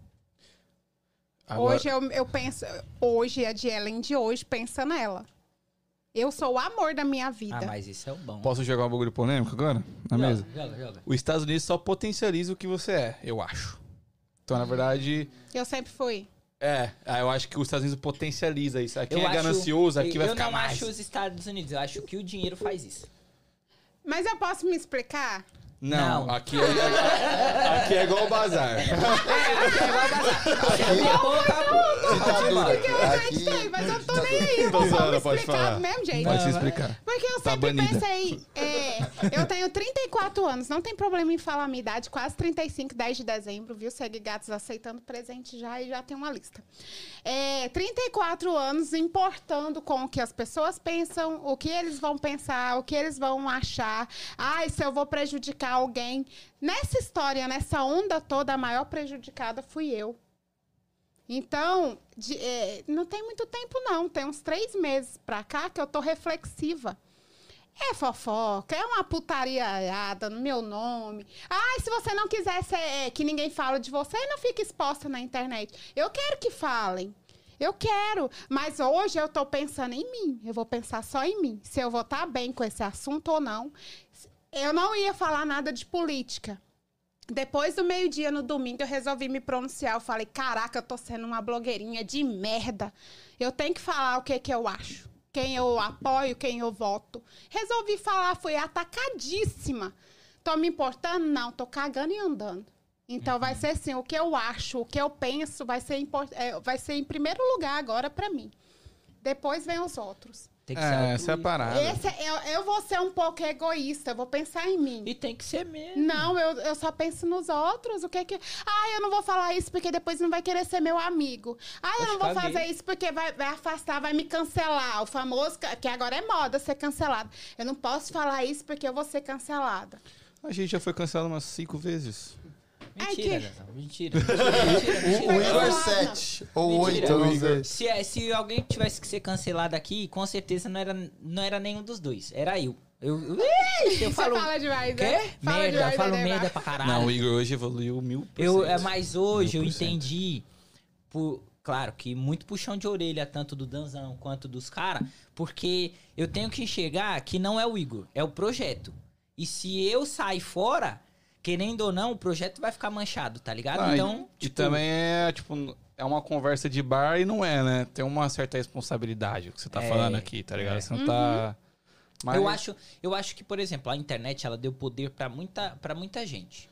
Speaker 2: É.
Speaker 1: Agora,
Speaker 3: Hoje eu, eu penso, hoje, a de Ellen de hoje, pensa nela. Eu sou o amor da minha vida.
Speaker 2: Ah, mas isso é o bom.
Speaker 1: posso jogar um bagulho polêmico agora? Na
Speaker 2: joga,
Speaker 1: mesa?
Speaker 2: Joga, joga.
Speaker 1: Os Estados Unidos só potencializa o que você é, eu acho. Então, na verdade,
Speaker 3: Eu sempre fui.
Speaker 1: é. ah, Eu acho que os Estados Unidos potencializa isso. Ah, Quem
Speaker 2: Eu
Speaker 1: é
Speaker 2: acho-
Speaker 1: ganancioso aqui vai
Speaker 2: eu
Speaker 1: ficar
Speaker 2: não
Speaker 1: mais.
Speaker 2: acho os Estados Unidos, eu acho que o dinheiro faz isso.
Speaker 3: Mas eu posso me explicar?
Speaker 1: Não,
Speaker 2: Não.
Speaker 1: Aqui, é, aqui é igual o bazar.
Speaker 4: Ditadura. tá
Speaker 1: tá
Speaker 2: Tipo,
Speaker 4: Aqui,
Speaker 3: Sei, mas eu não tô nem aí. Eu
Speaker 1: Tô
Speaker 3: vou só me
Speaker 1: zoando, pode
Speaker 3: explicar
Speaker 1: falar.
Speaker 3: do mesmo jeito.
Speaker 1: Pode se explicar.
Speaker 3: Porque eu
Speaker 1: Tá
Speaker 3: sempre
Speaker 1: banida.
Speaker 3: pensei, é, eu tenho 34 anos, não tem problema em falar a minha idade, quase 35, 10 de dezembro, viu? Segue Gatos aceitando presente já e já tem uma lista. É, 34 anos importando com o que as pessoas pensam, o que eles vão pensar, o que eles vão achar. Ai, se eu vou prejudicar alguém. Nessa história, nessa onda toda, a maior prejudicada fui eu. Então, de- é, não tem muito tempo, não. Tem uns três meses pra cá que eu tô reflexiva. É fofoca, é uma putariada no meu nome. Ai, se você não quiser ser- é, que ninguém fale de você, não fique exposta na internet. Eu quero que falem. Eu quero, mas hoje eu tô pensando em mim. Eu vou pensar só em mim. Se eu vou estar bem com esse assunto ou não. Eu não ia falar nada de política. Depois do meio-dia no domingo, eu resolvi me pronunciar. Eu falei: caraca, eu tô sendo uma blogueirinha de merda. Eu tenho que falar o que, que eu acho, quem eu apoio, quem eu voto. Resolvi falar, fui atacadíssima. Tô me importando? Não, tô cagando e andando. Então vai ser assim: o que eu acho, o que eu penso, vai ser, impor- é, vai ser em primeiro lugar agora pra mim. Sepois vem os outros.
Speaker 2: Tem que ser
Speaker 1: É, essa é a
Speaker 2: altruísta.
Speaker 1: parada.
Speaker 3: Esse é- eu, eu vou ser um pouco egoísta, eu vou pensar em mim.
Speaker 2: E tem que ser mesmo.
Speaker 3: Não, eu, eu só penso nos outros. O que é que. Ah, eu não vou falar isso porque depois não vai querer ser meu amigo. Ah, eu
Speaker 2: Poxa,
Speaker 3: não vou
Speaker 2: caguei.
Speaker 3: fazer isso porque vai, vai afastar, vai me cancelar. O famoso. ca- Que agora é moda ser cancelado. Eu não posso falar isso porque eu vou ser cancelada.
Speaker 1: A gente já foi cancelado umas cinco vezes.
Speaker 3: Ai,
Speaker 2: Mentira,
Speaker 3: que-
Speaker 2: Natal, mentira. mentira, mentira,
Speaker 4: O
Speaker 2: mentira.
Speaker 4: Igor
Speaker 3: Não.
Speaker 4: 7 um ou
Speaker 2: Mentira.
Speaker 4: 8,
Speaker 1: Então,
Speaker 4: eu não sei.
Speaker 2: Se, é- se alguém tivesse que ser cancelado aqui, com certeza não era, não era nenhum dos dois. Era eu. Eu, eu, eu
Speaker 3: Você
Speaker 2: falo.
Speaker 3: fala demais,
Speaker 2: Quê?
Speaker 3: né? Fala
Speaker 2: Merda, eu
Speaker 3: demais,
Speaker 2: falo
Speaker 3: né,
Speaker 2: merda
Speaker 3: Neymar?
Speaker 2: pra caralho.
Speaker 1: Não, o Igor hoje evoluiu mil por
Speaker 2: Eu, é,
Speaker 1: cento.
Speaker 2: mas hoje eu
Speaker 1: 1000%.
Speaker 2: entendi, por, claro que muito puxão de orelha, tanto do Danzão quanto dos caras, porque eu tenho que enxergar que não é o Igor, é o projeto. E se eu sair fora, querendo ou não, o projeto vai ficar manchado, tá ligado?
Speaker 1: Ah, e-
Speaker 2: então,
Speaker 1: E também é, tipo, é uma conversa de bar e não é, né? Tem uma certa responsabilidade o que você tá
Speaker 2: É,
Speaker 1: falando aqui, tá ligado?
Speaker 2: é.
Speaker 1: Você não tá. Mas
Speaker 2: Eu acho, eu acho que, por exemplo, a internet ela deu poder pra muita, pra muita gente.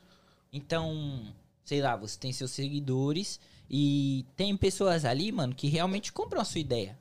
Speaker 2: Então, sei lá, você tem seus seguidores e tem pessoas ali, mano, que realmente compram a sua ideia.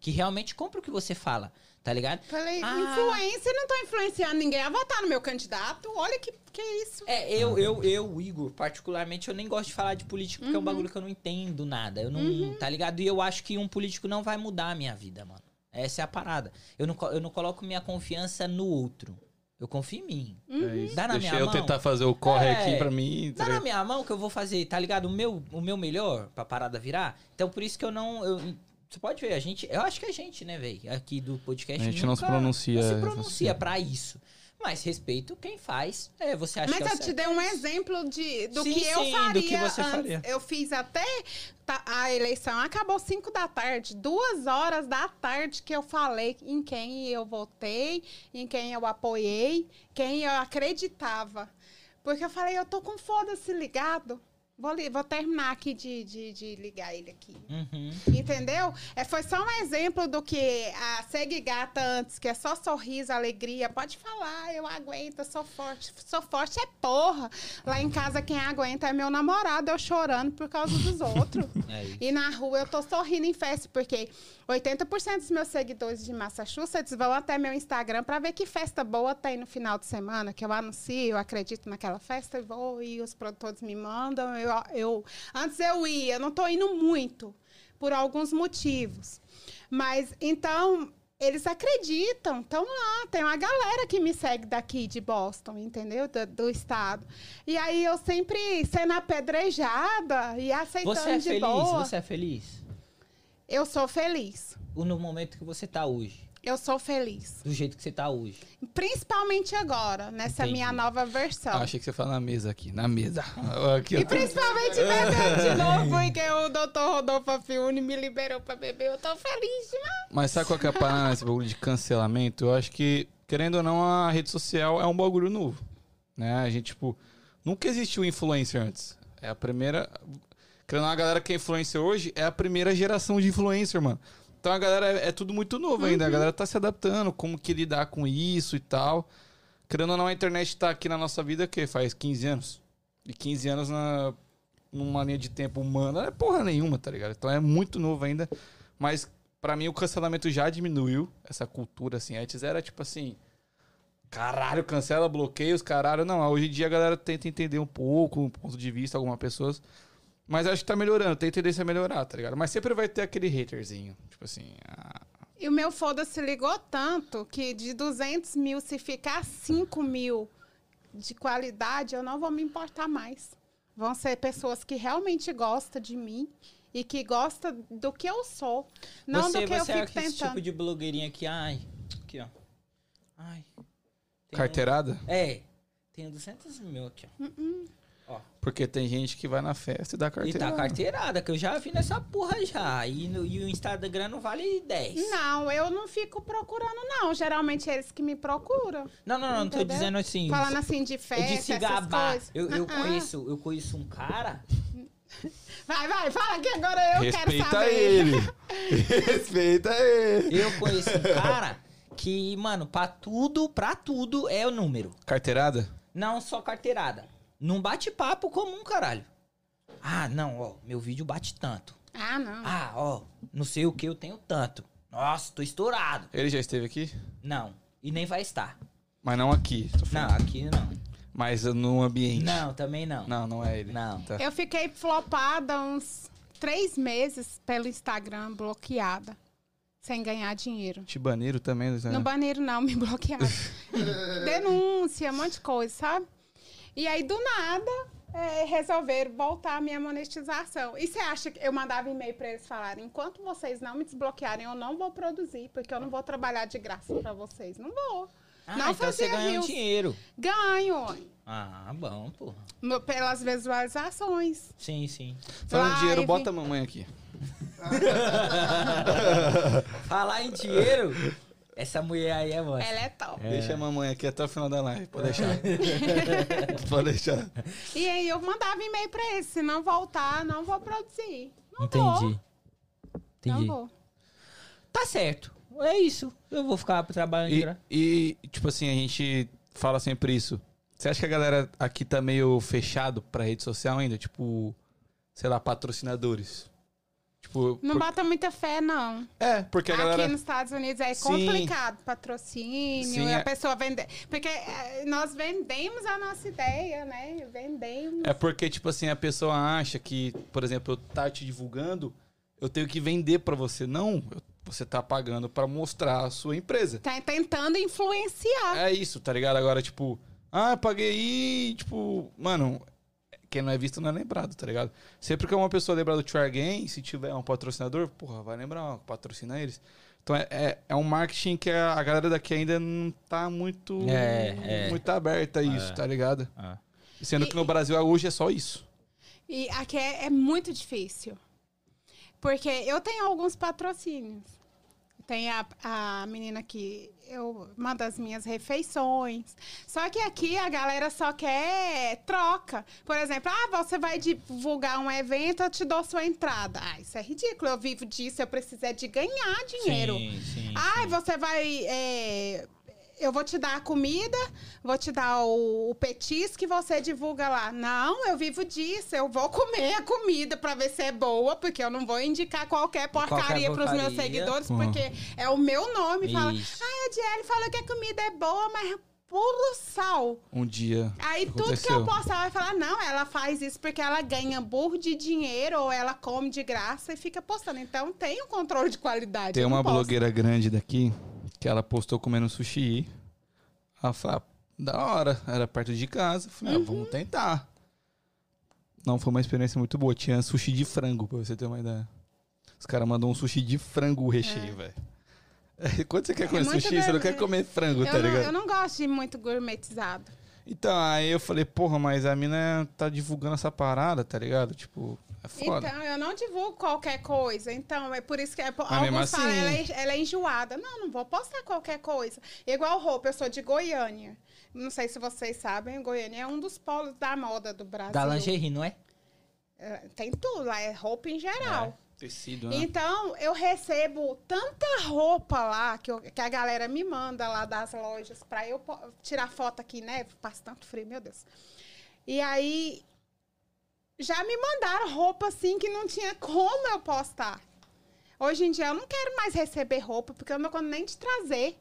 Speaker 2: Que realmente compram o que você fala, tá ligado?
Speaker 3: Falei,
Speaker 2: Ah.
Speaker 3: influência, não tô influenciando ninguém a votar no meu candidato. Olha que, que isso.
Speaker 2: É, eu, eu, eu, Igor, particularmente, eu nem gosto de falar de política porque é um bagulho que eu não entendo nada. Eu não, tá ligado? E eu acho que um político não vai mudar a minha vida, mano. Essa é a parada. Eu não, co- eu não coloco minha confiança no outro. Eu confio em mim.
Speaker 1: É isso.
Speaker 2: Dá na
Speaker 1: Deixa
Speaker 2: minha
Speaker 1: eu
Speaker 2: mão.
Speaker 1: tentar fazer o corre
Speaker 2: É.
Speaker 1: aqui pra mim.
Speaker 2: Tá
Speaker 1: tá
Speaker 2: na
Speaker 1: ligado?
Speaker 2: minha mão que eu vou fazer, tá ligado? O meu, o meu melhor pra parada virar. Então por isso que eu não. eu- você pode ver, a gente. Eu acho que a gente, né, velho? Aqui do podcast.
Speaker 1: A gente não se
Speaker 2: nunca-
Speaker 1: pronuncia. é,
Speaker 2: Não se pronuncia pra isso. Mas respeito quem faz. É, você acha
Speaker 3: Mas
Speaker 2: que é o
Speaker 3: eu te
Speaker 2: certo.
Speaker 3: dei um exemplo de, do
Speaker 2: Sim,
Speaker 3: que eu
Speaker 2: sim,
Speaker 3: faria.
Speaker 2: do que você
Speaker 3: antes.
Speaker 2: faria.
Speaker 3: Eu fiz até tá, a eleição. Acabou 5 da tarde. Duas horas da tarde que eu falei em quem eu votei, em quem eu apoiei, quem eu acreditava. Porque eu falei, eu tô com foda-se ligado. Vou, li- vou terminar aqui de- de- de ligar ele aqui.
Speaker 2: Uhum.
Speaker 3: Entendeu? É, foi só um exemplo do que a segue gata antes, que é só sorriso, alegria. Pode falar, eu aguento, eu sou forte. Sou forte é porra. Lá em casa, quem aguenta é meu namorado, eu chorando por causa dos outros.
Speaker 2: É isso.
Speaker 3: E na rua eu tô sorrindo em festa, porque 80% dos meus seguidores de Massachusetts vão até meu Instagram pra ver que festa boa tem no final de semana, que eu anuncio, eu acredito naquela festa e vou, e os produtores me mandam. Eu, eu- antes eu ia, eu não tô indo muito, por alguns motivos. Mas então. Eles acreditam, estão lá. Tem uma galera que me segue daqui de Boston, entendeu? Do, do estado. E aí eu sempre sendo apedrejada e aceitando
Speaker 2: Você é
Speaker 3: Então, de
Speaker 2: feliz?
Speaker 3: boa.
Speaker 2: Você é feliz?
Speaker 3: Eu sou feliz.
Speaker 2: Ou No momento que você tá hoje.
Speaker 3: Eu sou feliz.
Speaker 2: Do jeito que você tá hoje.
Speaker 3: Principalmente agora, nessa
Speaker 2: Entendi.
Speaker 3: minha nova versão.
Speaker 1: Ah, achei que você fala na mesa aqui. Na mesa. Aqui, ó.
Speaker 3: E principalmente bebendo de novo, porque o doutor Rodolfo Fiune me liberou pra beber. Eu tô feliz demais.
Speaker 1: Mas sabe qual que é a parada nesse bagulho de cancelamento? Eu acho que, querendo ou não, a rede social é um bagulho novo. Né? A gente, tipo, nunca existiu influencer antes. É a primeira. Querendo ou não, a galera que é influencer hoje é a primeira geração de influencer, mano. Então a galera é, é tudo muito novo ainda. A galera tá se adaptando, como que lidar com isso e tal. Querendo ou não, a internet tá aqui na nossa vida que faz 15 anos. E 15 anos na, numa linha de tempo humana é porra nenhuma, tá ligado? Então é muito novo ainda. Mas pra mim o cancelamento já diminuiu essa cultura, assim. Antes era tipo assim. Caralho, cancela, bloqueios, caralho. Não, hoje em dia a galera tenta entender um pouco, um ponto de vista, algumas pessoas. Mas acho que tá melhorando, tem tendência a melhorar, tá ligado? Mas sempre vai ter aquele haterzinho. Tipo assim, ah,
Speaker 3: E o meu foda-se ligou tanto que de 200 mil, se ficar 5 mil de qualidade, eu não vou me importar mais. Vão ser pessoas que realmente gostam de mim e que gostam do que eu sou. Não
Speaker 2: você
Speaker 3: do que eu
Speaker 2: você é
Speaker 3: fico
Speaker 2: esse
Speaker 3: tentando.
Speaker 2: tipo de blogueirinha que, ai. Aqui, ó. Ai. tem um-
Speaker 1: carteirada?
Speaker 2: É. Tenho 200 mil aqui, ó.
Speaker 1: Porque tem gente que vai na festa e dá
Speaker 2: E
Speaker 1: carteirada.
Speaker 2: tá carteirada, que eu já vi nessa porra já. E, no- e o Instagram não vale 10.
Speaker 3: Não, eu não fico procurando, não. Geralmente é eles que me procuram.
Speaker 2: Não, não, não, não, tô
Speaker 3: Entendeu?
Speaker 2: dizendo assim.
Speaker 3: Falando assim de
Speaker 2: é
Speaker 3: festa,
Speaker 2: de se
Speaker 3: essas
Speaker 2: gabar.
Speaker 3: coisas.
Speaker 2: Eu, eu
Speaker 3: Ah, ah.
Speaker 2: conheço, eu conheço um cara.
Speaker 3: Vai, vai, fala que agora eu quero
Speaker 1: Respeita
Speaker 3: saber.
Speaker 1: ele! Respeita ele!
Speaker 2: Eu conheço um cara que, mano, pra tudo, pra tudo é o número.
Speaker 1: Carteirada?
Speaker 2: Não só carteirada. Num bate-papo comum, caralho. Ah, não, ó, meu vídeo bate tanto.
Speaker 3: Ah, não.
Speaker 2: Ah, ó, não sei o que eu tenho tanto. Nossa, tô estourado.
Speaker 1: Ele já esteve aqui?
Speaker 2: Não, e nem vai estar.
Speaker 1: Mas não aqui. tô
Speaker 2: Não,
Speaker 1: falando.
Speaker 2: aqui não.
Speaker 1: Mas no ambiente.
Speaker 2: Não, também não.
Speaker 1: Não, não é ele.
Speaker 2: Não.
Speaker 1: Tá.
Speaker 3: Eu fiquei flopada uns três meses pelo Instagram, bloqueada. Sem ganhar dinheiro.
Speaker 1: Tibaneiro também. né?
Speaker 3: No banheiro não, me bloquearam. Denúncia, um monte de coisa, sabe? E aí, do nada, é, resolveram voltar a minha monetização. E você acha que eu mandava e-mail pra eles falarem, enquanto vocês não me desbloquearem, eu não vou produzir, porque eu não vou trabalhar de graça pra vocês. Não vou.
Speaker 2: Ah,
Speaker 3: não
Speaker 2: então você
Speaker 3: fazia
Speaker 2: ganhou
Speaker 3: reels.
Speaker 2: dinheiro.
Speaker 3: Ganho
Speaker 2: Ah, bom, pô.
Speaker 3: no- pelas visualizações.
Speaker 2: Sim, sim.
Speaker 1: Falando em dinheiro,
Speaker 3: Live.
Speaker 1: bota a mamãe aqui.
Speaker 2: Falar em dinheiro, essa mulher aí é monstra.
Speaker 3: Ela é top.
Speaker 1: Deixa a mamãe aqui até o final da live. Pode deixar. Pode deixar.
Speaker 3: E aí eu mandava e-mail pra eles, se não voltar, não vou produzir. Não vou.
Speaker 2: Entendi.
Speaker 3: Não
Speaker 2: Entendi.
Speaker 3: vou.
Speaker 2: Tá certo. É isso. Eu vou ficar trabalhando.
Speaker 1: E,
Speaker 2: de gra-
Speaker 1: e, tipo assim, a gente fala sempre isso. Você acha que a galera aqui tá meio fechado pra rede social ainda? Tipo, sei lá, patrocinadores. Tipo,
Speaker 3: Não
Speaker 1: por-
Speaker 3: bota muita fé, não.
Speaker 1: é, porque a
Speaker 3: Aqui
Speaker 1: galera...
Speaker 3: nos Estados Unidos é
Speaker 1: Sim.
Speaker 3: complicado patrocínio,
Speaker 1: Sim,
Speaker 3: a
Speaker 1: é.
Speaker 3: pessoa vende. Porque eh, nós vendemos a nossa ideia, né? Vendemos.
Speaker 1: É porque, tipo assim, a pessoa acha que, por exemplo, eu tá te divulgando, eu tenho que vender pra você. Não, eu Você tá pagando pra mostrar a sua empresa.
Speaker 3: Tá tentando influenciar.
Speaker 1: É isso, tá ligado? Agora, tipo, ah, eu paguei e, tipo, mano, quem não é visto não é lembrado, tá ligado? Sempre que uma pessoa lembrar do Try Again, se tiver um patrocinador, porra, vai lembrar, ó, patrocina eles. Então é, é, é um marketing que a, a galera daqui ainda não tá muito,
Speaker 2: É, é.
Speaker 1: muito aberta a isso,
Speaker 2: É.
Speaker 1: tá ligado?
Speaker 2: Ah.
Speaker 1: Sendo
Speaker 3: E-
Speaker 1: que no Brasil hoje é só isso.
Speaker 3: E aqui é, é muito difícil. Porque eu tenho alguns patrocínios. Tem a, a menina que eu mando as minhas refeições. Só que aqui a galera só quer troca. Por exemplo, ah, você vai divulgar um evento, eu te dou sua entrada. Ah, isso é ridículo. Eu vivo disso, eu preciso é de ganhar dinheiro.
Speaker 2: Sim, sim,
Speaker 3: Ai,
Speaker 2: sim.
Speaker 3: você vai. é, eu vou te dar a comida, vou te dar o, o petisco que você divulga lá. Não, eu vivo disso. Eu vou comer a comida pra ver se é boa, porque eu não vou indicar qualquer
Speaker 2: Qualquer
Speaker 3: porcaria pros meus
Speaker 2: porcaria.
Speaker 3: seguidores,
Speaker 1: Uhum.
Speaker 3: porque é o meu nome. Fala,
Speaker 2: Isso.
Speaker 3: ai, a Diele falou que a comida é boa, mas é puro sal.
Speaker 1: Um dia.
Speaker 3: Aí tudo que
Speaker 1: Aconteceu.
Speaker 3: eu postar ela vai falar, não, ela faz isso porque ela ganha burro de dinheiro ou ela come de graça e fica postando. Então tem um controle de qualidade.
Speaker 1: Tem
Speaker 3: eu não
Speaker 1: uma
Speaker 3: posso.
Speaker 1: blogueira grande daqui que ela postou comendo sushi. Ela falou, "Ah, da hora, era perto de casa. Eu Falei, ah,
Speaker 3: Uhum.
Speaker 1: vamos tentar. Não foi uma experiência muito boa. Tinha sushi de frango, pra você ter uma ideia. Os caras mandam um sushi de frango o
Speaker 3: É.
Speaker 1: recheio, velho. Quando você quer comer
Speaker 3: muito
Speaker 1: sushi, você não
Speaker 3: gourmet.
Speaker 1: quer comer frango, tá
Speaker 3: É eu, não,
Speaker 1: ligado?
Speaker 3: eu não gosto de muito gourmetizado.
Speaker 1: Então, aí eu falei, porra, mas a mina tá divulgando essa parada, tá ligado? Tipo, é foda.
Speaker 3: Então, eu não divulgo qualquer coisa. Então, é por isso que é, po-
Speaker 1: Ah, mesmo
Speaker 3: alguns falam,
Speaker 1: assim.
Speaker 3: ela, é, ela é enjoada. Não, não vou postar qualquer coisa. Igual roupa, eu sou de Goiânia. Não sei se vocês sabem, Goiânia é um dos polos da moda do Brasil.
Speaker 2: Da lingerie, não é?
Speaker 3: É, Tem tudo, lá é roupa em geral.
Speaker 1: Tecido,
Speaker 2: né?
Speaker 3: Então, eu recebo tanta roupa lá que, eu- que a galera me manda lá das lojas pra eu po- tirar foto aqui, né? Passa tanto frio, meu Deus. E aí, já me mandaram roupa assim que não tinha como eu postar. Hoje em dia, eu não quero mais receber roupa porque eu não quero nem te trazer.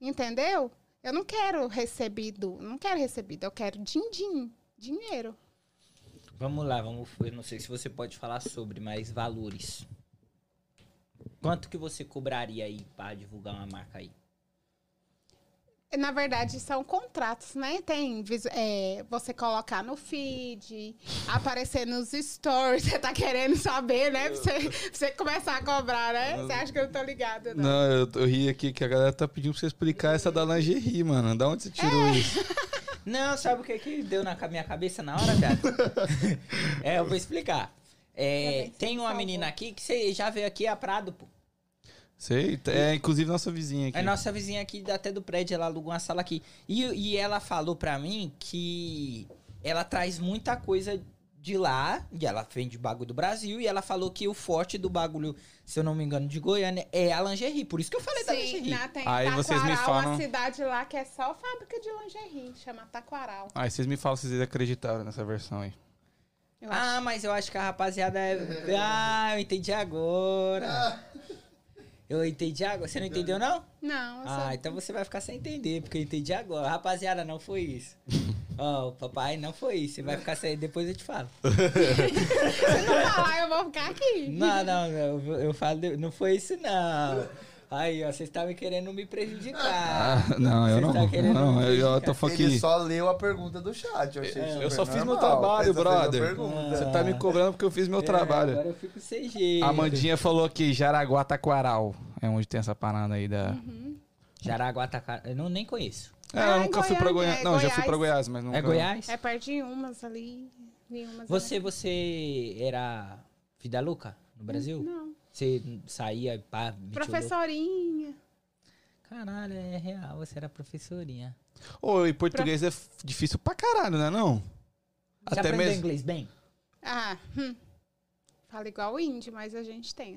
Speaker 3: Entendeu? Eu não quero recebido, não quero recebido, eu quero din-din, dinheiro.
Speaker 2: Vamos lá, vamos. Eu não sei se você pode falar sobre, mas valores. Quanto que você cobraria aí pra divulgar uma marca aí?
Speaker 3: Na verdade, são contratos, né? Tem visu- é, você colocar no feed, aparecer nos stories. Você tá querendo saber, né? Pra você, pra você começar a cobrar, né? Você acha que eu não tô ligada, né? não?
Speaker 1: Não, eu, eu ri aqui que a galera tá pedindo pra você explicar essa da lingerie, mano. Da onde você
Speaker 3: É.
Speaker 1: tirou isso?
Speaker 2: Não, sabe o que que deu na ca- minha cabeça na hora, viado? é, eu vou explicar. É,
Speaker 3: Ainda bem que
Speaker 2: tem
Speaker 3: você
Speaker 2: uma
Speaker 3: salvou.
Speaker 2: menina aqui que você já veio aqui, é a Prado, pô.
Speaker 1: Sei, é inclusive nossa vizinha aqui.
Speaker 2: É nossa vizinha aqui, até do prédio, ela alugou uma sala aqui. E, e ela falou pra mim que ela traz muita coisa de lá, e ela vende bagulho do Brasil, e ela falou que o forte do bagulho, se eu não me engano, de Goiânia, é a lingerie. Por isso que eu falei da
Speaker 3: Sim,
Speaker 2: lingerie.
Speaker 3: na, tem
Speaker 1: Aí vocês me
Speaker 3: Taquaral, uma
Speaker 1: falam-
Speaker 3: cidade lá que é só fábrica de lingerie, chama Taquaral.
Speaker 1: Aí vocês me falam se vocês acreditaram nessa versão aí.
Speaker 3: Eu acho.
Speaker 2: Ah, mas eu acho que a rapaziada é... Ah, eu entendi agora. Eu entendi agora. Você não entendeu, não?
Speaker 3: Não, eu sou...
Speaker 2: Ah, então você vai ficar sem entender, porque eu entendi agora. Rapaziada, não foi isso. Ó, o papai não foi isso. Você vai ficar sem... Depois eu te falo.
Speaker 3: se
Speaker 1: tá.
Speaker 3: não falar, eu vou ficar aqui.
Speaker 2: Não, não, não, eu falo, de- não foi isso não. Aí, ó, vocês estavam querendo me prejudicar.
Speaker 1: Ah, não, eu
Speaker 2: Vocês
Speaker 1: não.
Speaker 2: tá querendo
Speaker 1: não,
Speaker 2: me
Speaker 1: eu, eu
Speaker 2: prejudicar.
Speaker 1: tô falando
Speaker 4: Ele
Speaker 1: que.
Speaker 4: só leu a pergunta do chat, eu achei
Speaker 1: É,
Speaker 4: super
Speaker 1: eu só fiz meu
Speaker 4: normal.
Speaker 1: trabalho,
Speaker 4: Ele só fez a
Speaker 1: brother.
Speaker 4: pergunta.
Speaker 1: Você tá me cobrando porque eu fiz meu
Speaker 2: É,
Speaker 1: trabalho.
Speaker 2: Agora é eu fico sem jeito.
Speaker 1: A Mandinha falou aqui, Jaraguá Taquaral. É onde tem essa parada aí da.
Speaker 2: Jaraguá Tacara- Eu não, nem conheço.
Speaker 1: É,
Speaker 3: Ah,
Speaker 1: eu
Speaker 3: é
Speaker 1: nunca fui pra
Speaker 3: Goiânia,
Speaker 1: Goiás.
Speaker 3: é
Speaker 1: não, já fui pra Goiás,
Speaker 3: Goiás.
Speaker 1: mas nunca.
Speaker 2: É Goiás?
Speaker 3: É perto de umas ali, de umas
Speaker 2: Você, você era vida louca no Brasil?
Speaker 3: ali. Não,
Speaker 2: Você saía e pá, metia o louco?
Speaker 3: professorinha.
Speaker 2: Caralho, é real, você era professorinha.
Speaker 1: Ô, e português é f- difícil pra caralho, né? Não?
Speaker 2: Você
Speaker 1: Até
Speaker 2: aprendeu
Speaker 1: mesmo.
Speaker 2: inglês bem?
Speaker 3: Ah, hum. fala igual o índio, mas a gente tem.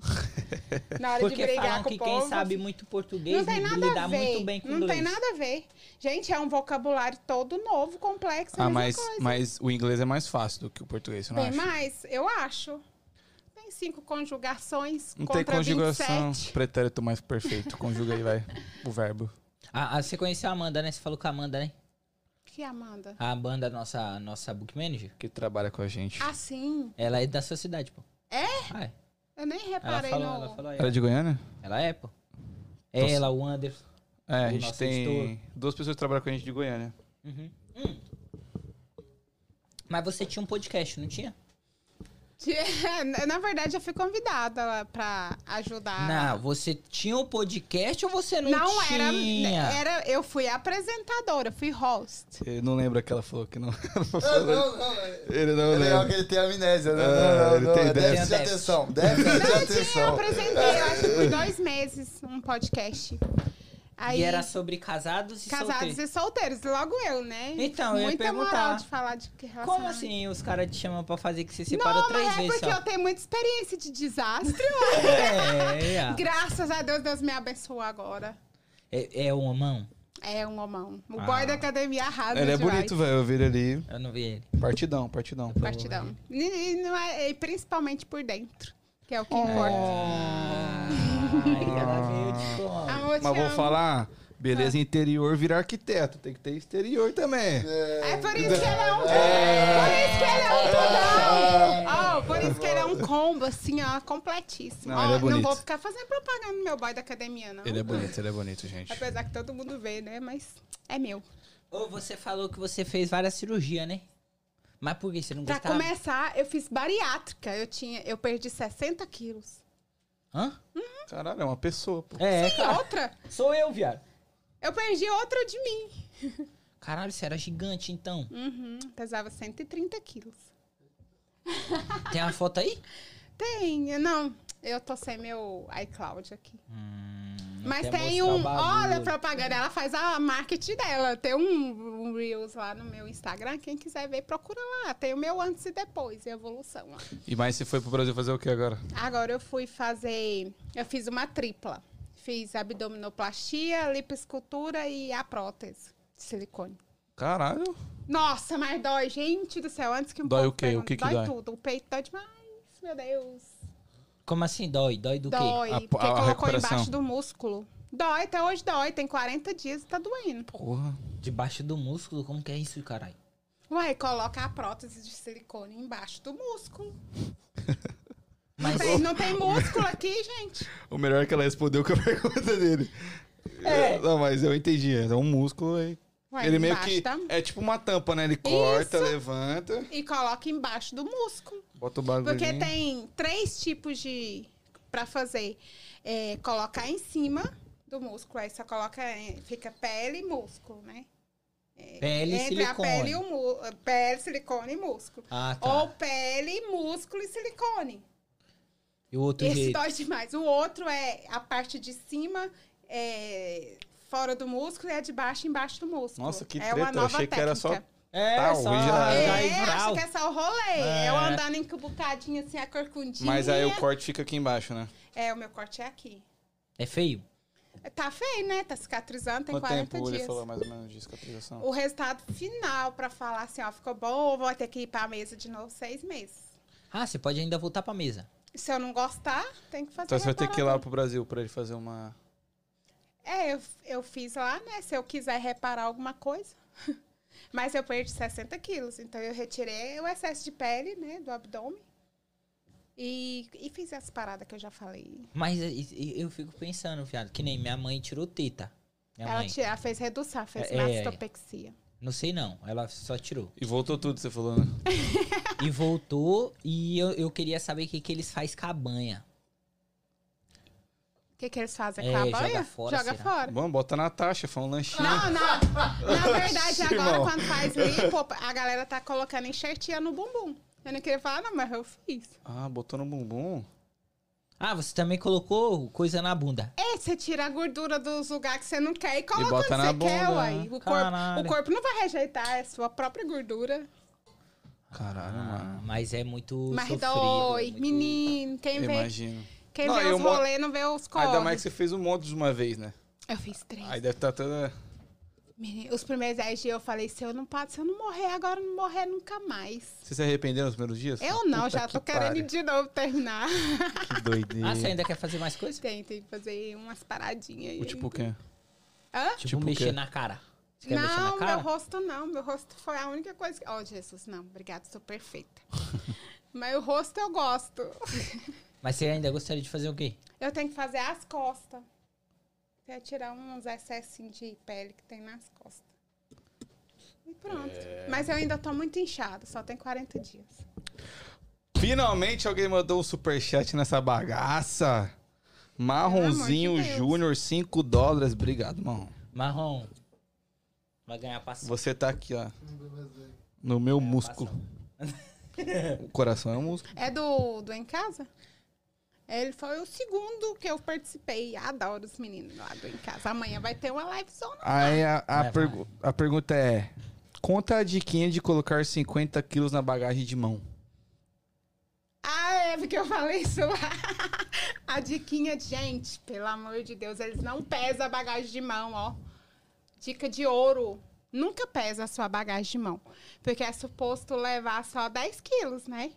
Speaker 3: Na hora de
Speaker 2: Porque
Speaker 3: brigar
Speaker 2: falam
Speaker 3: com
Speaker 2: que
Speaker 3: o
Speaker 2: quem
Speaker 3: povo,
Speaker 2: sabe muito português
Speaker 3: não tem nada
Speaker 2: lida
Speaker 3: a ver.
Speaker 2: muito bem com
Speaker 3: não
Speaker 2: inglês.
Speaker 3: tem nada a ver. Gente, é um vocabulário todo novo, complexo, é a
Speaker 1: Ah,
Speaker 3: mesma
Speaker 1: mas,
Speaker 3: coisa.
Speaker 1: mas o inglês é mais fácil do que o português, você não
Speaker 3: Tem
Speaker 1: acha?
Speaker 3: mais, eu acho. Tem cinco conjugações
Speaker 1: Não tem
Speaker 3: contra
Speaker 1: conjugação.
Speaker 3: 27.
Speaker 1: Pretérito mais perfeito. Conjuga aí, vai. O verbo.
Speaker 2: Ah, ah, você conheceu a Amanda, né? Você falou com a Amanda, né?
Speaker 3: Que Amanda?
Speaker 2: A Amanda, nossa, nossa book manager.
Speaker 1: Que trabalha com a gente.
Speaker 3: Ah, sim.
Speaker 2: Ela é da sua cidade, pô.
Speaker 3: É?
Speaker 2: Ah, é.
Speaker 3: Eu nem
Speaker 2: Ela
Speaker 3: reparei
Speaker 2: falou,
Speaker 3: no.
Speaker 2: ela falou aí.
Speaker 1: Era de Goiânia?
Speaker 2: Ela é, pô.
Speaker 1: Nossa.
Speaker 2: Ela, o Anderson.
Speaker 1: É, a
Speaker 2: O
Speaker 1: gente
Speaker 2: nosso
Speaker 1: tem
Speaker 2: editor.
Speaker 1: duas pessoas que trabalham com a gente de Goiânia.
Speaker 2: Uhum. Hum. Mas você tinha um podcast, não tinha?
Speaker 3: Na- É, Na verdade, eu fui convidada lá pra ajudar.
Speaker 2: Não, você tinha um podcast ou você não,
Speaker 3: Ah. Não, era, é,
Speaker 2: tinha?
Speaker 3: era. Eu fui apresentadora, eu fui host.
Speaker 1: Eu não lembro que ela falou que não.
Speaker 4: Não, não, não. É
Speaker 1: Ele não
Speaker 4: é legal
Speaker 1: lembra.
Speaker 4: que ele tem amnésia. Não,
Speaker 1: Ah,
Speaker 4: não, não.
Speaker 1: ele
Speaker 4: não,
Speaker 1: tem
Speaker 4: é déficit de
Speaker 2: déficit.
Speaker 4: atenção. Déficit de
Speaker 3: Eu
Speaker 4: atenção.
Speaker 3: apresentei, eu acho que por dois meses, um podcast. Aí,
Speaker 2: E era assim, sobre casados e
Speaker 3: casados
Speaker 2: solteiros.
Speaker 3: e solteiros, logo eu, né?
Speaker 2: Então, eu ia
Speaker 3: Muita moral
Speaker 2: perguntar.
Speaker 3: de falar de relacionamento.
Speaker 2: Como assim os caras te chamam pra fazer que você separou
Speaker 3: Não,
Speaker 2: três
Speaker 3: mas é
Speaker 2: vezes
Speaker 3: porque
Speaker 2: só?
Speaker 3: eu tenho muita experiência de desastre.
Speaker 2: É, é.
Speaker 3: Graças a Deus, Deus me abençoou agora.
Speaker 2: é, é uma mão?
Speaker 3: É um homão. O
Speaker 2: Ah.
Speaker 3: boy da academia arrasa
Speaker 1: Ele é
Speaker 3: demais.
Speaker 1: bonito, velho. Eu vi ele ali.
Speaker 2: Eu não vi ele.
Speaker 1: Partidão, partidão.
Speaker 3: Partidão. E, e não é- e principalmente por dentro, que é o que
Speaker 1: Oh.
Speaker 3: importa.
Speaker 2: Oh.
Speaker 3: Ah.
Speaker 2: Ai, ela tipo, veio de como?
Speaker 3: Amor, te
Speaker 1: Mas vou
Speaker 3: amo. Ah.
Speaker 1: falar, beleza interior virar arquiteto. Tem que ter exterior também.
Speaker 3: É por isso que ele é um. Por isso que ele é um tudão. Ó, por isso que ele é um combo, assim, ó, completíssimo.
Speaker 1: Não, ele é
Speaker 3: Ó,
Speaker 1: bonito.
Speaker 3: não vou ficar fazendo propaganda do meu boy da academia, não.
Speaker 1: Ele é bonito, ele é bonito, gente.
Speaker 3: Apesar que todo mundo vê, né? Mas é meu.
Speaker 2: Ou você falou que você fez várias cirurgias, né? Mas por que você não
Speaker 3: Pra
Speaker 2: gostava?
Speaker 3: começar, eu fiz bariátrica. Eu, tinha, eu perdi 60 quilos.
Speaker 2: Hã?
Speaker 1: Caralho, é uma pessoa, pô.
Speaker 2: É,
Speaker 3: E outra,
Speaker 2: sou eu, viado.
Speaker 3: eu perdi outra de mim.
Speaker 2: Caralho, você era gigante, então.
Speaker 3: Uhum, pesava 130 quilos.
Speaker 2: Tem uma foto aí?
Speaker 3: Tem, não. Eu tô sem meu iCloud aqui.
Speaker 2: Hum,
Speaker 3: Mas
Speaker 2: até
Speaker 3: tem
Speaker 2: mostrar o
Speaker 3: um.
Speaker 2: bagulho.
Speaker 3: Olha a propaganda, ela faz a marketing dela. Tem um, um Reels lá no meu Instagram. Quem quiser ver, procura lá. Tem o meu antes e depois, e a evolução. lá.
Speaker 1: E mais se foi pro Brasil fazer o que agora?
Speaker 3: Agora eu fui fazer. Eu fiz uma tripla. Fiz abdominoplastia, lipoescultura e a prótese de silicone.
Speaker 1: Caralho.
Speaker 3: Nossa, mas dói, gente do céu. Antes que um
Speaker 1: Dói
Speaker 3: povo
Speaker 1: o quê? O
Speaker 3: pergunte,
Speaker 1: que que
Speaker 3: dói?
Speaker 1: dói?
Speaker 3: tudo. O peito dói demais, meu Deus.
Speaker 2: Como assim dói? Dói do quê?
Speaker 3: Dói,
Speaker 1: A-
Speaker 3: porque
Speaker 1: a
Speaker 3: colocou
Speaker 1: recuperação.
Speaker 3: embaixo do músculo. Dói, até hoje dói. Tem 40 dias e tá doendo.
Speaker 1: Porra.
Speaker 2: Debaixo do músculo? Como que é isso, caralho?
Speaker 3: Ué, coloca a prótese de silicone embaixo do músculo.
Speaker 2: Mas-
Speaker 3: Tem- não tem músculo aqui, gente.
Speaker 1: O melhor é que ela respondeu com a pergunta dele.
Speaker 2: É.
Speaker 1: Eu- Não, mas eu entendi. É um músculo aí.
Speaker 3: Ué,
Speaker 1: ele meio
Speaker 3: embaixo,
Speaker 1: que.
Speaker 3: tá?
Speaker 1: É tipo uma tampa, né? Ele corta, levanta,
Speaker 3: E coloca embaixo do músculo.
Speaker 1: bota o bagulho.
Speaker 3: Porque tem três tipos de. pra fazer. É, colocar em cima do músculo. Aí só coloca. em- Fica pele e músculo, né?
Speaker 2: Pele e
Speaker 3: Entre
Speaker 2: silicone.
Speaker 3: a pele, e o mu- pele, silicone e músculo.
Speaker 2: Ah, tá.
Speaker 3: Ou pele, músculo e silicone.
Speaker 2: E o outro
Speaker 3: Esse
Speaker 2: jeito?
Speaker 3: dói demais. O outro é a parte de cima, é, fora do músculo, e a de baixo, embaixo do músculo.
Speaker 1: Nossa, que
Speaker 3: é
Speaker 1: treta, eu achei que era só-
Speaker 2: É,
Speaker 1: Tal,
Speaker 2: só...
Speaker 1: já-
Speaker 3: É,
Speaker 2: dói
Speaker 3: acho
Speaker 2: vral.
Speaker 3: que é só o rolê.
Speaker 2: É.
Speaker 3: Eu andando encubucadinha, assim, a corcundinha.
Speaker 1: Mas aí o corte fica aqui embaixo, né?
Speaker 3: É, o meu corte é aqui.
Speaker 2: É feio?
Speaker 3: Tá feio, né? Tá cicatrizando, tem
Speaker 1: Quanto
Speaker 3: 40
Speaker 1: tempo ele
Speaker 3: dias.
Speaker 1: falou mais ou menos de cicatrização?
Speaker 3: O resultado final pra falar assim, ó, ficou bom ou vou ter que ir pra mesa de novo seis meses.
Speaker 2: Ah, você pode ainda voltar pra mesa.
Speaker 3: Se eu não gostar, tem que fazer
Speaker 1: Então você vai ter que ir lá
Speaker 3: reparação.
Speaker 1: pro Brasil pra ele fazer uma.
Speaker 3: É, eu, eu fiz lá, né? Se eu quiser reparar alguma coisa. Mas eu perdi 60 quilos, então eu retirei o excesso de pele, né, do abdômen. E, e fiz as paradas que eu já falei.
Speaker 2: Mas e- e- eu fico pensando, viado, que nem minha mãe tirou teta. Minha
Speaker 3: ela,
Speaker 2: mãe.
Speaker 3: ti- ela fez redução, fez
Speaker 2: É, é,
Speaker 3: mastopexia.
Speaker 2: Não sei não, ela só tirou.
Speaker 1: E voltou tudo, você falou, né?
Speaker 2: E voltou e eu, eu queria saber o que, que eles fazem com a banha.
Speaker 3: O que, que eles fazem?
Speaker 2: É,
Speaker 3: com a
Speaker 2: joga
Speaker 3: banha?
Speaker 2: fora,
Speaker 3: Joga
Speaker 2: será?
Speaker 3: fora.
Speaker 1: Bom, bota na taxa, faz um lanchinho.
Speaker 3: Não, não. Na verdade,
Speaker 1: Sim,
Speaker 3: agora
Speaker 1: irmão.
Speaker 3: quando faz lipo, a galera tá colocando enxertia no bumbum. Eu não queria falar, não, mas eu fiz.
Speaker 1: Ah, botou no bumbum.
Speaker 2: Ah, você também colocou coisa na bunda.
Speaker 3: É, você tira a gordura dos lugares que você não quer e coloca
Speaker 1: bota
Speaker 3: onde
Speaker 1: na
Speaker 3: você quer,
Speaker 1: bunda,
Speaker 3: uai.
Speaker 1: né?
Speaker 3: O corpo,
Speaker 2: Caralho.
Speaker 3: o corpo não vai rejeitar, é sua própria gordura.
Speaker 1: Caralho, mano.
Speaker 2: Ah, mas é muito
Speaker 3: Mas
Speaker 2: sofrido. é
Speaker 3: dói,
Speaker 2: muito-
Speaker 3: menino. Quem vê,
Speaker 1: Imagino.
Speaker 3: quem
Speaker 1: Não,
Speaker 3: vê
Speaker 1: eu
Speaker 3: os
Speaker 1: mo-
Speaker 3: rolês não vê os
Speaker 1: Ainda mais que
Speaker 3: corpos.
Speaker 1: você fez um monte de uma vez, né?
Speaker 3: Eu fiz três.
Speaker 1: Aí deve estar toda.
Speaker 3: Menino, os primeiros dez dias eu falei, se eu não paro, se eu não morrer agora, eu não morrer nunca mais.
Speaker 1: Você se arrependeu nos primeiros dias?
Speaker 3: Eu não, já
Speaker 1: que
Speaker 3: tô querendo
Speaker 1: pariu.
Speaker 3: de novo terminar.
Speaker 1: Que doideira.
Speaker 2: Ah, você ainda quer fazer mais coisa?
Speaker 3: Tem, tem que fazer umas paradinhas aí.
Speaker 1: O tipo o quê?
Speaker 3: Hã?
Speaker 2: Tipo,
Speaker 1: Tipo o
Speaker 2: mexer
Speaker 1: quê?
Speaker 2: na cara. Você quer mexer na
Speaker 3: Não,
Speaker 2: cara?
Speaker 3: meu rosto não. Meu rosto foi a única coisa que. Ó, Jesus, não. Obrigada, sou perfeita. Mas o rosto eu gosto.
Speaker 2: Mas você ainda gostaria de fazer o quê?
Speaker 3: Eu tenho que fazer as costas. Quer tirar uns excessos de pele que tem nas costas. E pronto.
Speaker 2: É.
Speaker 3: Mas eu ainda tô muito inchada, só tem 40 dias.
Speaker 1: Finalmente alguém mandou um superchat nessa bagaça. Marronzinho
Speaker 3: Pelo amor de Deus.
Speaker 1: Júnior, 5 dólares. Obrigado, mano.
Speaker 2: Marrom. Vai ganhar paciência.
Speaker 1: Você tá aqui, ó. No meu músculo. O coração é um músculo.
Speaker 3: É do, do Em Casa? Ele foi o segundo que eu participei. Adoro os meninos lá do Em Casa. Amanhã vai ter uma live zona.
Speaker 1: Aí a, a
Speaker 2: Vai,
Speaker 1: pergu- a pergunta é: conta a diquinha de colocar 50 quilos na bagagem de mão.
Speaker 3: Ah, é porque eu falei isso lá. A diquinha, de- gente, pelo amor de Deus, eles não pesam a bagagem de mão, ó. Dica de ouro. Nunca pesa a sua bagagem de mão. Porque é suposto levar só 10 quilos, né?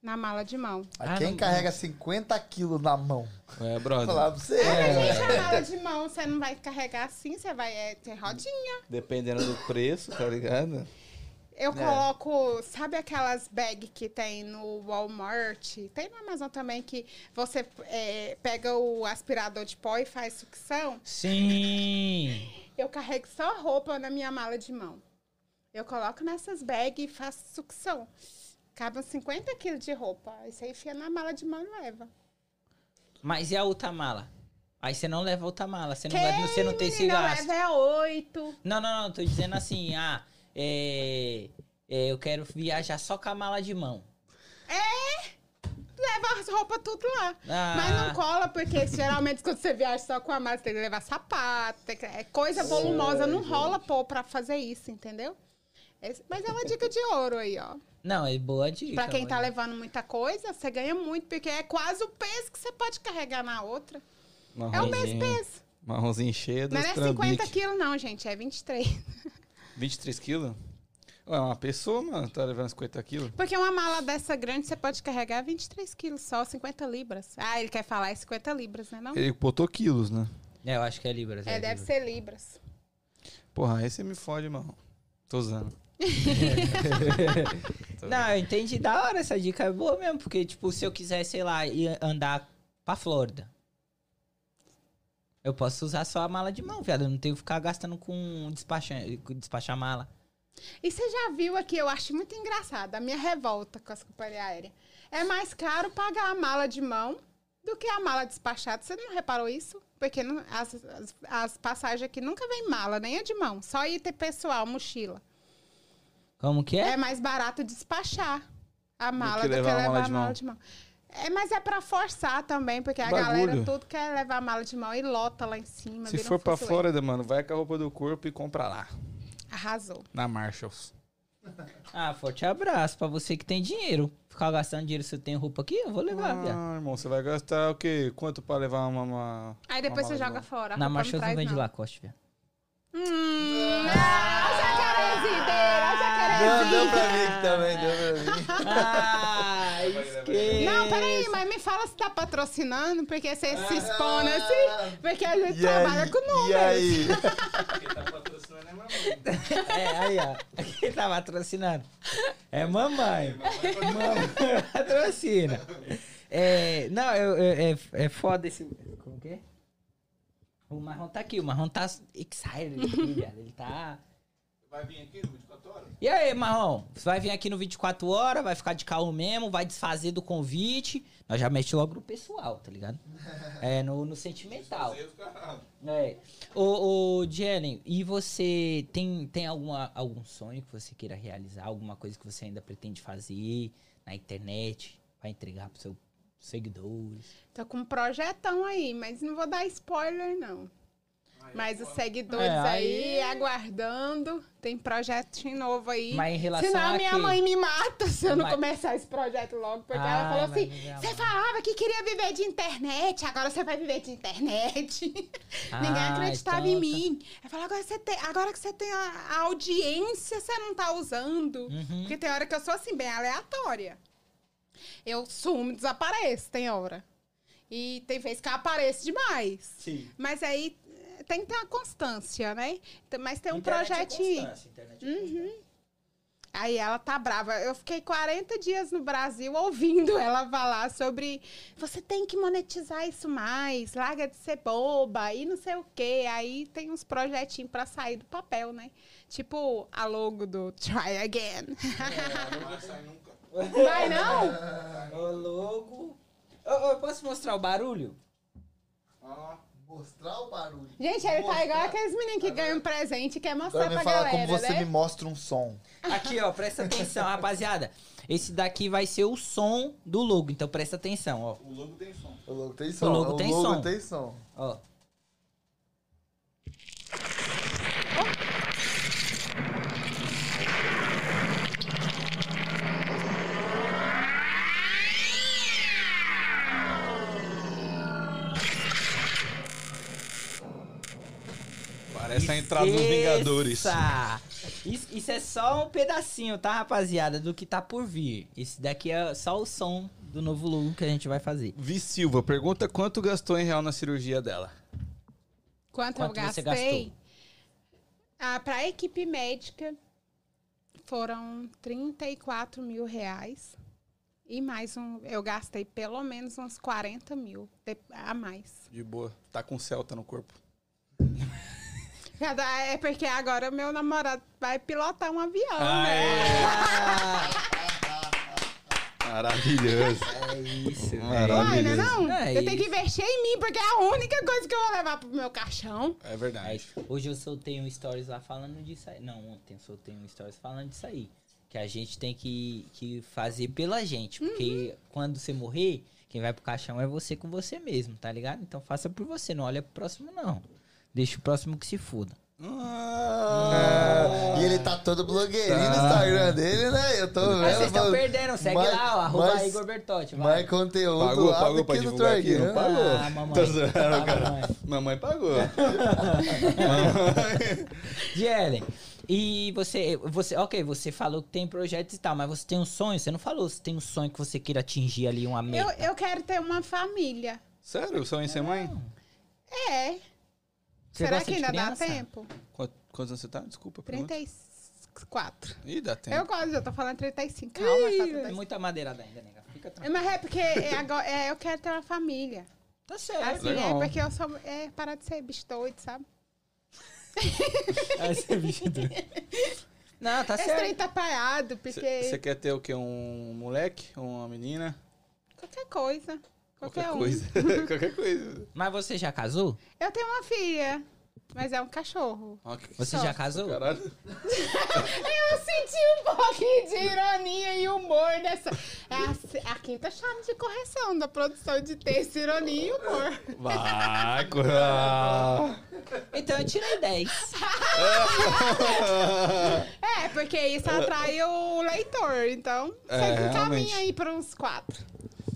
Speaker 3: Na mala de mão.
Speaker 2: Ah,
Speaker 4: Quem
Speaker 2: não-
Speaker 4: carrega 50 quilos na mão?
Speaker 1: É,
Speaker 4: Vou
Speaker 1: brother.
Speaker 4: falar pra você.
Speaker 3: Gente, a mala de mão, você não vai carregar assim, você vai é, ter rodinha.
Speaker 1: Dependendo do preço, tá ligado?
Speaker 3: Eu coloco, sabe aquelas bags que tem no Walmart? Tem no Amazon também que você é, pega o aspirador de pó e faz sucção.
Speaker 2: Sim!
Speaker 3: Eu carrego só roupa na minha mala de mão. Eu coloco nessas bags e faço sucção. Cabe uns 50 quilos de roupa. Aí você enfia na mala de mão e leva.
Speaker 2: Mas e a outra mala? Aí você não leva a outra mala, você não,
Speaker 3: Que
Speaker 2: vai, você não tem esse
Speaker 3: Menina,
Speaker 2: gasto.
Speaker 3: leva é oito.
Speaker 2: Não, não, não, tô dizendo assim, ah, é, é, eu quero viajar só com a mala de mão.
Speaker 3: Leva as roupas tudo lá.
Speaker 2: Ah,
Speaker 3: Mas não cola, porque geralmente quando você viaja só com a mala, você tem que levar sapato, tem que- é coisa volumosa. Não rola, pô, pra fazer isso, entendeu? Esse- Mas é uma dica de ouro aí, ó.
Speaker 2: não, é boa dica.
Speaker 3: Pra quem tá
Speaker 2: mano.
Speaker 3: levando muita coisa, você ganha muito, porque é quase o peso que você pode carregar na outra. É o mesmo
Speaker 1: Marronzinho,
Speaker 3: peso.
Speaker 1: marronzinho cheio
Speaker 3: Não
Speaker 1: dos
Speaker 3: é 50
Speaker 1: trambiques.
Speaker 3: quilos, não, gente. É 23.
Speaker 1: 23 quilos? Ué, uma pessoa, mano, tá levando 50 quilos.
Speaker 3: Porque uma mala dessa grande, você pode carregar 23 quilos só, 50 libras. Ah, ele quer falar é 50 libras, né? Não?
Speaker 1: Ele botou quilos, né?
Speaker 2: É, eu acho que é Libras.
Speaker 3: É, deve
Speaker 2: libras.
Speaker 3: ser libras.
Speaker 1: Porra, aí você me fode, mano. Tô usando.
Speaker 2: Não, eu entendi da hora essa dica, é boa mesmo, porque, tipo, se eu quiser, sei lá, ir andar pra Flórida, eu posso usar só a mala de mão, viado, eu não tenho que ficar gastando com despachar, despachar mala.
Speaker 3: E você já viu aqui, eu acho muito engraçado, a minha revolta com as companhias aéreas. É mais caro pagar a mala de mão do que a mala despachada. Você não reparou isso? Porque não- as, as, as passagens aqui nunca vem mala, nem a de mão. Só item pessoal, mochila.
Speaker 2: Como que
Speaker 3: É,
Speaker 2: é?
Speaker 3: mais barato despachar a mala
Speaker 1: que
Speaker 3: do que
Speaker 1: levar
Speaker 3: levar
Speaker 1: a mala
Speaker 3: a
Speaker 1: de
Speaker 3: mala
Speaker 1: mão.
Speaker 3: de mão. É, mas é pra forçar também, porque a
Speaker 1: Bagulho.
Speaker 3: galera tudo quer levar a mala de mão e lota lá em cima.
Speaker 1: Se
Speaker 3: vira um
Speaker 1: for pra
Speaker 3: fuzuê.
Speaker 1: Flórida, mano, vai com a roupa do corpo e compra lá,
Speaker 3: Arrasou.
Speaker 1: na Marshalls.
Speaker 2: Ah, forte abraço pra você que tem dinheiro. Ficar gastando dinheiro se eu tenho roupa aqui, eu vou levar, viado.
Speaker 1: Ah, irmão, você vai gastar o quê? Quanto pra levar uma... uma...
Speaker 3: Aí depois
Speaker 1: Uma
Speaker 3: você
Speaker 1: mala de
Speaker 3: joga
Speaker 1: mão.
Speaker 3: fora. a roupa
Speaker 2: Na
Speaker 3: não
Speaker 2: marcha
Speaker 3: traz,
Speaker 2: não vende
Speaker 3: não.
Speaker 2: Lacoste, velho.
Speaker 3: Hum, ah, jacarezideira,
Speaker 4: Deu, deu
Speaker 3: jacarezideira.
Speaker 4: pra mim aqui também, deu pra mim.
Speaker 2: Ah, esquece.
Speaker 3: Não, peraí, mas me fala se tá patrocinando, porque você
Speaker 1: Ah.
Speaker 3: se expõe assim, porque a gente
Speaker 4: E aí?
Speaker 3: trabalha com números.
Speaker 4: E aí?
Speaker 1: tá
Speaker 2: É, aí, ó. Quem tá patrocinando? É mamãe. Mamãe patrocina. É, não, eu, eu- é, é foda esse... Como que é? O Marrom tá aqui, o Marrom tá excited aqui, viado. Ele tá...
Speaker 1: Vai vir aqui no 24 horas?
Speaker 2: E aí, Marrom? Você vai vir aqui no 24 horas, vai ficar de caô mesmo, vai desfazer do convite. Nós já mete logo no pessoal, tá ligado? É, no, no sentimental. É. Ô, ô Jelen, e você tem, tem alguma, algum sonho que você queira realizar? Alguma coisa que você ainda pretende fazer na internet? Pra entregar pros seus seguidores?
Speaker 3: Tô com um projetão aí, mas não vou dar spoiler, não. Mas os seguidores
Speaker 2: É, aí-
Speaker 3: aí, aguardando, tem projetinho novo aí.
Speaker 2: Mas em relação
Speaker 3: Senão
Speaker 2: a
Speaker 3: a minha
Speaker 2: quê?
Speaker 3: mãe me mata se eu não
Speaker 2: Mas-
Speaker 3: começar esse projeto logo. Porque
Speaker 2: Ah,
Speaker 3: ela falou
Speaker 2: mas
Speaker 3: assim:
Speaker 2: minha
Speaker 3: você
Speaker 2: mãe."
Speaker 3: falava que queria viver de internet, agora você vai viver de internet. Ninguém
Speaker 2: Ah,
Speaker 3: acreditava
Speaker 2: então
Speaker 3: em
Speaker 2: tá.
Speaker 3: mim. Eu falo, agora, você tem, agora que você tem a, a audiência, você não tá usando.
Speaker 2: Uhum.
Speaker 3: Porque tem hora que eu sou assim, bem aleatória. Eu sumo, desapareço, tem hora. E tem vez que eu apareço demais.
Speaker 2: Sim.
Speaker 3: Mas aí eh,
Speaker 2: tá.
Speaker 3: é um
Speaker 2: é
Speaker 3: Uhum. tem que ter uma constância, né? Então, Mas tem um projetinho. Aí ela tá brava. Eu fiquei 40 dias no Brasil ouvindo ela falar sobre você tem que monetizar isso mais, larga de ser boba e não sei o quê. Aí tem uns projetinhos pra sair do papel, né? Tipo a logo do Try Again. Vai não?
Speaker 2: Ô, louco. Ô, ô, posso mostrar o barulho?
Speaker 4: Mostrar o barulho.
Speaker 3: Gente, ele tá igual aqueles meninos que ganham presente e quer mostrar
Speaker 4: Agora
Speaker 3: pra
Speaker 4: me fala
Speaker 3: galera,
Speaker 4: como você
Speaker 3: né?
Speaker 4: me mostra um som.
Speaker 2: Aqui, ó, presta atenção, rapaziada. Esse daqui vai ser o som do logo, então presta atenção, ó.
Speaker 1: O logo tem som.
Speaker 4: O logo tem som.
Speaker 2: logo tem som.
Speaker 4: tem som.
Speaker 2: ó.
Speaker 1: Parece é a entrada dos Vingadores.
Speaker 2: Esqueça! Isso, isso é só um pedacinho, tá, rapaziada, do que tá por vir. Esse daqui é só o som do novo logo que a gente vai fazer.
Speaker 1: Vi Silva pergunta quanto gastou em real na cirurgia dela.
Speaker 3: Quanto,
Speaker 2: Quanto
Speaker 3: eu
Speaker 2: você
Speaker 3: gastei? Ah, para a equipe médica foram 34 mil reais. E mais um, eu gastei pelo menos uns 40 mil de- a mais.
Speaker 1: De boa. Tá com Celta no corpo.
Speaker 3: Cada- É porque agora meu namorado vai pilotar um avião,
Speaker 2: Ah, é.
Speaker 3: né?
Speaker 1: Maravilhoso.
Speaker 2: É isso,
Speaker 1: Maravilha.
Speaker 3: Vai, né não?
Speaker 2: É
Speaker 3: eu tenho que
Speaker 2: isso.
Speaker 3: investir em mim, porque é a única coisa que eu vou levar pro meu caixão.
Speaker 1: É
Speaker 2: É
Speaker 1: verdade.
Speaker 2: isso. Hoje eu soltei um stories lá falando disso aí. Não, ontem eu soltei um stories falando disso aí. Que a gente tem que, que fazer pela gente. Porque
Speaker 4: Uhum.
Speaker 2: quando você morrer, quem vai pro caixão é você com você mesmo, tá ligado? Então faça por você, não olha pro próximo, não. Deixa o próximo que se foda.
Speaker 1: Ah,
Speaker 4: E ele tá todo blogueirinho no
Speaker 1: Tá.
Speaker 4: Instagram dele, né? Eu tô
Speaker 2: Ah, vocês
Speaker 4: vendo.
Speaker 2: estão
Speaker 4: mano.
Speaker 2: perdendo, segue
Speaker 4: mas-
Speaker 2: lá, ó, arroba
Speaker 4: mas-
Speaker 2: Igor Bertotti.
Speaker 4: Mais
Speaker 2: Vai.
Speaker 4: conteúdo
Speaker 1: Pagou,
Speaker 4: lá
Speaker 1: pagou
Speaker 4: do
Speaker 1: pra
Speaker 4: que no
Speaker 1: divulgar aqui,
Speaker 4: Traguinho.
Speaker 1: não pagou.
Speaker 2: Ah, mamãe.
Speaker 1: Tá zoando,
Speaker 2: Ah,
Speaker 1: cara.
Speaker 2: mamãe.
Speaker 1: Mamãe pagou.
Speaker 2: Jelen, e você, você, ok, você falou que tem projetos e tal, mas você tem um sonho? Você não falou se tem um sonho que você queira atingir ali, uma
Speaker 3: Eu,
Speaker 2: meta?
Speaker 3: eu quero ter uma família.
Speaker 1: Sério? Só em ser mãe?
Speaker 3: É.
Speaker 2: Você
Speaker 3: Será
Speaker 2: gosta
Speaker 3: que
Speaker 2: de
Speaker 3: ainda
Speaker 2: criança?
Speaker 3: dá tempo?
Speaker 1: Quanto- Quantos anos você tá? Desculpa. a pergunta.
Speaker 3: 34.
Speaker 1: Ih, dá
Speaker 3: Eu
Speaker 1: tempo.
Speaker 3: gosto, eu tô falando 35. Calma, tá tudo
Speaker 2: É
Speaker 3: bem.
Speaker 2: muita madeirada ainda, nega. Fica
Speaker 3: É,
Speaker 2: tranquilo.
Speaker 3: Mas é porque é agora, é, eu quero ter uma família.
Speaker 2: Tá
Speaker 3: Assim,
Speaker 1: legal.
Speaker 3: é Tá porque eu sou. É, parar de ser bicho doido, sabe?
Speaker 2: Não, tá
Speaker 3: É
Speaker 2: certo.
Speaker 3: trem tapaiado, porque.
Speaker 1: Você quer ter o quê? Um moleque? Uma menina?
Speaker 3: Qualquer coisa. Qualquer, um.
Speaker 1: coisa. Qualquer coisa.
Speaker 2: Mas você já casou?
Speaker 3: Eu tenho uma filha, mas é um cachorro.
Speaker 1: Ó, que-
Speaker 2: Você
Speaker 3: Só.
Speaker 2: já casou?
Speaker 1: Caralho.
Speaker 3: Eu senti um pouquinho de ironia e humor nessa. É a, a quinta chave de correção da produção de texto, ironia e humor.
Speaker 1: Vai, cura.
Speaker 2: Então eu tirei 10.
Speaker 3: É, porque isso atrai o leitor. Então, você
Speaker 1: É, realmente.
Speaker 3: encaminha aí pra uns quatro.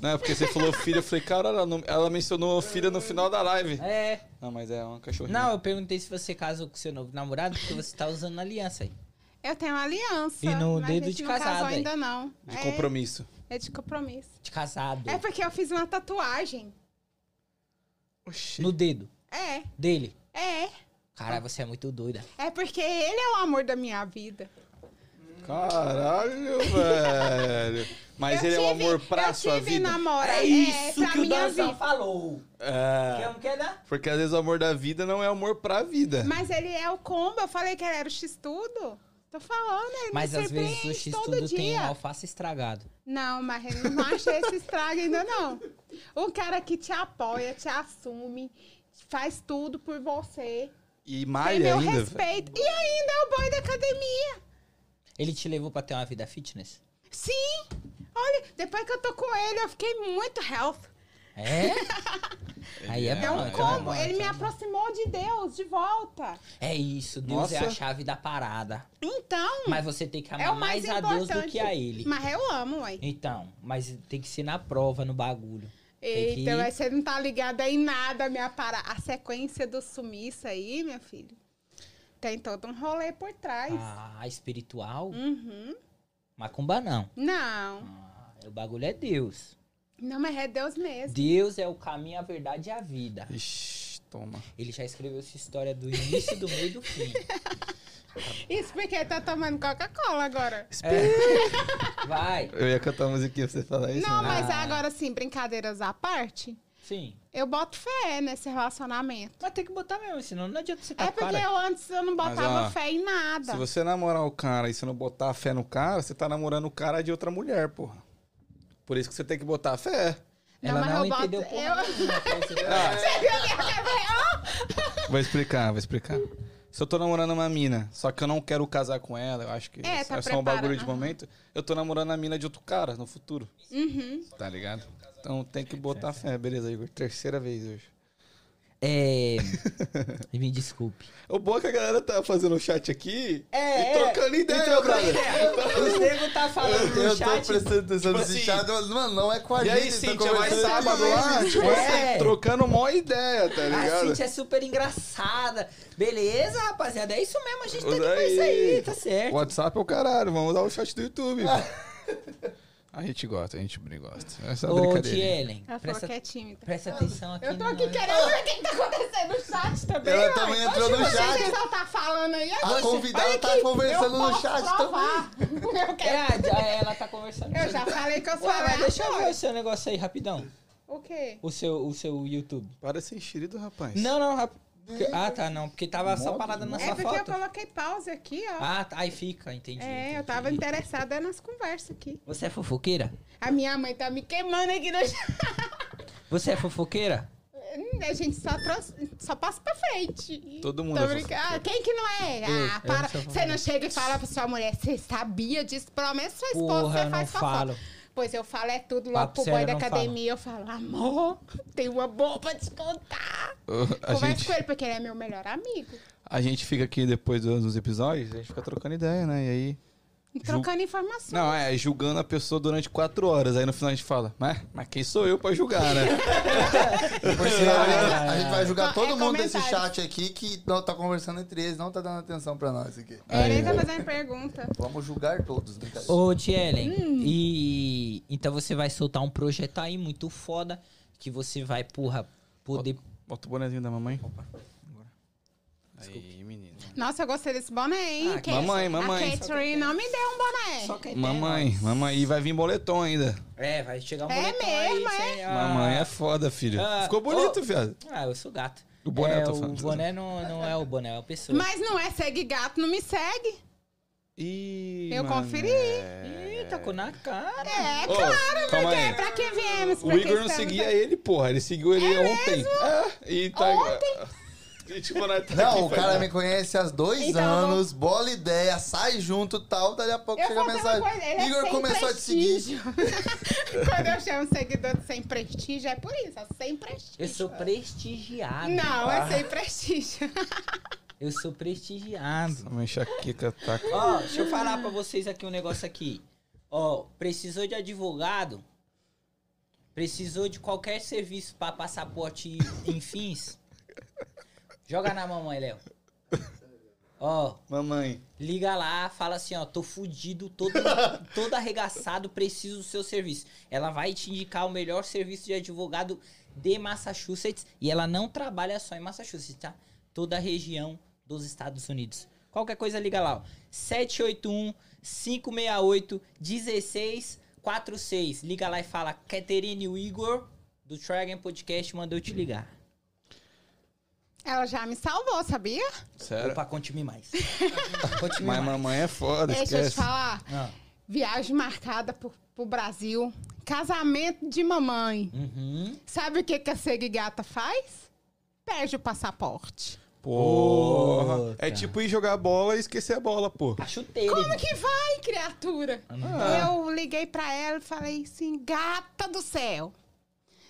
Speaker 1: Não, é porque você falou filha, eu falei, cara, ela, não- ela mencionou filha no final da live.
Speaker 2: É.
Speaker 1: Não, mas é uma cachorrinha.
Speaker 2: Não, eu perguntei se você casou com seu novo namorado, porque você tá usando aliança aí.
Speaker 3: Eu tenho uma aliança.
Speaker 2: E no
Speaker 3: mas
Speaker 2: dedo
Speaker 3: a gente
Speaker 2: de
Speaker 3: não casou
Speaker 2: casado, hein?
Speaker 3: ainda não.
Speaker 1: De
Speaker 3: É,
Speaker 1: compromisso.
Speaker 3: É de compromisso.
Speaker 2: De casado.
Speaker 3: É porque eu fiz uma tatuagem.
Speaker 1: Oxi.
Speaker 2: No dedo
Speaker 3: É,
Speaker 2: dele.
Speaker 3: é.
Speaker 2: Caralho, você é muito doida.
Speaker 3: É porque ele é o amor da minha vida.
Speaker 1: Caralho, velho. Mas
Speaker 3: Eu
Speaker 1: ele é um
Speaker 3: tive-
Speaker 1: amor pra
Speaker 3: eu
Speaker 1: sua
Speaker 3: tive
Speaker 1: vida.
Speaker 3: namora- é, assim. pra minha vida.
Speaker 2: falou.
Speaker 1: É.
Speaker 2: não quer dar?
Speaker 1: Porque às vezes o amor da vida não é amor pra vida.
Speaker 3: Mas ele é o combo. Eu falei que ele era o X-Tudo. Tô falando, ele
Speaker 2: Mas
Speaker 3: me
Speaker 2: às vezes o
Speaker 3: surpreende
Speaker 2: X
Speaker 3: todo
Speaker 2: tudo
Speaker 3: dia.
Speaker 2: tem um alface estragado.
Speaker 3: Não, mas eu não achei esse estrago ainda, não. Um cara que te apoia, te assume, faz tudo por você.
Speaker 1: E
Speaker 3: tem
Speaker 1: malha
Speaker 3: meu
Speaker 1: ainda. velho.
Speaker 3: respeito. E ainda é o boy da academia.
Speaker 2: Ele te levou pra ter uma vida fitness?
Speaker 3: Sim! Olha, depois que eu tô com ele, eu fiquei muito health.
Speaker 2: É? Aí é,
Speaker 1: É
Speaker 2: bom.
Speaker 1: um
Speaker 2: então é
Speaker 3: Como?
Speaker 2: bom,
Speaker 3: Ele me
Speaker 2: então é bom.
Speaker 3: aproximou de Deus, de volta.
Speaker 2: É isso, Deus é a
Speaker 1: Nossa.
Speaker 2: chave da parada.
Speaker 3: Então,
Speaker 2: Mas você tem que amar
Speaker 3: é o
Speaker 2: Tá mais,
Speaker 3: mais
Speaker 2: a Deus do
Speaker 3: importante.
Speaker 2: que a ele.
Speaker 3: mas eu amo, ué.
Speaker 2: Então, mas tem que ser na prova, no bagulho. Tem que-
Speaker 3: Eita, mas você não tá ligada em nada, minha para. A sequência do sumiço aí, meu filho, tem todo um rolê por trás.
Speaker 2: Ah, espiritual?
Speaker 3: Uhum.
Speaker 2: Macumba não.
Speaker 3: Não.
Speaker 2: Ah, o bagulho é Deus.
Speaker 3: Não, mas é Deus mesmo.
Speaker 2: Deus é o caminho, a verdade e a vida.
Speaker 1: Ixi, toma.
Speaker 2: Ele já escreveu essa história do início, do meio e do fim.
Speaker 3: Isso porque tá tomando Coca-Cola agora.
Speaker 2: Vai.
Speaker 1: É. Eu ia cantar a musiquinha pra você falar isso.
Speaker 3: Não,
Speaker 1: né?
Speaker 3: mas
Speaker 2: Ah.
Speaker 3: agora sim, brincadeiras à parte,
Speaker 2: Sim.
Speaker 3: eu boto fé nesse relacionamento.
Speaker 2: Mas tem que botar mesmo, senão não adianta você tá
Speaker 3: É
Speaker 2: com
Speaker 3: porque
Speaker 2: cara.
Speaker 3: eu antes eu não botava
Speaker 1: ó,
Speaker 3: fé em nada.
Speaker 1: Se você namorar o cara e você não botar a fé no cara, você tá namorando o cara de outra mulher, porra. Por isso que você tem que botar a fé.
Speaker 3: Não,
Speaker 2: Ela
Speaker 3: mas
Speaker 2: não
Speaker 3: eu boto-
Speaker 2: entendeu porra
Speaker 3: eu-
Speaker 2: nenhuma, então você tá-
Speaker 3: "Ah."
Speaker 1: Vou explicar, vou explicar. Se eu tô namorando uma mina, só que eu não quero casar com ela, eu acho que
Speaker 3: É,
Speaker 1: isso
Speaker 3: tá
Speaker 1: é só um
Speaker 3: prepara-
Speaker 1: bagulho de
Speaker 3: aham.
Speaker 1: momento, eu tô namorando a mina de outro cara no futuro,
Speaker 3: Uhum.
Speaker 1: tá ligado? Então tem que botar fé. Beleza, Igor. Terceira vez hoje.
Speaker 2: É. Me desculpe.
Speaker 1: O bom é que a galera tá fazendo o chat aqui
Speaker 2: É,
Speaker 1: e
Speaker 2: é.
Speaker 1: trocando ideia, brother.
Speaker 2: Os nego tá falando
Speaker 4: Eu,
Speaker 2: no
Speaker 4: eu
Speaker 2: chat.
Speaker 4: tô prestando atenção
Speaker 1: Tipo
Speaker 4: nesse
Speaker 1: assim,
Speaker 4: chat. eu- Mano, não é com a
Speaker 1: E
Speaker 4: gente.
Speaker 1: aí,
Speaker 4: tá
Speaker 1: Cintia, vai
Speaker 4: conversando.
Speaker 1: sábado lá? Tipo
Speaker 2: É.
Speaker 1: assim, trocando mó ideia, tá
Speaker 2: A
Speaker 1: ligado?
Speaker 2: Cintia é super engraçada. Beleza, rapaziada? É isso mesmo, a gente tem que
Speaker 1: Usa
Speaker 2: fazer isso
Speaker 1: aí.
Speaker 2: aí, tá certo.
Speaker 1: WhatsApp é o caralho, vamos dar o chat do YouTube. a gente gosta, a gente gosta. Essa é a
Speaker 2: Ô,
Speaker 1: brincadeira.
Speaker 2: Tielen,
Speaker 3: Ela falou
Speaker 2: presta,
Speaker 3: que é tímida.
Speaker 2: presta atenção aqui.
Speaker 3: Eu tô
Speaker 2: no
Speaker 3: aqui
Speaker 2: nós.
Speaker 3: querendo ver o que que tá acontecendo no chat também.
Speaker 4: Ela
Speaker 3: ué.
Speaker 4: também entrou no
Speaker 3: Oxe,
Speaker 4: chat.
Speaker 3: Vocês não tá falando aí.
Speaker 4: A
Speaker 3: Oxe, olha
Speaker 4: convidada tá
Speaker 3: aqui,
Speaker 4: conversando
Speaker 3: eu
Speaker 4: no
Speaker 3: posso
Speaker 4: chat também.
Speaker 3: provar. Eu,
Speaker 2: É,
Speaker 3: quero-
Speaker 2: a- a- ela tá conversando.
Speaker 3: eu já falei que eu sou
Speaker 2: Ué, mas deixa eu ver o
Speaker 3: aleatória.
Speaker 2: seu negócio aí rapidão.
Speaker 3: O quê?
Speaker 2: O seu, o seu YouTube.
Speaker 1: Para de ser enxerido, rapaz.
Speaker 2: Não, não, rap... porque- Ah, tá, não. Porque tava só parada na
Speaker 3: É
Speaker 2: sua
Speaker 3: porque eu
Speaker 2: foto.
Speaker 3: coloquei pause aqui, ó.
Speaker 2: Ah, tá. Aí fica, entendi.
Speaker 3: É, eu
Speaker 2: entendi.
Speaker 3: tava interessada nas conversas aqui.
Speaker 2: Você é fofoqueira?
Speaker 3: A minha mãe tá me queimando aqui no chat.
Speaker 2: Você é fofoqueira?
Speaker 3: Hum, A gente só, trouxe- só passa pra frente.
Speaker 1: Todo mundo
Speaker 3: Tô
Speaker 1: é
Speaker 3: brincando. Ah, quem que não é? ah,
Speaker 2: eu
Speaker 3: para.
Speaker 2: não sou
Speaker 3: Você não chega e fala pra sua mulher, você sabia disso? Pelo menos sua esposa
Speaker 2: Porra,
Speaker 3: você
Speaker 2: eu
Speaker 3: faz
Speaker 2: não
Speaker 3: fofoca.
Speaker 2: falo.
Speaker 3: Pois eu falo é tudo logo
Speaker 2: Papo
Speaker 3: pro
Speaker 2: sério,
Speaker 3: boy
Speaker 2: eu
Speaker 3: da
Speaker 2: não
Speaker 3: academia. Eu falo, amor, tem uma boa pra te contar.
Speaker 1: A
Speaker 3: Conversa
Speaker 1: gente,
Speaker 3: com ele, porque ele é meu melhor amigo.
Speaker 1: a gente fica aqui depois dos dos episódios, a gente fica trocando ideia, né? E aí.
Speaker 3: Trocando informação.
Speaker 1: Não, é julgando a pessoa durante quatro horas. Aí no final a gente fala, mas, mas quem sou eu pra julgar, né?
Speaker 4: Por sinal, Tipo assim, a gente- a gente vai julgar
Speaker 3: É
Speaker 4: todo mundo desse
Speaker 3: comentário.
Speaker 4: chat aqui que não tá conversando entre eles, não tá dando atenção pra nós aqui.
Speaker 3: Ele
Speaker 1: Aí.
Speaker 3: tá fazendo pergunta.
Speaker 4: Vamos julgar todos, né, brincadeira.
Speaker 2: Ô, Tielen, e então você vai soltar um projeto aí muito foda que você vai, porra, poder.
Speaker 1: Bota o bonezinho da mamãe. Aí, menino.
Speaker 3: Nossa, eu gostei desse boné, hein?
Speaker 2: Ah,
Speaker 3: Kate-
Speaker 1: mamãe, mamãe.
Speaker 3: A Catherine não me deu um boné.
Speaker 2: Só quem tem,
Speaker 1: Mamãe,
Speaker 2: nós.
Speaker 1: mamãe. E vai vir boletom ainda.
Speaker 2: É, vai chegar um
Speaker 3: É
Speaker 2: boletão
Speaker 3: mesmo,
Speaker 2: aí, sem- ah.
Speaker 1: Mamãe é foda, filho.
Speaker 2: Ah,
Speaker 1: Ficou bonito,
Speaker 2: ô.
Speaker 1: viado.
Speaker 2: Ah, eu sou gato.
Speaker 1: O boné,
Speaker 2: é,
Speaker 1: eu tô
Speaker 2: O
Speaker 1: falando.
Speaker 2: boné não, não é o boné, é a pessoa.
Speaker 3: Mas não é segue gato, não me segue.
Speaker 1: Ih,
Speaker 3: Eu
Speaker 1: mano,
Speaker 3: conferi.
Speaker 1: é.
Speaker 2: Ih, tacou na cara.
Speaker 3: É,
Speaker 1: Ô,
Speaker 3: claro,
Speaker 1: calma
Speaker 3: porque
Speaker 1: aí.
Speaker 3: pra que viemos?
Speaker 1: O
Speaker 3: Pra que
Speaker 1: Igor não
Speaker 3: estamos
Speaker 1: seguia
Speaker 3: aqui?
Speaker 1: ele, porra. Ele seguiu ele ontem. É, e tá. E tipo, nós tá aqui
Speaker 4: Não, o cara
Speaker 1: fazendo-
Speaker 4: me conhece há dois
Speaker 3: né? Então,
Speaker 4: anos, bola ideia, sai junto tal, dali a pouco
Speaker 3: Eu
Speaker 4: chega a
Speaker 3: vou fazer uma
Speaker 4: mensagem.
Speaker 3: coisa, ele é
Speaker 4: Igor
Speaker 3: sem
Speaker 4: começou a te seguir.
Speaker 3: prestígio. Quando eu chamo um seguidor de sem prestígio, é por isso, é sem prestígio.
Speaker 2: Eu sou prestigiado.
Speaker 3: Não,
Speaker 4: Ah.
Speaker 3: é sem prestígio.
Speaker 2: Eu sou prestigiado.
Speaker 1: Uma enxaqueca tá.
Speaker 2: Ó, deixa eu falar pra vocês aqui um negócio aqui. Ó, precisou de advogado? Precisou de qualquer serviço pra passaporte em fins? Joga na mamãe, Léo. Ó,
Speaker 1: Mamãe.
Speaker 2: liga lá, fala assim, ó, tô fudido, todo, todo arregaçado, preciso do seu serviço. Ela vai te indicar o melhor serviço de advogado de Massachusetts e ela não trabalha só em Massachusetts, tá? Toda a região dos Estados Unidos. Qualquer coisa liga lá, ó. 781 568 1646. Liga lá e fala Caterine Igor do Dragon Podcast mandou te ligar.
Speaker 3: Ela já me salvou, sabia?
Speaker 1: Sério.
Speaker 2: Opa, conte-me mais. Conte-me
Speaker 1: Mas
Speaker 2: mais.
Speaker 1: mamãe é foda,
Speaker 3: Deixa eu te
Speaker 1: esquece.
Speaker 3: falar.
Speaker 2: Ah,
Speaker 3: Viagem marcada pro, pro Brasil. Casamento de mamãe.
Speaker 2: uhum.
Speaker 3: Sabe o que, que a Segigata faz? Perde o passaporte.
Speaker 1: Porra.
Speaker 2: Puta.
Speaker 1: É tipo ir jogar bola e esquecer a bola, pô.
Speaker 2: A chuteira.
Speaker 3: Como é
Speaker 2: irmão.
Speaker 3: que vai, criatura?
Speaker 1: Ah.
Speaker 3: Eu liguei pra ela e falei assim, gata do céu.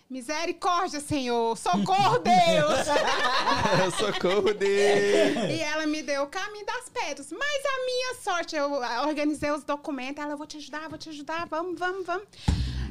Speaker 3: Misericórdia, Senhor. Socorro, Deus.
Speaker 1: Socorro dele.
Speaker 3: E ela me deu o caminho das pedras. Mas a ah, minha sorte, eu organizei os documentos. Ela, eu vou te ajudar, vou te ajudar, vamos, vamos, vamos.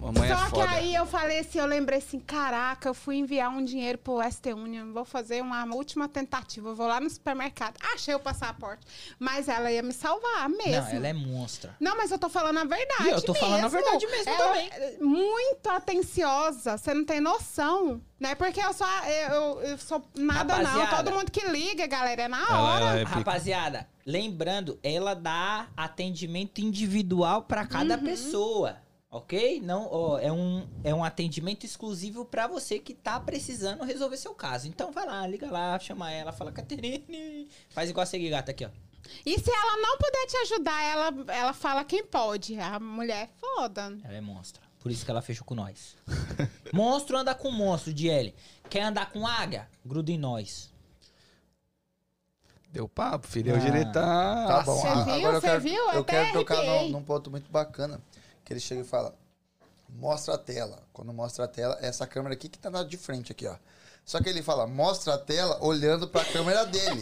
Speaker 1: Mamãe
Speaker 3: Só
Speaker 1: é foda.
Speaker 3: que aí eu falei assim, eu lembrei assim, caraca, eu fui enviar um dinheiro pro ST Union, vou fazer uma última tentativa, eu vou lá no supermercado, achei o passaporte, mas ela ia me salvar mesmo.
Speaker 2: Não, ela é monstra.
Speaker 3: Não, mas eu tô falando a verdade.
Speaker 2: E eu tô falando a verdade mesmo
Speaker 3: Ela
Speaker 2: também.
Speaker 3: é Muito atenciosa, você não tem noção, né? Porque eu só eu, eu sou nada não,
Speaker 2: Rapaziada.
Speaker 3: todo mundo que liga, galera, é na hora.
Speaker 1: Ela, ela é pica.
Speaker 2: Rapaziada, lembrando, ela dá atendimento individual pra cada pessoa, ok? Não, ó, é um é um atendimento exclusivo pra você que tá precisando resolver seu caso. Então vai lá, liga lá, chama ela, fala Caterine, faz igual a seguir gata aqui, ó.
Speaker 3: E se ela não puder te ajudar, ela, ela fala quem pode. A mulher é foda.
Speaker 2: Ela é monstra. Por isso que ela fechou com nós. monstro anda com monstro, DL. Quer andar com águia? Gruda em nós.
Speaker 1: Deu papo, filho. Hoje
Speaker 2: Ah.
Speaker 1: ele tá.
Speaker 4: Tá bom,
Speaker 3: Você
Speaker 4: a-
Speaker 3: viu?
Speaker 4: agora eu
Speaker 3: Você
Speaker 4: quero,
Speaker 3: viu?
Speaker 4: eu
Speaker 3: Até
Speaker 4: quero tocar
Speaker 3: arrepiei.
Speaker 4: num, num ponto muito bacana, que ele chega e fala, mostra a tela. Quando mostra a tela, é essa câmera aqui que tá na de frente aqui, ó. Só que ele fala, mostra a tela olhando pra câmera dele.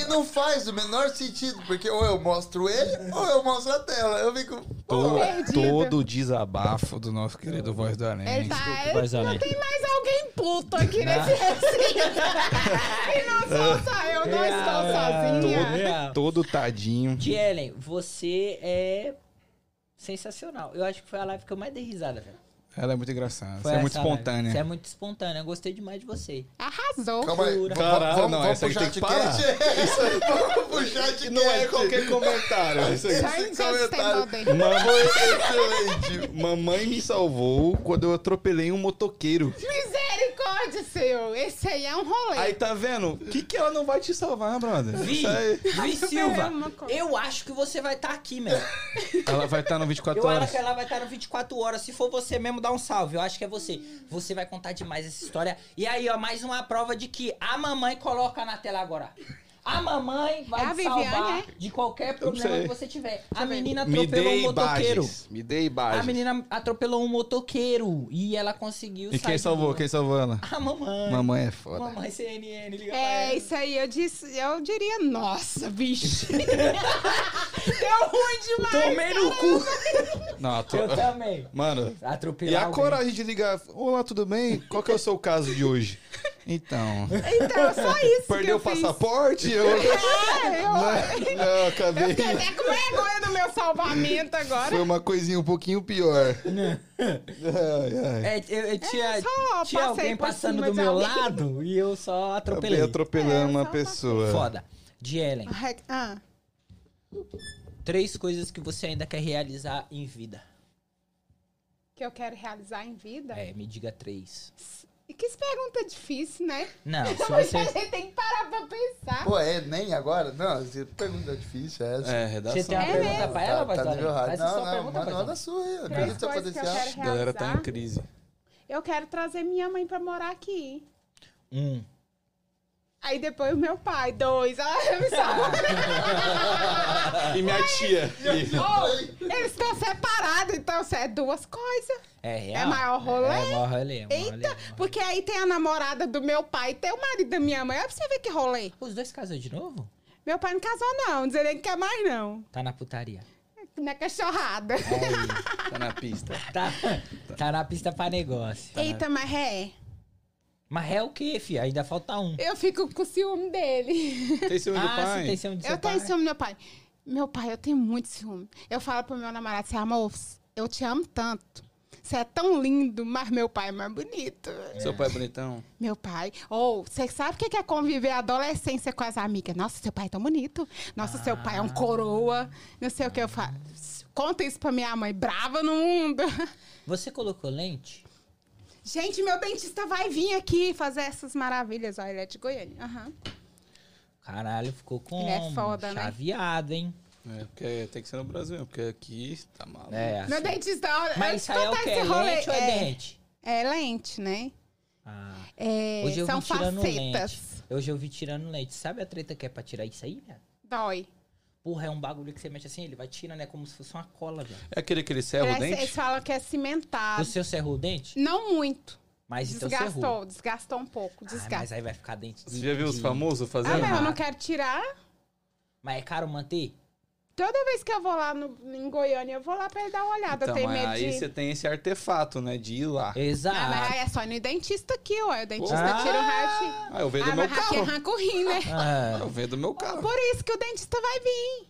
Speaker 4: e não faz o menor sentido, porque ou eu mostro ele, ou eu mostro a tela. Eu fico...
Speaker 1: To-
Speaker 3: Perdida.
Speaker 1: todo o desabafo do nosso querido Voz do
Speaker 2: É,
Speaker 1: Além.
Speaker 3: Ele tá,
Speaker 2: Voz do Além.
Speaker 3: não tem mais alguém puto
Speaker 2: Não.
Speaker 3: aqui nesse recinto. e não sou só eu,
Speaker 2: É,
Speaker 3: não estou tá sozinha.
Speaker 1: Todo tadinho.
Speaker 2: Dielen, você é sensacional. Eu acho que foi a live que eu mais dei risada, velho.
Speaker 1: Ela é muito engraçada. Você
Speaker 2: Foi
Speaker 1: é muito
Speaker 2: essa live. Você é
Speaker 1: espontânea.
Speaker 2: muito espontânea. Eu gostei demais de você.
Speaker 3: Arrasou.
Speaker 4: Calma aí, v- v-
Speaker 1: Caralho,
Speaker 4: vamos,
Speaker 1: não,
Speaker 4: vamos
Speaker 1: essa aí
Speaker 4: puxar
Speaker 1: tem
Speaker 4: a
Speaker 1: que
Speaker 4: tiquete. vamos puxar a tiquete.
Speaker 1: é comentário.
Speaker 3: Só
Speaker 2: Tá
Speaker 4: Esse
Speaker 3: incesto Tá tem
Speaker 4: comentário.
Speaker 3: poder.
Speaker 1: Mamãe, é
Speaker 4: Excelente.
Speaker 1: mamãe me salvou quando eu atropelei um motoqueiro.
Speaker 4: tá-
Speaker 3: Misericórdia, seu. Esse aí é um rolê.
Speaker 1: Aí tá vendo? O que, que ela não vai te salvar, brother?
Speaker 2: Vi,
Speaker 1: Isso aí.
Speaker 2: Vi
Speaker 3: é
Speaker 2: Silva,
Speaker 3: uma coisa.
Speaker 2: eu acho que você vai estar aqui, meu.
Speaker 1: Ela vai estar no 24
Speaker 2: Eu
Speaker 1: horas.
Speaker 2: acho que ela vai estar no 24 horas. Se for você mesmo, dá um salve. Eu acho que é você. Você vai contar demais essa história. E aí, ó, mais uma prova de que a mamãe coloca na tela agora. A mamãe vai
Speaker 3: É a
Speaker 2: te
Speaker 3: Viviane,
Speaker 2: salvar
Speaker 3: é?
Speaker 2: de qualquer problema
Speaker 1: sei.
Speaker 2: que você tiver. A
Speaker 3: eu ver.
Speaker 2: menina
Speaker 1: Me
Speaker 2: atropelou um
Speaker 1: dê
Speaker 2: motoqueiro.
Speaker 1: imagens. Me dê
Speaker 2: A
Speaker 1: imagens.
Speaker 2: menina atropelou um motoqueiro e ela conseguiu
Speaker 1: E
Speaker 2: sair
Speaker 1: quem
Speaker 2: do-
Speaker 1: salvou? Quem salvou ela?
Speaker 2: A mamãe.
Speaker 1: Mamãe é foda.
Speaker 2: Mamãe CNN, liga pra
Speaker 3: É,
Speaker 2: ela.
Speaker 3: isso aí, eu, disse, eu diria, nossa, bicho. Deu ruim demais.
Speaker 2: Tomei no cu.
Speaker 1: Não, atro...
Speaker 2: Eu também.
Speaker 1: Mano,
Speaker 2: Atropelar
Speaker 1: e a
Speaker 2: alguém.
Speaker 1: coragem de ligar? Olá, tudo bem? Qual que é o seu caso de hoje? Então,
Speaker 3: Então, só isso que
Speaker 1: perdeu
Speaker 3: eu
Speaker 1: o
Speaker 3: fiz.
Speaker 1: passaporte? Eu...
Speaker 3: É, eu,
Speaker 1: Não, não,
Speaker 3: eu
Speaker 1: acabei.
Speaker 3: fiquei até com vergonha do meu salvamento agora.
Speaker 1: Foi uma coisinha um pouquinho pior. Ai, ai.
Speaker 2: É, eu, eu tinha,
Speaker 3: só
Speaker 2: tinha
Speaker 3: passei
Speaker 2: alguém
Speaker 3: por
Speaker 2: passando
Speaker 3: cima
Speaker 2: do
Speaker 3: de
Speaker 2: meu
Speaker 3: alguém.
Speaker 2: lado e eu só
Speaker 1: Acabei
Speaker 2: atropelei.
Speaker 1: atropelando
Speaker 3: É,
Speaker 1: uma
Speaker 3: só
Speaker 1: pessoa.
Speaker 2: Foda. De Ellen,
Speaker 3: Ai, ah.
Speaker 2: três coisas que você ainda quer realizar em vida.
Speaker 3: que eu quero realizar em vida?
Speaker 2: É, me diga três.
Speaker 3: E que pergunta difícil, né?
Speaker 2: Não, se
Speaker 3: Mas a
Speaker 2: você.
Speaker 3: gente tem que parar pra pensar.
Speaker 4: Pô, é nem agora? Não, essa pergunta difícil é essa.
Speaker 1: É,
Speaker 2: Você
Speaker 1: redação.
Speaker 2: tem uma
Speaker 3: É
Speaker 2: pergunta
Speaker 3: mesmo.
Speaker 2: pra ela,
Speaker 4: tá, tá
Speaker 2: Barzani?
Speaker 4: nível hard.
Speaker 2: Faz a
Speaker 4: Não,
Speaker 2: sua
Speaker 4: não,
Speaker 2: pergunta,
Speaker 4: manda, manda a
Speaker 2: Barzani.
Speaker 4: sua aí.
Speaker 3: Três
Speaker 4: Acredita seu
Speaker 3: coisas que eu
Speaker 4: potencial.
Speaker 3: quero
Speaker 1: A galera tá em
Speaker 3: realizar.
Speaker 1: crise.
Speaker 3: Eu quero trazer minha mãe pra morar aqui.
Speaker 2: Um.
Speaker 3: Aí depois o meu pai, dois. Ah, eu me salvo.
Speaker 1: E minha tia.
Speaker 3: Ô, Eles estão separados, então isso é duas coisas.
Speaker 2: É real.
Speaker 3: maior rolê?
Speaker 2: É maior rolê. É maior rolê, é
Speaker 3: Eita,
Speaker 2: maior rolê.
Speaker 3: porque aí tem a namorada do meu pai, tem o marido da minha mãe. Olha pra você ver que rolê.
Speaker 2: Os dois casam de novo?
Speaker 3: Meu pai não casou, não. Não dizer nem que quer mais, não.
Speaker 2: Tá na putaria.
Speaker 3: Na cachorrada.
Speaker 2: Aí.
Speaker 1: Tá na pista.
Speaker 2: Tá, tá na pista pra negócio.
Speaker 3: Eita, mas é.
Speaker 2: Mas é o quê, fi? Ainda falta um.
Speaker 3: Eu fico com ciúme dele.
Speaker 1: Tem ciúme do
Speaker 2: Ah,
Speaker 1: pai?
Speaker 2: você tem ciúme de seu
Speaker 3: eu tenho
Speaker 2: pai?
Speaker 3: ciúme do meu pai. Meu pai, eu tenho muito ciúme. Eu falo pro meu namorado assim, amor, eu te amo tanto. Você é tão lindo, mas meu pai é mais bonito.
Speaker 1: Seu pai é bonitão?
Speaker 3: Meu pai. Ou, você sabe o que que é conviver a adolescência com as amigas? Nossa, seu pai é tão bonito. Nossa, seu pai é
Speaker 2: Ah.
Speaker 3: um coroa. Não sei o que eu falo. Conta isso pra minha mãe, brava no mundo.
Speaker 2: Você colocou lente?
Speaker 3: Gente, meu dentista vai vir aqui fazer essas maravilhas. Ó, ele é de Goiânia. Aham.
Speaker 2: Caralho, ficou com
Speaker 3: Ele é
Speaker 2: um
Speaker 3: foda, né?
Speaker 2: chaveado, hein?
Speaker 1: É, porque tem que ser no Brasil, porque aqui tá maluco.
Speaker 2: É,
Speaker 3: Meu
Speaker 2: assim.
Speaker 3: dentista, olha. tá
Speaker 2: Mas isso aí é o quê? Lente ou é dente?
Speaker 3: É lente, né?
Speaker 2: Ah,
Speaker 3: É,
Speaker 2: hoje eu
Speaker 3: são
Speaker 2: vi tirando um
Speaker 3: facetas.
Speaker 2: lente. Hoje eu vi tirando lente. Sabe a treta que é pra tirar isso aí, velho?
Speaker 3: Dói.
Speaker 2: Porra, é um bagulho que você mexe assim, ele vai tirando, é como se fosse uma cola, velho.
Speaker 1: É aquele que ele serra o
Speaker 3: Parece- Eles
Speaker 1: dente?
Speaker 3: falam que é cimentado.
Speaker 2: O seu serrou o dente?
Speaker 3: Não muito.
Speaker 2: Mas então serrou.
Speaker 3: Desgastou, desgastou um pouco.
Speaker 2: Ah, mas
Speaker 3: Desgasta.
Speaker 2: aí vai ficar dente.
Speaker 1: Você já viu os famosos
Speaker 3: Ah,
Speaker 1: fazendo?
Speaker 3: mas eu
Speaker 2: errado.
Speaker 3: não quero tirar.
Speaker 2: Mas é caro manter?
Speaker 3: Toda vez que eu vou lá no, em Goiânia, eu vou lá pra ele dar uma olhada. eu tenho
Speaker 1: Então, mas
Speaker 3: medo
Speaker 1: aí
Speaker 3: de.
Speaker 1: você tem esse artefato, né? De ir lá.
Speaker 3: Ah, mas
Speaker 2: Exato.
Speaker 3: aí é só ir no dentista aqui, ó. O dentista
Speaker 2: Ah!
Speaker 3: tira o raio
Speaker 1: Ah, eu vejo
Speaker 3: Ah,
Speaker 1: meu
Speaker 3: mas aqui
Speaker 1: carro.
Speaker 3: arranca o rim, né?
Speaker 2: Ah,
Speaker 1: Eu vendo meu carro.
Speaker 3: Por isso que o dentista vai vir.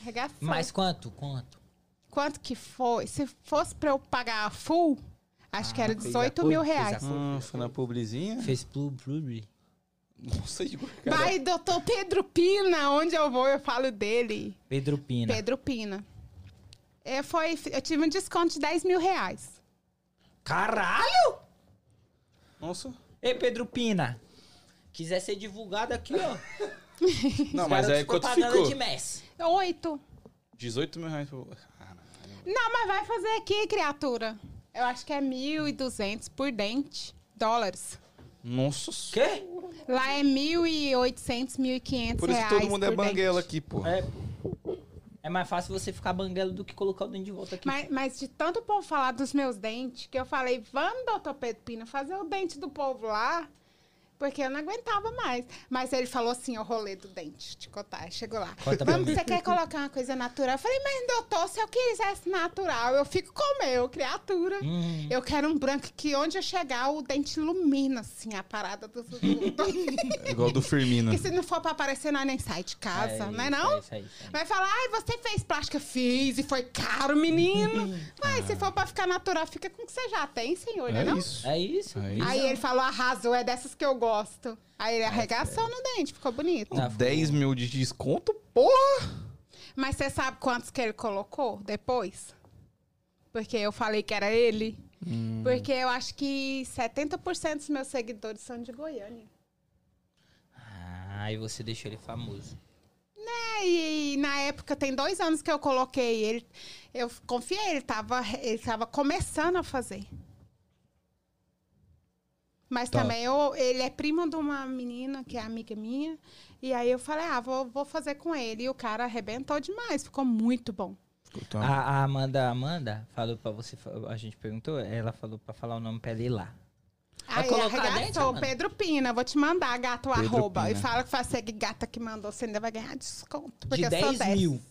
Speaker 3: Arregaçou.
Speaker 2: mas quanto? Quanto?
Speaker 3: Quanto que foi? Se fosse pra eu pagar full, acho que era
Speaker 2: Ah, fez a
Speaker 3: 18
Speaker 2: coisa,
Speaker 3: mil
Speaker 2: fez a
Speaker 3: reais.
Speaker 2: coisa.
Speaker 1: Hum, foi na publizinha?
Speaker 2: Fez blue, blue, blue.
Speaker 1: Nossa, Igor, cara.
Speaker 3: Vai, doutor Pedro Pina, onde eu vou, eu falo dele.
Speaker 2: Pedro Pina.
Speaker 3: Pedro Pina. É, foi, eu tive um desconto de 10 mil reais.
Speaker 2: Caralho!
Speaker 1: Nossa.
Speaker 2: Ei, Pedro Pina. Quiser ser divulgado aqui, ó.
Speaker 1: Não, mas aí quanto
Speaker 2: propaganda
Speaker 1: ficou?
Speaker 2: de Messi.
Speaker 3: Oito.
Speaker 1: 18 mil reais. pro- Caralho.
Speaker 3: Não, mas vai fazer aqui, criatura. Eu acho que é 1.200 por dente, dólares.
Speaker 1: Nossa.
Speaker 2: Quê?
Speaker 3: Lá é 1.800, 1.500
Speaker 1: Por isso que
Speaker 3: reais
Speaker 1: todo mundo é
Speaker 3: por dente.
Speaker 1: banguela aqui, pô.
Speaker 2: É, pô. É mais fácil você ficar banguelo do que colocar o dente de volta aqui.
Speaker 3: Mas, mas de tanto o povo falar dos meus dentes, que eu falei, vamos, doutor Pedro Pina, fazer o dente do povo lá, porque eu não aguentava mais. Mas ele falou assim, o rolê do dente, de cotar, chegou lá.
Speaker 2: Conta pra
Speaker 3: vamos,
Speaker 2: mim.
Speaker 3: você quer colocar uma coisa natural? Eu falei, mas doutor, se eu quisesse natural, eu fico com o meu, criatura.
Speaker 2: Hum.
Speaker 3: Eu quero um branco que onde eu chegar, o dente ilumina, assim, a parada do... do- do-
Speaker 1: Igual do Firmino.
Speaker 3: que se não for pra aparecer, nós nem sai de casa,
Speaker 2: É
Speaker 3: não é
Speaker 2: isso,
Speaker 3: não?
Speaker 2: é isso, é isso, é isso.
Speaker 3: Vai falar, ai, você fez plástica? Fiz, e foi caro, menino. Vai, se for pra ficar natural, fica com o que você já tem, senhor, né? Não?
Speaker 1: Ah. isso.
Speaker 2: É isso.
Speaker 1: É isso.
Speaker 3: Aí ele falou, arrasou, é dessas que eu gosto. Aí ele arregaçou no dente, ficou bonito.
Speaker 2: Tá,
Speaker 1: 10 mil de desconto, porra!
Speaker 3: Mas você sabe quantos que ele colocou depois? Porque eu falei que era ele. Porque eu acho que 70% dos meus seguidores são de Goiânia.
Speaker 2: Ah, e você deixou ele famoso.
Speaker 3: É, e na época, tem dois anos que eu coloquei ele. Eu confiei, ele tava, ele tava começando a fazer. Mas
Speaker 2: Tá.
Speaker 3: também eu, ele é primo de uma menina que é amiga minha. E aí eu falei, ah, vou, vou fazer com ele. E o cara arrebentou demais, ficou muito bom.
Speaker 2: A, a Amanda, Amanda falou pra você, a gente perguntou, ela falou pra falar o nome pra ele ir lá. Vai
Speaker 3: Aí
Speaker 2: colocar dentro,
Speaker 3: arregaçou,
Speaker 2: Amanda?
Speaker 3: Pedro Pina, vou te mandar, gato,
Speaker 1: Pedro
Speaker 3: arroba. E
Speaker 1: Pina.
Speaker 3: fala que foi a segue gata que mandou, você ainda vai ganhar desconto. Porque
Speaker 2: De
Speaker 3: eu sou
Speaker 2: 10
Speaker 3: dessas.
Speaker 2: mil.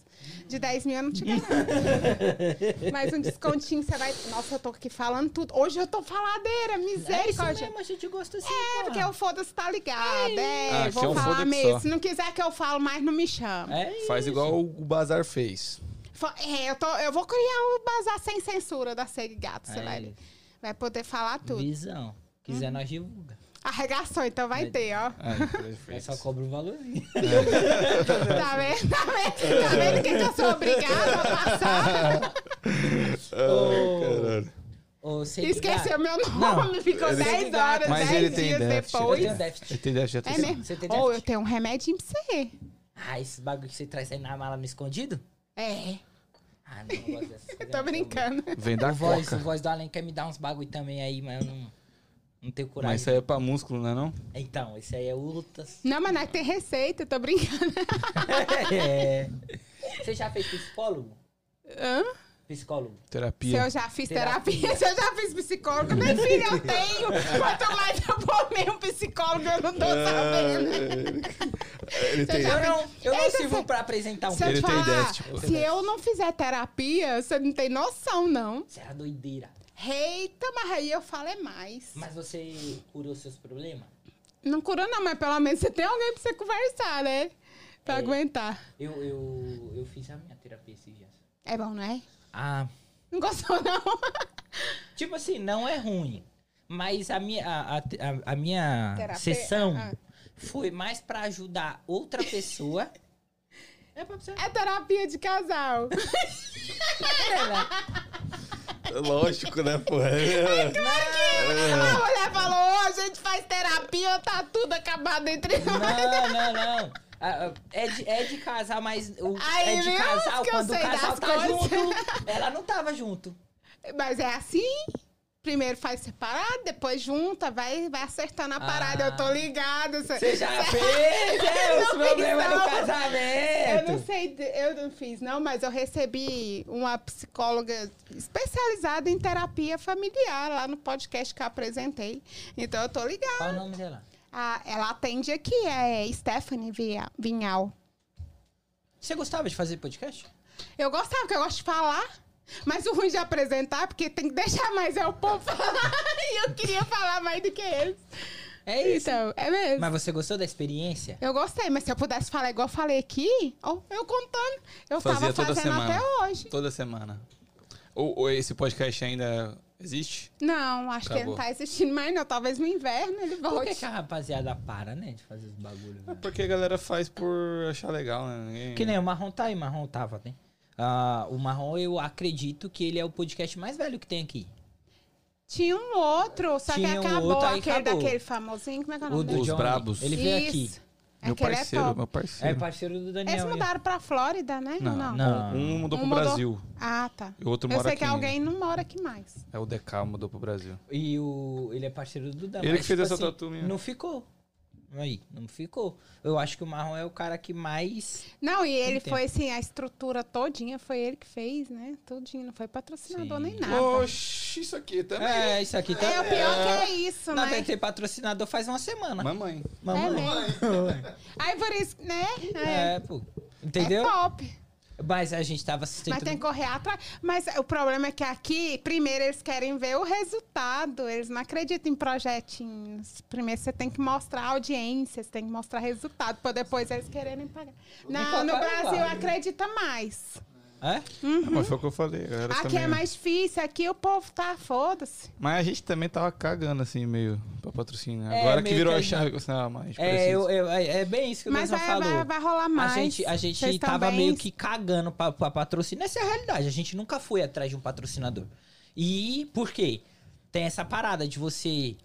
Speaker 3: De 10 mil eu não te ganho nada. Mas um descontinho você vai. Nossa, eu tô aqui falando tudo. Hoje eu tô
Speaker 2: É
Speaker 3: faladeira, misericórdia.
Speaker 2: a gente gosta assim.
Speaker 3: É, porque o foda-se tá ligado.
Speaker 1: Ah,
Speaker 3: É,
Speaker 1: aqui é
Speaker 3: vou
Speaker 1: um
Speaker 3: falar
Speaker 1: foda-se
Speaker 3: mesmo.
Speaker 1: só.
Speaker 3: Se não quiser que eu falo mais, não me chama.
Speaker 2: É
Speaker 1: Faz
Speaker 2: isso.
Speaker 1: igual o Bazar fez.
Speaker 3: Fo- É, eu, tô, eu vou criar um bazar sem censura da Segue Gato. Você
Speaker 2: Aí,
Speaker 3: vai, ver. vai poder falar tudo. Uhum.
Speaker 2: Visão. Quiser, nós divulga.
Speaker 3: Arregaçou, então vai
Speaker 2: Vai-
Speaker 3: ter, ó.
Speaker 1: Ah,
Speaker 2: Aí só cobra o valorzinho.
Speaker 3: Tá vendo? Tá vendo? Tá vendo que eu sou obrigada a passar?
Speaker 1: Ah,
Speaker 2: Ô, ô, sei que
Speaker 3: Esqueceu
Speaker 2: dá.
Speaker 3: meu
Speaker 2: Não.
Speaker 3: nome, ficou
Speaker 2: Ele-
Speaker 3: 10 horas,
Speaker 1: Mas
Speaker 3: 10
Speaker 1: ele tem
Speaker 3: dias
Speaker 1: déficit.
Speaker 2: Eu
Speaker 3: depois.
Speaker 2: tenho déficit.
Speaker 1: Tem déficit de
Speaker 3: É
Speaker 1: atenção.
Speaker 3: mesmo?
Speaker 2: Você tem
Speaker 3: Ou
Speaker 2: déficit?
Speaker 3: eu tenho um remedinho pra você.
Speaker 2: Ah, esse bagulho que você traz aí na mala me escondido?
Speaker 3: É,
Speaker 2: Ah, não, eu gosto dessas coisas,
Speaker 3: eu
Speaker 1: é
Speaker 2: não.
Speaker 3: tô brincando.
Speaker 1: Vem da
Speaker 2: O voz, o
Speaker 1: coca.
Speaker 2: voz do Além quer me dar uns bagulho também aí, mas eu não, não tenho
Speaker 1: Mas
Speaker 2: coragem.
Speaker 1: isso aí é pra músculo, não é não?
Speaker 2: Então, esse aí é lutas.
Speaker 3: Não, mas não tem receita, eu tô brincando.
Speaker 2: É. Você já fez psicólogo?
Speaker 3: Hã?
Speaker 2: Psicólogo.
Speaker 3: Se
Speaker 1: Terapia.
Speaker 3: eu já fiz
Speaker 2: Terapia.
Speaker 3: terapia, se eu já fiz psicólogo, nem filho eu tenho. Quanto mais eu vou mesmo psicólogo, eu não tô
Speaker 1: Ah,
Speaker 3: sabendo.
Speaker 1: Ele tem.
Speaker 2: Eu não, eu não
Speaker 3: Eita, é
Speaker 2: sirvo pra apresentar um
Speaker 3: Se eu
Speaker 1: Ele
Speaker 3: te
Speaker 1: tem
Speaker 3: falar,
Speaker 1: déficit, pô.
Speaker 3: se eu não fizer terapia, você não tem noção, não.
Speaker 2: Você era doideira.
Speaker 3: Eita, mas aí eu falo é mais.
Speaker 2: Mas você curou seus problemas?
Speaker 3: Não curou não, mas pelo menos você tem alguém pra você conversar, né? Pra
Speaker 2: É.
Speaker 3: aguentar.
Speaker 2: Eu, eu, eu fiz a minha terapia esses dias.
Speaker 3: É bom, não é?
Speaker 2: Ah,
Speaker 3: Não gostou, não?
Speaker 2: tipo assim, não é ruim. Mas a minha, a, a, a- a minha
Speaker 3: Terapia?
Speaker 2: sessão
Speaker 3: Ah.
Speaker 2: foi mais pra ajudar outra pessoa. é pra você.
Speaker 3: É terapia de casal.
Speaker 2: né?
Speaker 1: Lógico, né, porra?
Speaker 5: É.
Speaker 2: É.
Speaker 3: A mulher falou, ô, a gente faz terapia, tá tudo acabado entre nós.
Speaker 2: Não, não, não. Ah, ah, É de, é de casal, mas o,
Speaker 3: Aí,
Speaker 2: é de
Speaker 3: viu?
Speaker 2: casal
Speaker 3: Que eu
Speaker 2: quando o
Speaker 3: sei
Speaker 2: casal
Speaker 3: das
Speaker 2: tá
Speaker 3: coisas.
Speaker 2: junto. Ela não tava junto. Né?
Speaker 3: Mas é assim? Primeiro faz separado, depois junta, vai, vai acertando a parada.
Speaker 2: Ah. é
Speaker 3: Eu tô ligada. Você...
Speaker 2: Você já fez, é, os
Speaker 3: Eu não
Speaker 2: problemas
Speaker 3: fiz,
Speaker 2: do
Speaker 3: não. Eu
Speaker 2: casamento.
Speaker 3: não sei, de- eu não fiz, não, mas eu recebi uma psicóloga especializada em terapia familiar lá no podcast que eu apresentei. Então eu tô ligada.
Speaker 2: Qual o nome dela?
Speaker 3: Ah, ela atende aqui, é Stephanie Via- Vinhal.
Speaker 2: Você gostava de fazer podcast?
Speaker 3: Eu gostava, porque eu gosto de falar. Mas o ruim de apresentar, porque tem que deixar mais é o povo falar. e eu queria falar mais do que eles.
Speaker 2: É isso.
Speaker 3: Então, é mesmo.
Speaker 2: Mas você gostou da experiência?
Speaker 3: Eu gostei, mas se eu pudesse falar igual eu falei aqui, ó, eu contando. Eu
Speaker 5: Fazia
Speaker 3: tava
Speaker 5: toda
Speaker 3: fazendo
Speaker 5: semana.
Speaker 3: até hoje.
Speaker 5: Toda semana. Ou, ou esse podcast ainda existe?
Speaker 3: Não, acho que ele
Speaker 5: Acabou.
Speaker 3: não tá existindo mais, não. Talvez no inverno ele
Speaker 2: Por que,
Speaker 3: volte.
Speaker 2: que a rapaziada para, né? De fazer os bagulhos.
Speaker 5: É porque a galera faz por achar legal, né?
Speaker 3: É.
Speaker 5: Ninguém-
Speaker 2: Que nem o Marrom tá aí, Marrom tava, né? Ah, o Marrom, eu acredito que ele é o podcast mais velho que tem aqui.
Speaker 3: Tinha um outro, só
Speaker 2: Tinha
Speaker 3: que
Speaker 2: um
Speaker 3: acabou
Speaker 2: outro, aí
Speaker 3: aquele
Speaker 2: acabou.
Speaker 3: daquele famosinho. Como é que é o
Speaker 2: O
Speaker 3: nome
Speaker 2: do
Speaker 5: Os
Speaker 2: Johnny.
Speaker 5: Brabos.
Speaker 2: Ele veio
Speaker 3: Isso. é
Speaker 2: aqui.
Speaker 5: Meu
Speaker 3: Aquele
Speaker 5: parceiro,
Speaker 3: é top.
Speaker 5: meu
Speaker 2: É
Speaker 5: parceiro.
Speaker 2: parceiro do Daniel.
Speaker 3: Eles
Speaker 2: né?
Speaker 3: mudaram pra Flórida, né? Ou
Speaker 5: Não.
Speaker 2: Não.
Speaker 5: Um mudou pro
Speaker 3: Um mudou.
Speaker 5: Brasil.
Speaker 3: Ah, tá.
Speaker 5: E o outro
Speaker 3: Eu
Speaker 5: mora
Speaker 3: sei
Speaker 5: aqui.
Speaker 3: que alguém não mora aqui mais.
Speaker 5: É o DK mudou pro Brasil.
Speaker 2: E o, ele é parceiro do Daniel.
Speaker 5: Ele
Speaker 2: mas, tipo assim,
Speaker 5: que
Speaker 3: tipo
Speaker 5: fez
Speaker 3: assim,
Speaker 5: essa né? tatu minha.
Speaker 2: Não ficou. Aí, não ficou. Eu acho que o Marrom é o cara que mais.
Speaker 3: Não, e ele
Speaker 2: Entendo.
Speaker 3: foi assim, a estrutura todinha foi ele que fez, né? Tudinho, não foi patrocinador
Speaker 2: Sim.
Speaker 3: nem nada.
Speaker 5: Oxi, isso aqui também.
Speaker 2: É, isso aqui tá.
Speaker 3: É, o pior que é isso,
Speaker 2: Não,
Speaker 3: né?
Speaker 2: deve ter patrocinador faz uma semana.
Speaker 5: Mamãe.
Speaker 3: É
Speaker 2: Mamãe.
Speaker 3: mesmo. Aí por isso, né? É,
Speaker 2: É, pô. Entendeu?
Speaker 3: é top.
Speaker 2: Mas a gente tava assistindo.
Speaker 3: Mas tem que correr atrás. Mas o problema é que aqui, primeiro eles querem ver o resultado. Eles não acreditam em projetinhos. Primeiro você tem que mostrar audiência, você tem que mostrar resultado, pra depois eles quererem pagar. Não, no
Speaker 2: qualquer
Speaker 3: Brasil
Speaker 2: lugar.
Speaker 3: acredita mais.
Speaker 2: É?
Speaker 5: É, mas foi o que eu falei. a galera
Speaker 3: Aqui
Speaker 5: também-
Speaker 3: é mais difícil, aqui o povo tá, foda-se.
Speaker 5: Mas a gente também tava cagando, assim, meio pra patrocínio. né?
Speaker 2: É,
Speaker 5: Agora que
Speaker 2: meio
Speaker 5: virou
Speaker 2: que
Speaker 5: a
Speaker 2: a gente-
Speaker 5: chave. eu falei, Ah, mas a gente
Speaker 2: É,
Speaker 5: precisa.
Speaker 2: eu- eu- é é bem isso que o
Speaker 3: Mas
Speaker 2: Daniel
Speaker 3: vai,
Speaker 2: falou.
Speaker 3: vai, vai rolar mais.
Speaker 2: A gente, a gente
Speaker 3: Vocês tão
Speaker 2: tava
Speaker 3: bem?
Speaker 2: meio que cagando pra, pra patrocínio. Essa é a realidade. A gente nunca foi atrás de um patrocinador. E por quê? Tem essa parada de você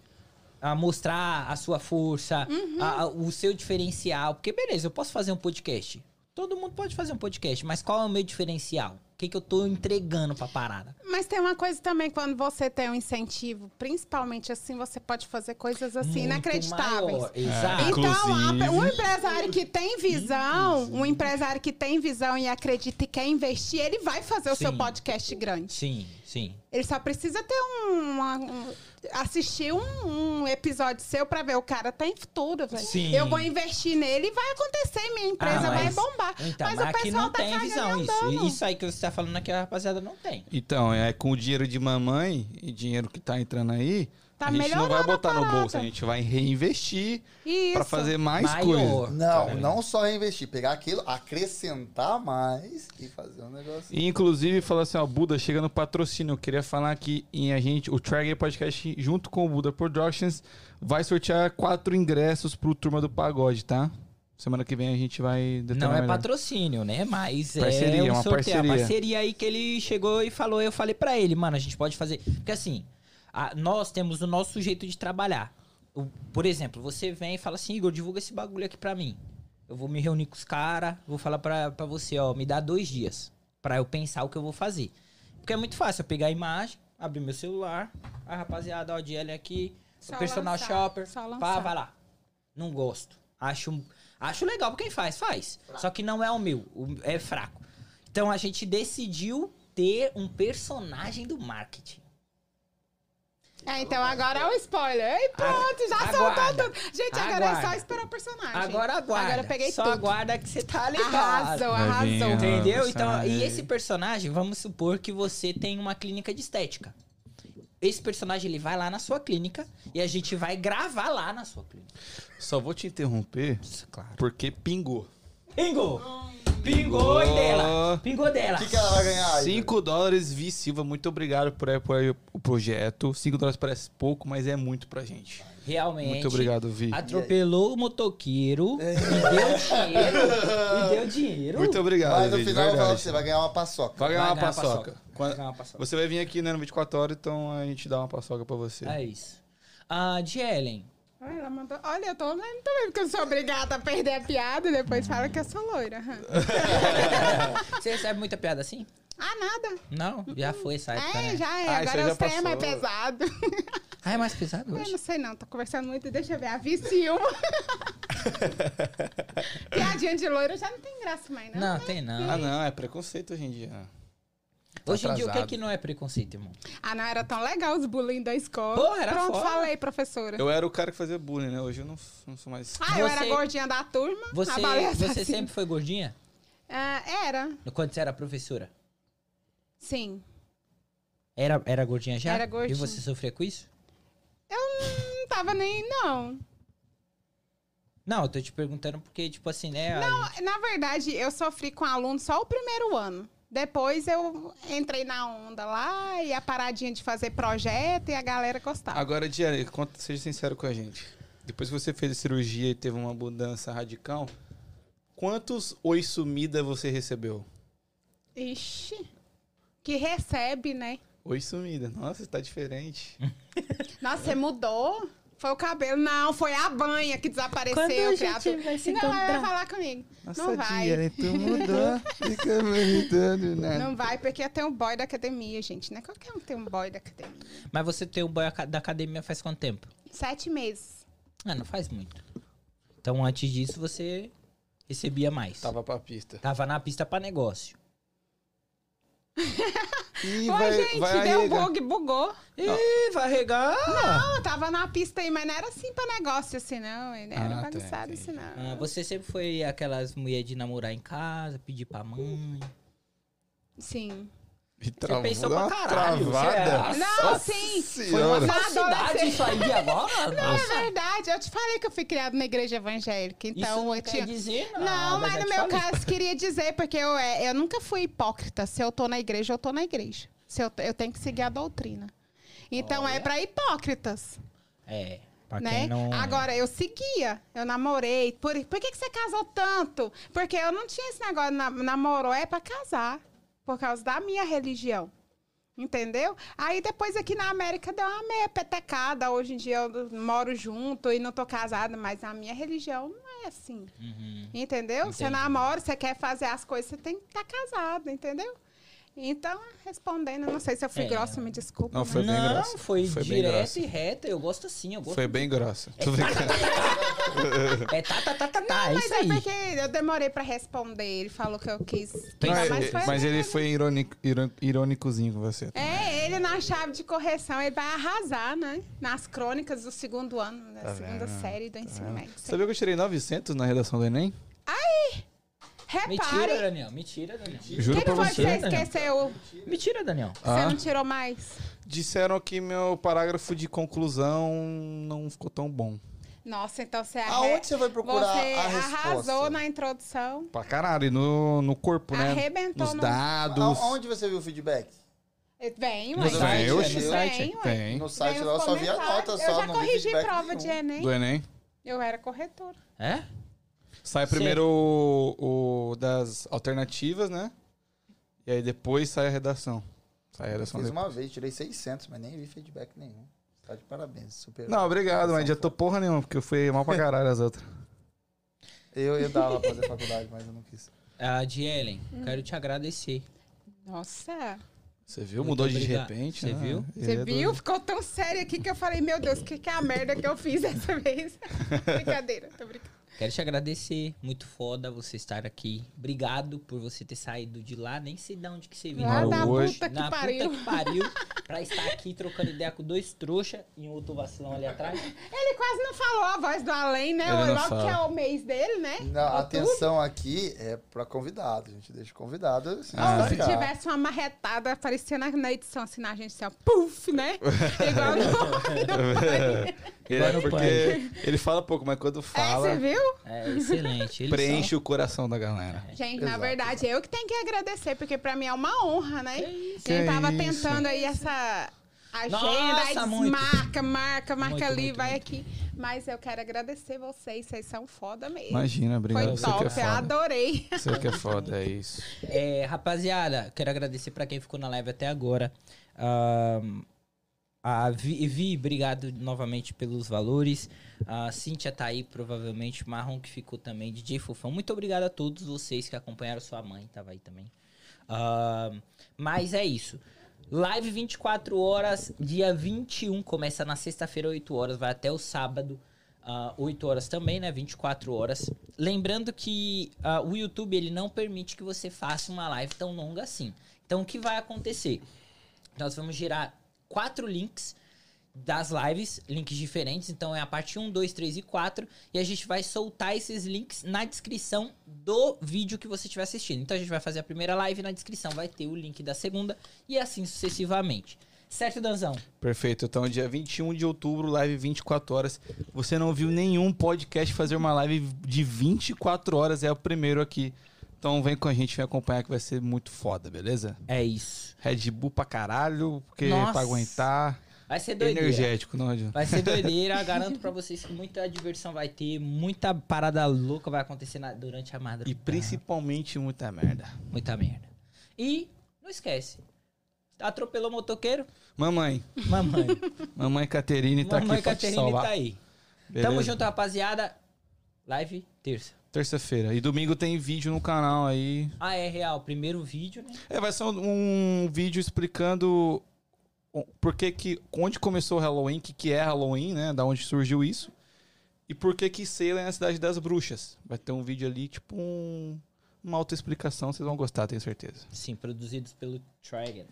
Speaker 2: ah, mostrar a sua força,
Speaker 3: Uhum.
Speaker 2: a- a- o seu diferencial. Porque, beleza, eu posso fazer um podcast. Todo mundo pode fazer um podcast, mas qual é o meu diferencial? O que, que eu tô entregando pra parada?
Speaker 3: Mas tem uma coisa também, quando você tem um incentivo, principalmente assim, você pode fazer coisas assim
Speaker 2: Muito
Speaker 3: inacreditáveis.
Speaker 2: maior. Exato.
Speaker 3: Então, a-
Speaker 5: Inclusive-
Speaker 3: um empresário que tem visão, um empresário que tem visão e acredita e quer investir, ele vai fazer o seu
Speaker 2: Sim.
Speaker 3: podcast grande.
Speaker 2: Sim, sim.
Speaker 3: Ele só precisa ter um. uma- um- assistir um, um episódio seu pra ver. O cara tem futuro, velho.
Speaker 2: Sim.
Speaker 3: Eu vou investir nele e vai acontecer, minha empresa
Speaker 2: Ah, mas-
Speaker 3: vai bombar.
Speaker 2: Então, mas,
Speaker 3: mas, o
Speaker 2: aqui
Speaker 3: pessoal
Speaker 2: não
Speaker 3: tá
Speaker 2: tem
Speaker 3: cagando
Speaker 2: visão
Speaker 3: e
Speaker 2: isso.
Speaker 3: andando.
Speaker 2: E Isso aí que você tá falando aqui, a rapaziada não tem.
Speaker 5: Então, é com o dinheiro de mamãe e dinheiro que tá entrando aí,
Speaker 3: Tá
Speaker 5: a gente não
Speaker 3: melhorando
Speaker 5: vai
Speaker 3: a
Speaker 5: botar no
Speaker 3: parada.
Speaker 5: bolso, a gente vai reinvestir
Speaker 3: Isso.
Speaker 5: pra fazer mais
Speaker 2: Maior.
Speaker 5: coisa.
Speaker 4: Não,
Speaker 2: Tá.
Speaker 4: não só investir, pegar aquilo, acrescentar mais e fazer um negócio.
Speaker 5: E, inclusive, falou assim, ó, Buda, chega no patrocínio. Eu queria falar que em a gente, o Trager Podcast, junto com o Buda Productions, vai sortear quatro ingressos pro Turma do Pagode, tá? Semana que vem a gente vai
Speaker 2: Não
Speaker 5: determinar
Speaker 2: é
Speaker 5: melhor.
Speaker 2: patrocínio, né? Mas
Speaker 5: Parceria,
Speaker 2: é um
Speaker 5: uma
Speaker 2: sorteio. A
Speaker 5: parceria.
Speaker 2: parceria aí que ele chegou e falou, eu falei pra ele, mano, a gente pode fazer. Porque assim, a- nós temos o nosso jeito de trabalhar. O- por exemplo, você vem e fala assim, Igor, divulga esse bagulho aqui pra mim. Eu vou me reunir com os caras, vou falar pra, pra você, ó, me dá dois dias pra eu pensar o que eu vou fazer. Porque é muito fácil, eu pegar a imagem, abrir meu celular, a rapaziada, ó, DL aqui,
Speaker 3: Só
Speaker 2: personal
Speaker 3: lançar,
Speaker 2: shopper,
Speaker 3: só
Speaker 2: pá,
Speaker 3: lançar.
Speaker 2: vai lá. Não gosto. Acho, acho legal pra quem faz, faz. Só que não é o meu, o- é fraco. Então a gente decidiu ter um personagem do marketing.
Speaker 3: É, então agora é o spoiler. E pronto, já soltou
Speaker 2: aguarda.
Speaker 3: tudo. Gente, agora
Speaker 2: Aguarda.
Speaker 3: é só esperar o personagem.
Speaker 2: Agora aguarda.
Speaker 3: Agora eu peguei
Speaker 2: Só
Speaker 3: tudo.
Speaker 2: aguarda que você tá ligado.
Speaker 3: Arrasou,
Speaker 5: Vai vir,
Speaker 3: arrasou.
Speaker 5: ó.
Speaker 2: Entendeu?
Speaker 5: Ah,
Speaker 2: Então,
Speaker 5: sai.
Speaker 2: e esse personagem, vamos supor que você tem uma clínica de estética. Esse personagem ele vai lá na sua clínica e a gente vai gravar lá na sua clínica.
Speaker 5: Só vou te interromper
Speaker 2: claro.
Speaker 5: porque pingou.
Speaker 2: Pingou! Pingou
Speaker 5: Pingou.
Speaker 2: dela! Pingou dela!
Speaker 4: O que, que ela vai ganhar?
Speaker 5: 5 dólares, Vi Silva, muito obrigado por apoiar o projeto. 5 dólares parece pouco, mas é muito pra gente.
Speaker 2: Realmente.
Speaker 5: Muito obrigado, Vi.
Speaker 2: Atropelou o motoqueiro
Speaker 4: É.
Speaker 2: e deu dinheiro. e deu dinheiro.
Speaker 5: Muito obrigado,
Speaker 4: Mas no
Speaker 5: Vi, de
Speaker 4: final eu falo assim, pra
Speaker 5: verdade.
Speaker 4: você, vai ganhar uma paçoca.
Speaker 5: Vai ganhar
Speaker 2: Vai
Speaker 5: uma
Speaker 2: ganhar uma
Speaker 5: paçoca.
Speaker 2: paçoca.
Speaker 5: Quando-
Speaker 2: Vai ganhar uma paçoca.
Speaker 5: Você vai vir aqui né, no 24 horas, então a gente dá uma paçoca pra você.
Speaker 2: É isso. Ah, de Ellen.
Speaker 3: Olha, ela mandou- Olha, eu tô olhando também, porque eu sou obrigada a perder a piada e depois fala que eu sou loira. aham.
Speaker 2: Você recebe muita piada assim?
Speaker 3: Ah, nada.
Speaker 2: Não, já foi essa época,
Speaker 3: É,
Speaker 2: né?
Speaker 3: já é.
Speaker 5: Ah, isso aí
Speaker 3: agora
Speaker 5: já
Speaker 3: os trem é mais
Speaker 5: passou.
Speaker 3: pesado.
Speaker 2: Ah, é mais pesado
Speaker 3: Eu
Speaker 2: hoje?
Speaker 3: não sei não, tô conversando muito, deixa eu ver. A Vi Silva. Piadinha de loira já não tem graça mais, não.
Speaker 2: Não, tem não.
Speaker 5: Ah, não, é preconceito hoje em dia.
Speaker 2: Hoje em dia, o que é
Speaker 5: atrasado.
Speaker 2: que não é preconceito, irmão?
Speaker 3: Ah, não, era tão legal os bullying da escola.
Speaker 2: Pô, era
Speaker 3: Pronto,
Speaker 2: foda.
Speaker 3: falei, professora.
Speaker 5: Eu era o cara que fazia bullying, né? Hoje eu não, não sou mais.
Speaker 3: Ah, eu era
Speaker 2: Você-
Speaker 3: gordinha da turma.
Speaker 2: Você,
Speaker 3: a baleia
Speaker 2: você
Speaker 3: assassina.
Speaker 2: sempre foi gordinha?
Speaker 3: Ah, era,
Speaker 2: Quando você era professora?
Speaker 3: sim.
Speaker 2: Era, era gordinha já?
Speaker 3: Era
Speaker 2: E
Speaker 3: gordinha.
Speaker 2: você sofria com isso?
Speaker 3: Não tava nem, não.
Speaker 2: Não, eu tô te perguntando porque, tipo assim, né? a gente-
Speaker 3: Na verdade, eu sofri com aluno só o primeiro ano. Depois eu entrei na onda lá e a paradinha de fazer projeto e a galera gostava.
Speaker 1: Agora, Diane, conta- seja sincero com a gente. Depois que você fez a cirurgia e teve uma mudança radical, quantos oi sumida você recebeu?
Speaker 3: Ixi. Que recebe, né?
Speaker 1: Oi sumida. Nossa, tá diferente.
Speaker 3: Nossa, você mudou? Foi o cabelo? Não, foi a banha que desapareceu.
Speaker 6: Quando a
Speaker 3: criatura.
Speaker 6: gente vai se
Speaker 3: não, ela vai
Speaker 6: encontrar?
Speaker 3: falar comigo.
Speaker 1: Nossa,
Speaker 3: Não vai.
Speaker 1: Diane, tu mudou. Fica meditando, né?
Speaker 3: Não vai, porque tem um boy da academia, gente, né? Qualquer um tem um boy da academia.
Speaker 2: Mas você tem o boy aca- da academia faz quanto tempo?
Speaker 3: Sete meses.
Speaker 2: Ah, não faz muito. Então antes disso você recebia mais.
Speaker 1: Tava pra pista.
Speaker 2: Tava na pista pra negócio.
Speaker 1: Ih,
Speaker 3: Ué, gente, deu um
Speaker 1: arregar.
Speaker 3: bug, bugou.
Speaker 2: Ih, vai regar!
Speaker 3: Eu tava na pista aí, mas não era assim pra negócio assim, não. Não era
Speaker 1: Ah, tá,
Speaker 3: bagunçado assim,
Speaker 1: entendi.
Speaker 3: não.
Speaker 2: você sempre foi aquelas mulher de namorar em casa, pedir pra mãe.
Speaker 3: Sim.
Speaker 1: Me travou,
Speaker 2: pensou
Speaker 1: dá
Speaker 2: pra
Speaker 1: uma
Speaker 2: caralho, você
Speaker 1: travada.
Speaker 2: é-
Speaker 3: Não, sim.
Speaker 1: Senhora.
Speaker 3: Na
Speaker 2: Falsidade
Speaker 3: adolescência-
Speaker 2: isso aí agora?
Speaker 3: É
Speaker 2: Nossa.
Speaker 3: verdade, eu te falei que eu fui criada na igreja evangélica,
Speaker 2: isso
Speaker 3: então
Speaker 2: não
Speaker 3: eu
Speaker 2: quer
Speaker 1: é
Speaker 3: tinha...
Speaker 2: dizer nada.
Speaker 3: Não, mas
Speaker 2: já
Speaker 3: no
Speaker 2: te
Speaker 3: meu
Speaker 2: falei.
Speaker 3: caso, queria dizer, porque eu, é, eu nunca fui hipócrita. Se eu tô na igreja, eu tô na igreja. Se eu, eu tenho que seguir a doutrina. Então é
Speaker 2: Olha.
Speaker 3: pra hipócritas,
Speaker 2: É, pra
Speaker 3: né?
Speaker 2: quem não...
Speaker 3: Agora, eu seguia, eu namorei. Por, por que, que você casou tanto? Porque eu não tinha esse negócio, na- namorou é pra casar, por causa da minha religião. Entendeu? Aí depois aqui na América deu uma meia petecada. Hoje em dia eu moro junto e não tô casada, mas a minha religião não é assim.
Speaker 2: Uhum.
Speaker 3: Entendeu? Você
Speaker 2: Entendi.
Speaker 3: namora, você quer fazer as coisas, você tem que estar casado, entendeu? Então, respondendo, não sei se eu fui
Speaker 2: É.
Speaker 3: grossa, me desculpa.
Speaker 1: Não,
Speaker 3: mas-
Speaker 1: foi bem
Speaker 2: não,
Speaker 1: grossa.
Speaker 2: foi,
Speaker 1: Foi bem
Speaker 2: direto
Speaker 1: grossa.
Speaker 2: e reto. Eu gosto assim, eu gosto.
Speaker 1: Ah, Foi bem grossa. Tô brincando.
Speaker 2: É tá, tá, tá, tá, tá, é
Speaker 3: Mas
Speaker 2: isso
Speaker 3: é
Speaker 2: aí.
Speaker 3: porque eu demorei pra responder. Ele falou que eu quis.
Speaker 2: Tem
Speaker 1: Não,
Speaker 2: que
Speaker 1: é-
Speaker 2: ser
Speaker 3: mas
Speaker 1: é-
Speaker 3: foi-
Speaker 1: mas ele foi irônico, irô- irônicozinho com você.
Speaker 3: É, ele na chave de correção, ele vai arrasar, né? Nas crônicas do segundo ano, da
Speaker 1: Tá
Speaker 3: segunda
Speaker 1: vendo?
Speaker 3: série do ensino médio.
Speaker 1: Sabia que eu tirei 900 na redação do Enem?
Speaker 2: Mentira,
Speaker 3: Repare,
Speaker 2: Daniel, mentira, Daniel.
Speaker 1: Juro
Speaker 3: quem
Speaker 1: pra
Speaker 3: foi que você
Speaker 1: você.
Speaker 2: Mentira, Daniel.
Speaker 3: esqueceu?
Speaker 2: Mentira, Daniel.
Speaker 3: Você
Speaker 1: Ah.
Speaker 3: não tirou mais?
Speaker 1: Disseram que meu parágrafo de conclusão não ficou tão bom.
Speaker 3: Nossa, então você
Speaker 4: Aonde
Speaker 3: arre...
Speaker 4: você vai procurar
Speaker 3: Você
Speaker 4: a resposta?
Speaker 3: arrasou na introdução.
Speaker 1: Pra caralho, e no, no corpo, né?
Speaker 3: Arrebentou
Speaker 1: Tá Nos
Speaker 3: no-
Speaker 1: dados.
Speaker 4: A- Aonde você viu o feedback?
Speaker 3: É, Vem,
Speaker 1: No
Speaker 3: ué.
Speaker 4: Nos dados.
Speaker 1: Enem,
Speaker 4: site,
Speaker 1: oxe.
Speaker 4: no
Speaker 3: site?
Speaker 1: Tem.
Speaker 4: No site
Speaker 3: Vem
Speaker 4: lá eu
Speaker 3: os
Speaker 4: só vi a
Speaker 3: comentários.
Speaker 4: nota,
Speaker 3: Eu
Speaker 4: só
Speaker 3: já
Speaker 4: não vi
Speaker 3: corrigi
Speaker 4: feedback
Speaker 3: prova
Speaker 4: nenhum.
Speaker 3: de Enem.
Speaker 1: Do Enem.
Speaker 3: Eu era corretora.
Speaker 2: É?
Speaker 1: Sai
Speaker 2: Sim.
Speaker 1: primeiro o, o das alternativas, né? E aí depois sai a redação. Sai a redação
Speaker 4: Fiz
Speaker 1: depois.
Speaker 4: uma vez, tirei 600, mas nem vi feedback nenhum. Tá de parabéns, super.
Speaker 1: Não, obrigado, mas já tô porra nenhuma, porque eu fui mal pra caralho as outras.
Speaker 4: Eu ia dar aula pra fazer faculdade, mas eu não quis.
Speaker 2: A de Ellen,
Speaker 3: Hum.
Speaker 2: quero te agradecer.
Speaker 3: Nossa.
Speaker 1: Você viu?
Speaker 2: Muito
Speaker 1: Mudou de
Speaker 2: obrigado.
Speaker 1: repente.
Speaker 2: Você
Speaker 1: né?
Speaker 2: viu?
Speaker 4: é
Speaker 3: Você
Speaker 1: Eu-
Speaker 3: viu? Ficou tão sério aqui que eu falei, meu Deus, o que, que é a merda que eu fiz dessa vez? Brincadeira, tô brincando.
Speaker 2: Quero te agradecer, muito foda você estar aqui. Obrigado por você ter saído de lá, nem sei de onde que você veio.
Speaker 3: Lá
Speaker 1: Não,
Speaker 3: da
Speaker 1: hoje-
Speaker 3: puta que
Speaker 2: Na
Speaker 3: pariu.
Speaker 2: puta que pariu, pra estar aqui trocando ideia com dois trouxa e um outro vacilão ali atrás.
Speaker 3: Ele quase não falou a voz do além, né?
Speaker 1: Ele não
Speaker 3: Logo
Speaker 1: fala.
Speaker 3: que é o mês dele, né?
Speaker 4: Não, a atenção aqui é pra convidado. A gente deixa o convidado. se
Speaker 1: Ah,
Speaker 3: Se
Speaker 4: destacar.
Speaker 3: tivesse uma marretada aparecendo na- na edição, assim, na gente, assim, ó, puff, né? Igual no...
Speaker 1: Ele, é
Speaker 2: Vai no
Speaker 1: porque ele fala pouco, mas quando
Speaker 3: É,
Speaker 1: fala,
Speaker 3: você viu?
Speaker 2: É, excelente. Eles
Speaker 1: preenche o coração da galera.
Speaker 3: Gente, na
Speaker 4: Exato.
Speaker 3: verdade, eu que tenho que agradecer, porque pra mim é uma honra, né?
Speaker 1: Que
Speaker 3: Quem tava
Speaker 1: isso.
Speaker 3: tentando aí essa agenda,
Speaker 2: Nossa,
Speaker 3: aí
Speaker 2: muito.
Speaker 3: desmarca, marca, marca
Speaker 2: Muito,
Speaker 3: ali,
Speaker 2: muito,
Speaker 3: vai
Speaker 2: muito.
Speaker 3: aqui. Mas eu quero agradecer vocês, vocês são foda mesmo.
Speaker 1: Imagina, obrigado.
Speaker 3: Foi
Speaker 1: Você que é
Speaker 3: top, eu
Speaker 1: foda.
Speaker 3: adorei.
Speaker 1: Você que é foda, é isso.
Speaker 2: são- É, rapaziada, quero agradecer pra quem ficou na live até agora. Ahn, a Vi, Vi, obrigado novamente pelos valores. A Cíntia tá aí, provavelmente. Marrom que ficou também. DJ Fofão. Muito obrigado a todos vocês que acompanharam. Sua mãe tava aí também. Ahn, mas é isso. Live 24 horas, dia 21. Começa na sexta-feira, 8 horas. Vai até o sábado, ah, 8 horas também, né? 24 horas. Lembrando que ah, o YouTube ele não permite que você faça uma live tão longa assim. Então, o que vai acontecer? Nós vamos gerar quatro links das lives, links diferentes. Então é a parte 1, 2, 3 e 4. E a gente vai soltar esses links na descrição do vídeo que você estiver assistindo. Então a gente vai fazer a primeira live na descrição, vai ter o link da segunda e assim sucessivamente. Certo, Danzão?
Speaker 5: Perfeito. Então, dia 21 de outubro, live 24 horas. Você não viu nenhum podcast fazer uma live de 24 horas, é o primeiro aqui. Então vem com a gente, vem acompanhar que vai ser muito foda, beleza?
Speaker 2: É isso.
Speaker 5: Red Bull pra caralho, porque
Speaker 2: Nossa.
Speaker 5: pra aguentar.
Speaker 2: Vai ser doideira.
Speaker 5: Energético, não adianta.
Speaker 2: Vai ser doideira, garanto pra vocês que muita diversão vai ter, muita parada louca vai acontecer na- durante a madrugada.
Speaker 5: E principalmente muita merda.
Speaker 2: Muita merda. E não esquece, atropelou o motoqueiro?
Speaker 5: Mamãe,
Speaker 2: Mamãe.
Speaker 5: mamãe Caterine tá
Speaker 2: Mamãe
Speaker 5: aqui pra te
Speaker 2: Caterine
Speaker 5: salvar.
Speaker 2: tá aí. Tamo
Speaker 5: beleza?
Speaker 2: junto, rapaziada. Live terça.
Speaker 5: Terça-feira. E domingo tem vídeo no canal aí.
Speaker 2: Ah, é real. Primeiro vídeo, né?
Speaker 5: É, vai ser um, um vídeo explicando o- por que que... Onde começou o Halloween, o que, que é Halloween, né? Da onde surgiu isso. E por que que Salem é a cidade das bruxas. Vai ter um vídeo ali, tipo um... Uma autoexplicação, vocês vão gostar, tenho certeza.
Speaker 2: Sim, produzidos pelo Trigon.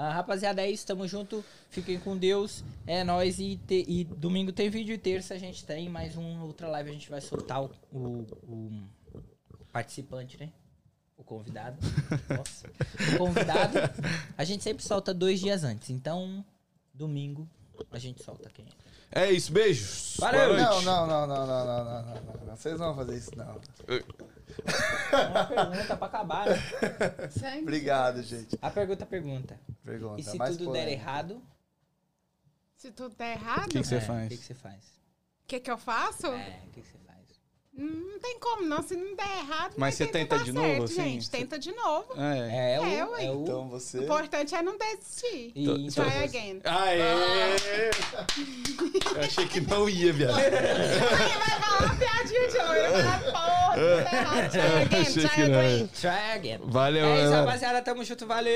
Speaker 2: Ah, rapaziada, é isso. Tamo junto. Fiquem com Deus. É nóis. E, te- e domingo tem vídeo e terça a gente tem mais uma outra live. A gente vai soltar o, o- o participante, né? O convidado. Nossa. O convidado. A gente sempre solta dois dias antes. Então, domingo a gente solta quem é.
Speaker 5: É isso, beijos.
Speaker 2: Valeu.
Speaker 5: Boa
Speaker 4: Não,
Speaker 5: noite.
Speaker 4: não, não, não, não, não, não, não, não, não. Vocês não vão fazer isso, não.
Speaker 2: É uma pergunta pra acabar, né?
Speaker 3: Sangue.
Speaker 4: Obrigado, gente.
Speaker 2: A pergunta pergunta.
Speaker 4: Pergunta.
Speaker 2: E se
Speaker 4: mais
Speaker 2: tudo der
Speaker 4: polêmica.
Speaker 2: errado, é,
Speaker 3: Se tudo der errado,
Speaker 5: Que
Speaker 3: o
Speaker 5: que você faz?
Speaker 2: O que, que você faz?
Speaker 3: que, que eu faço?
Speaker 2: É, o que, que você faz?
Speaker 3: Hum, Não tem como, não. Se não der errado,
Speaker 5: Mas você
Speaker 3: tenta
Speaker 5: tenta
Speaker 3: dar
Speaker 5: de
Speaker 3: certo,
Speaker 5: novo, assim?
Speaker 3: gente.
Speaker 5: Você-
Speaker 3: Tenta de novo.
Speaker 5: É.
Speaker 2: É, o.
Speaker 3: É,
Speaker 2: É
Speaker 3: ué.
Speaker 2: o
Speaker 4: Então você.
Speaker 3: O importante é não desistir.
Speaker 2: e, então,
Speaker 3: Try again.
Speaker 5: Aê! Eu achei que não ia, viado.
Speaker 3: Vai falar uma piadinha de loira, vai lá, porra, tudo errado. Try again,
Speaker 5: Achei que
Speaker 3: try
Speaker 5: não.
Speaker 3: again.
Speaker 2: Try again.
Speaker 5: Valeu,
Speaker 2: É isso,
Speaker 5: galera.
Speaker 2: rapaziada. Tamo junto. Valeu.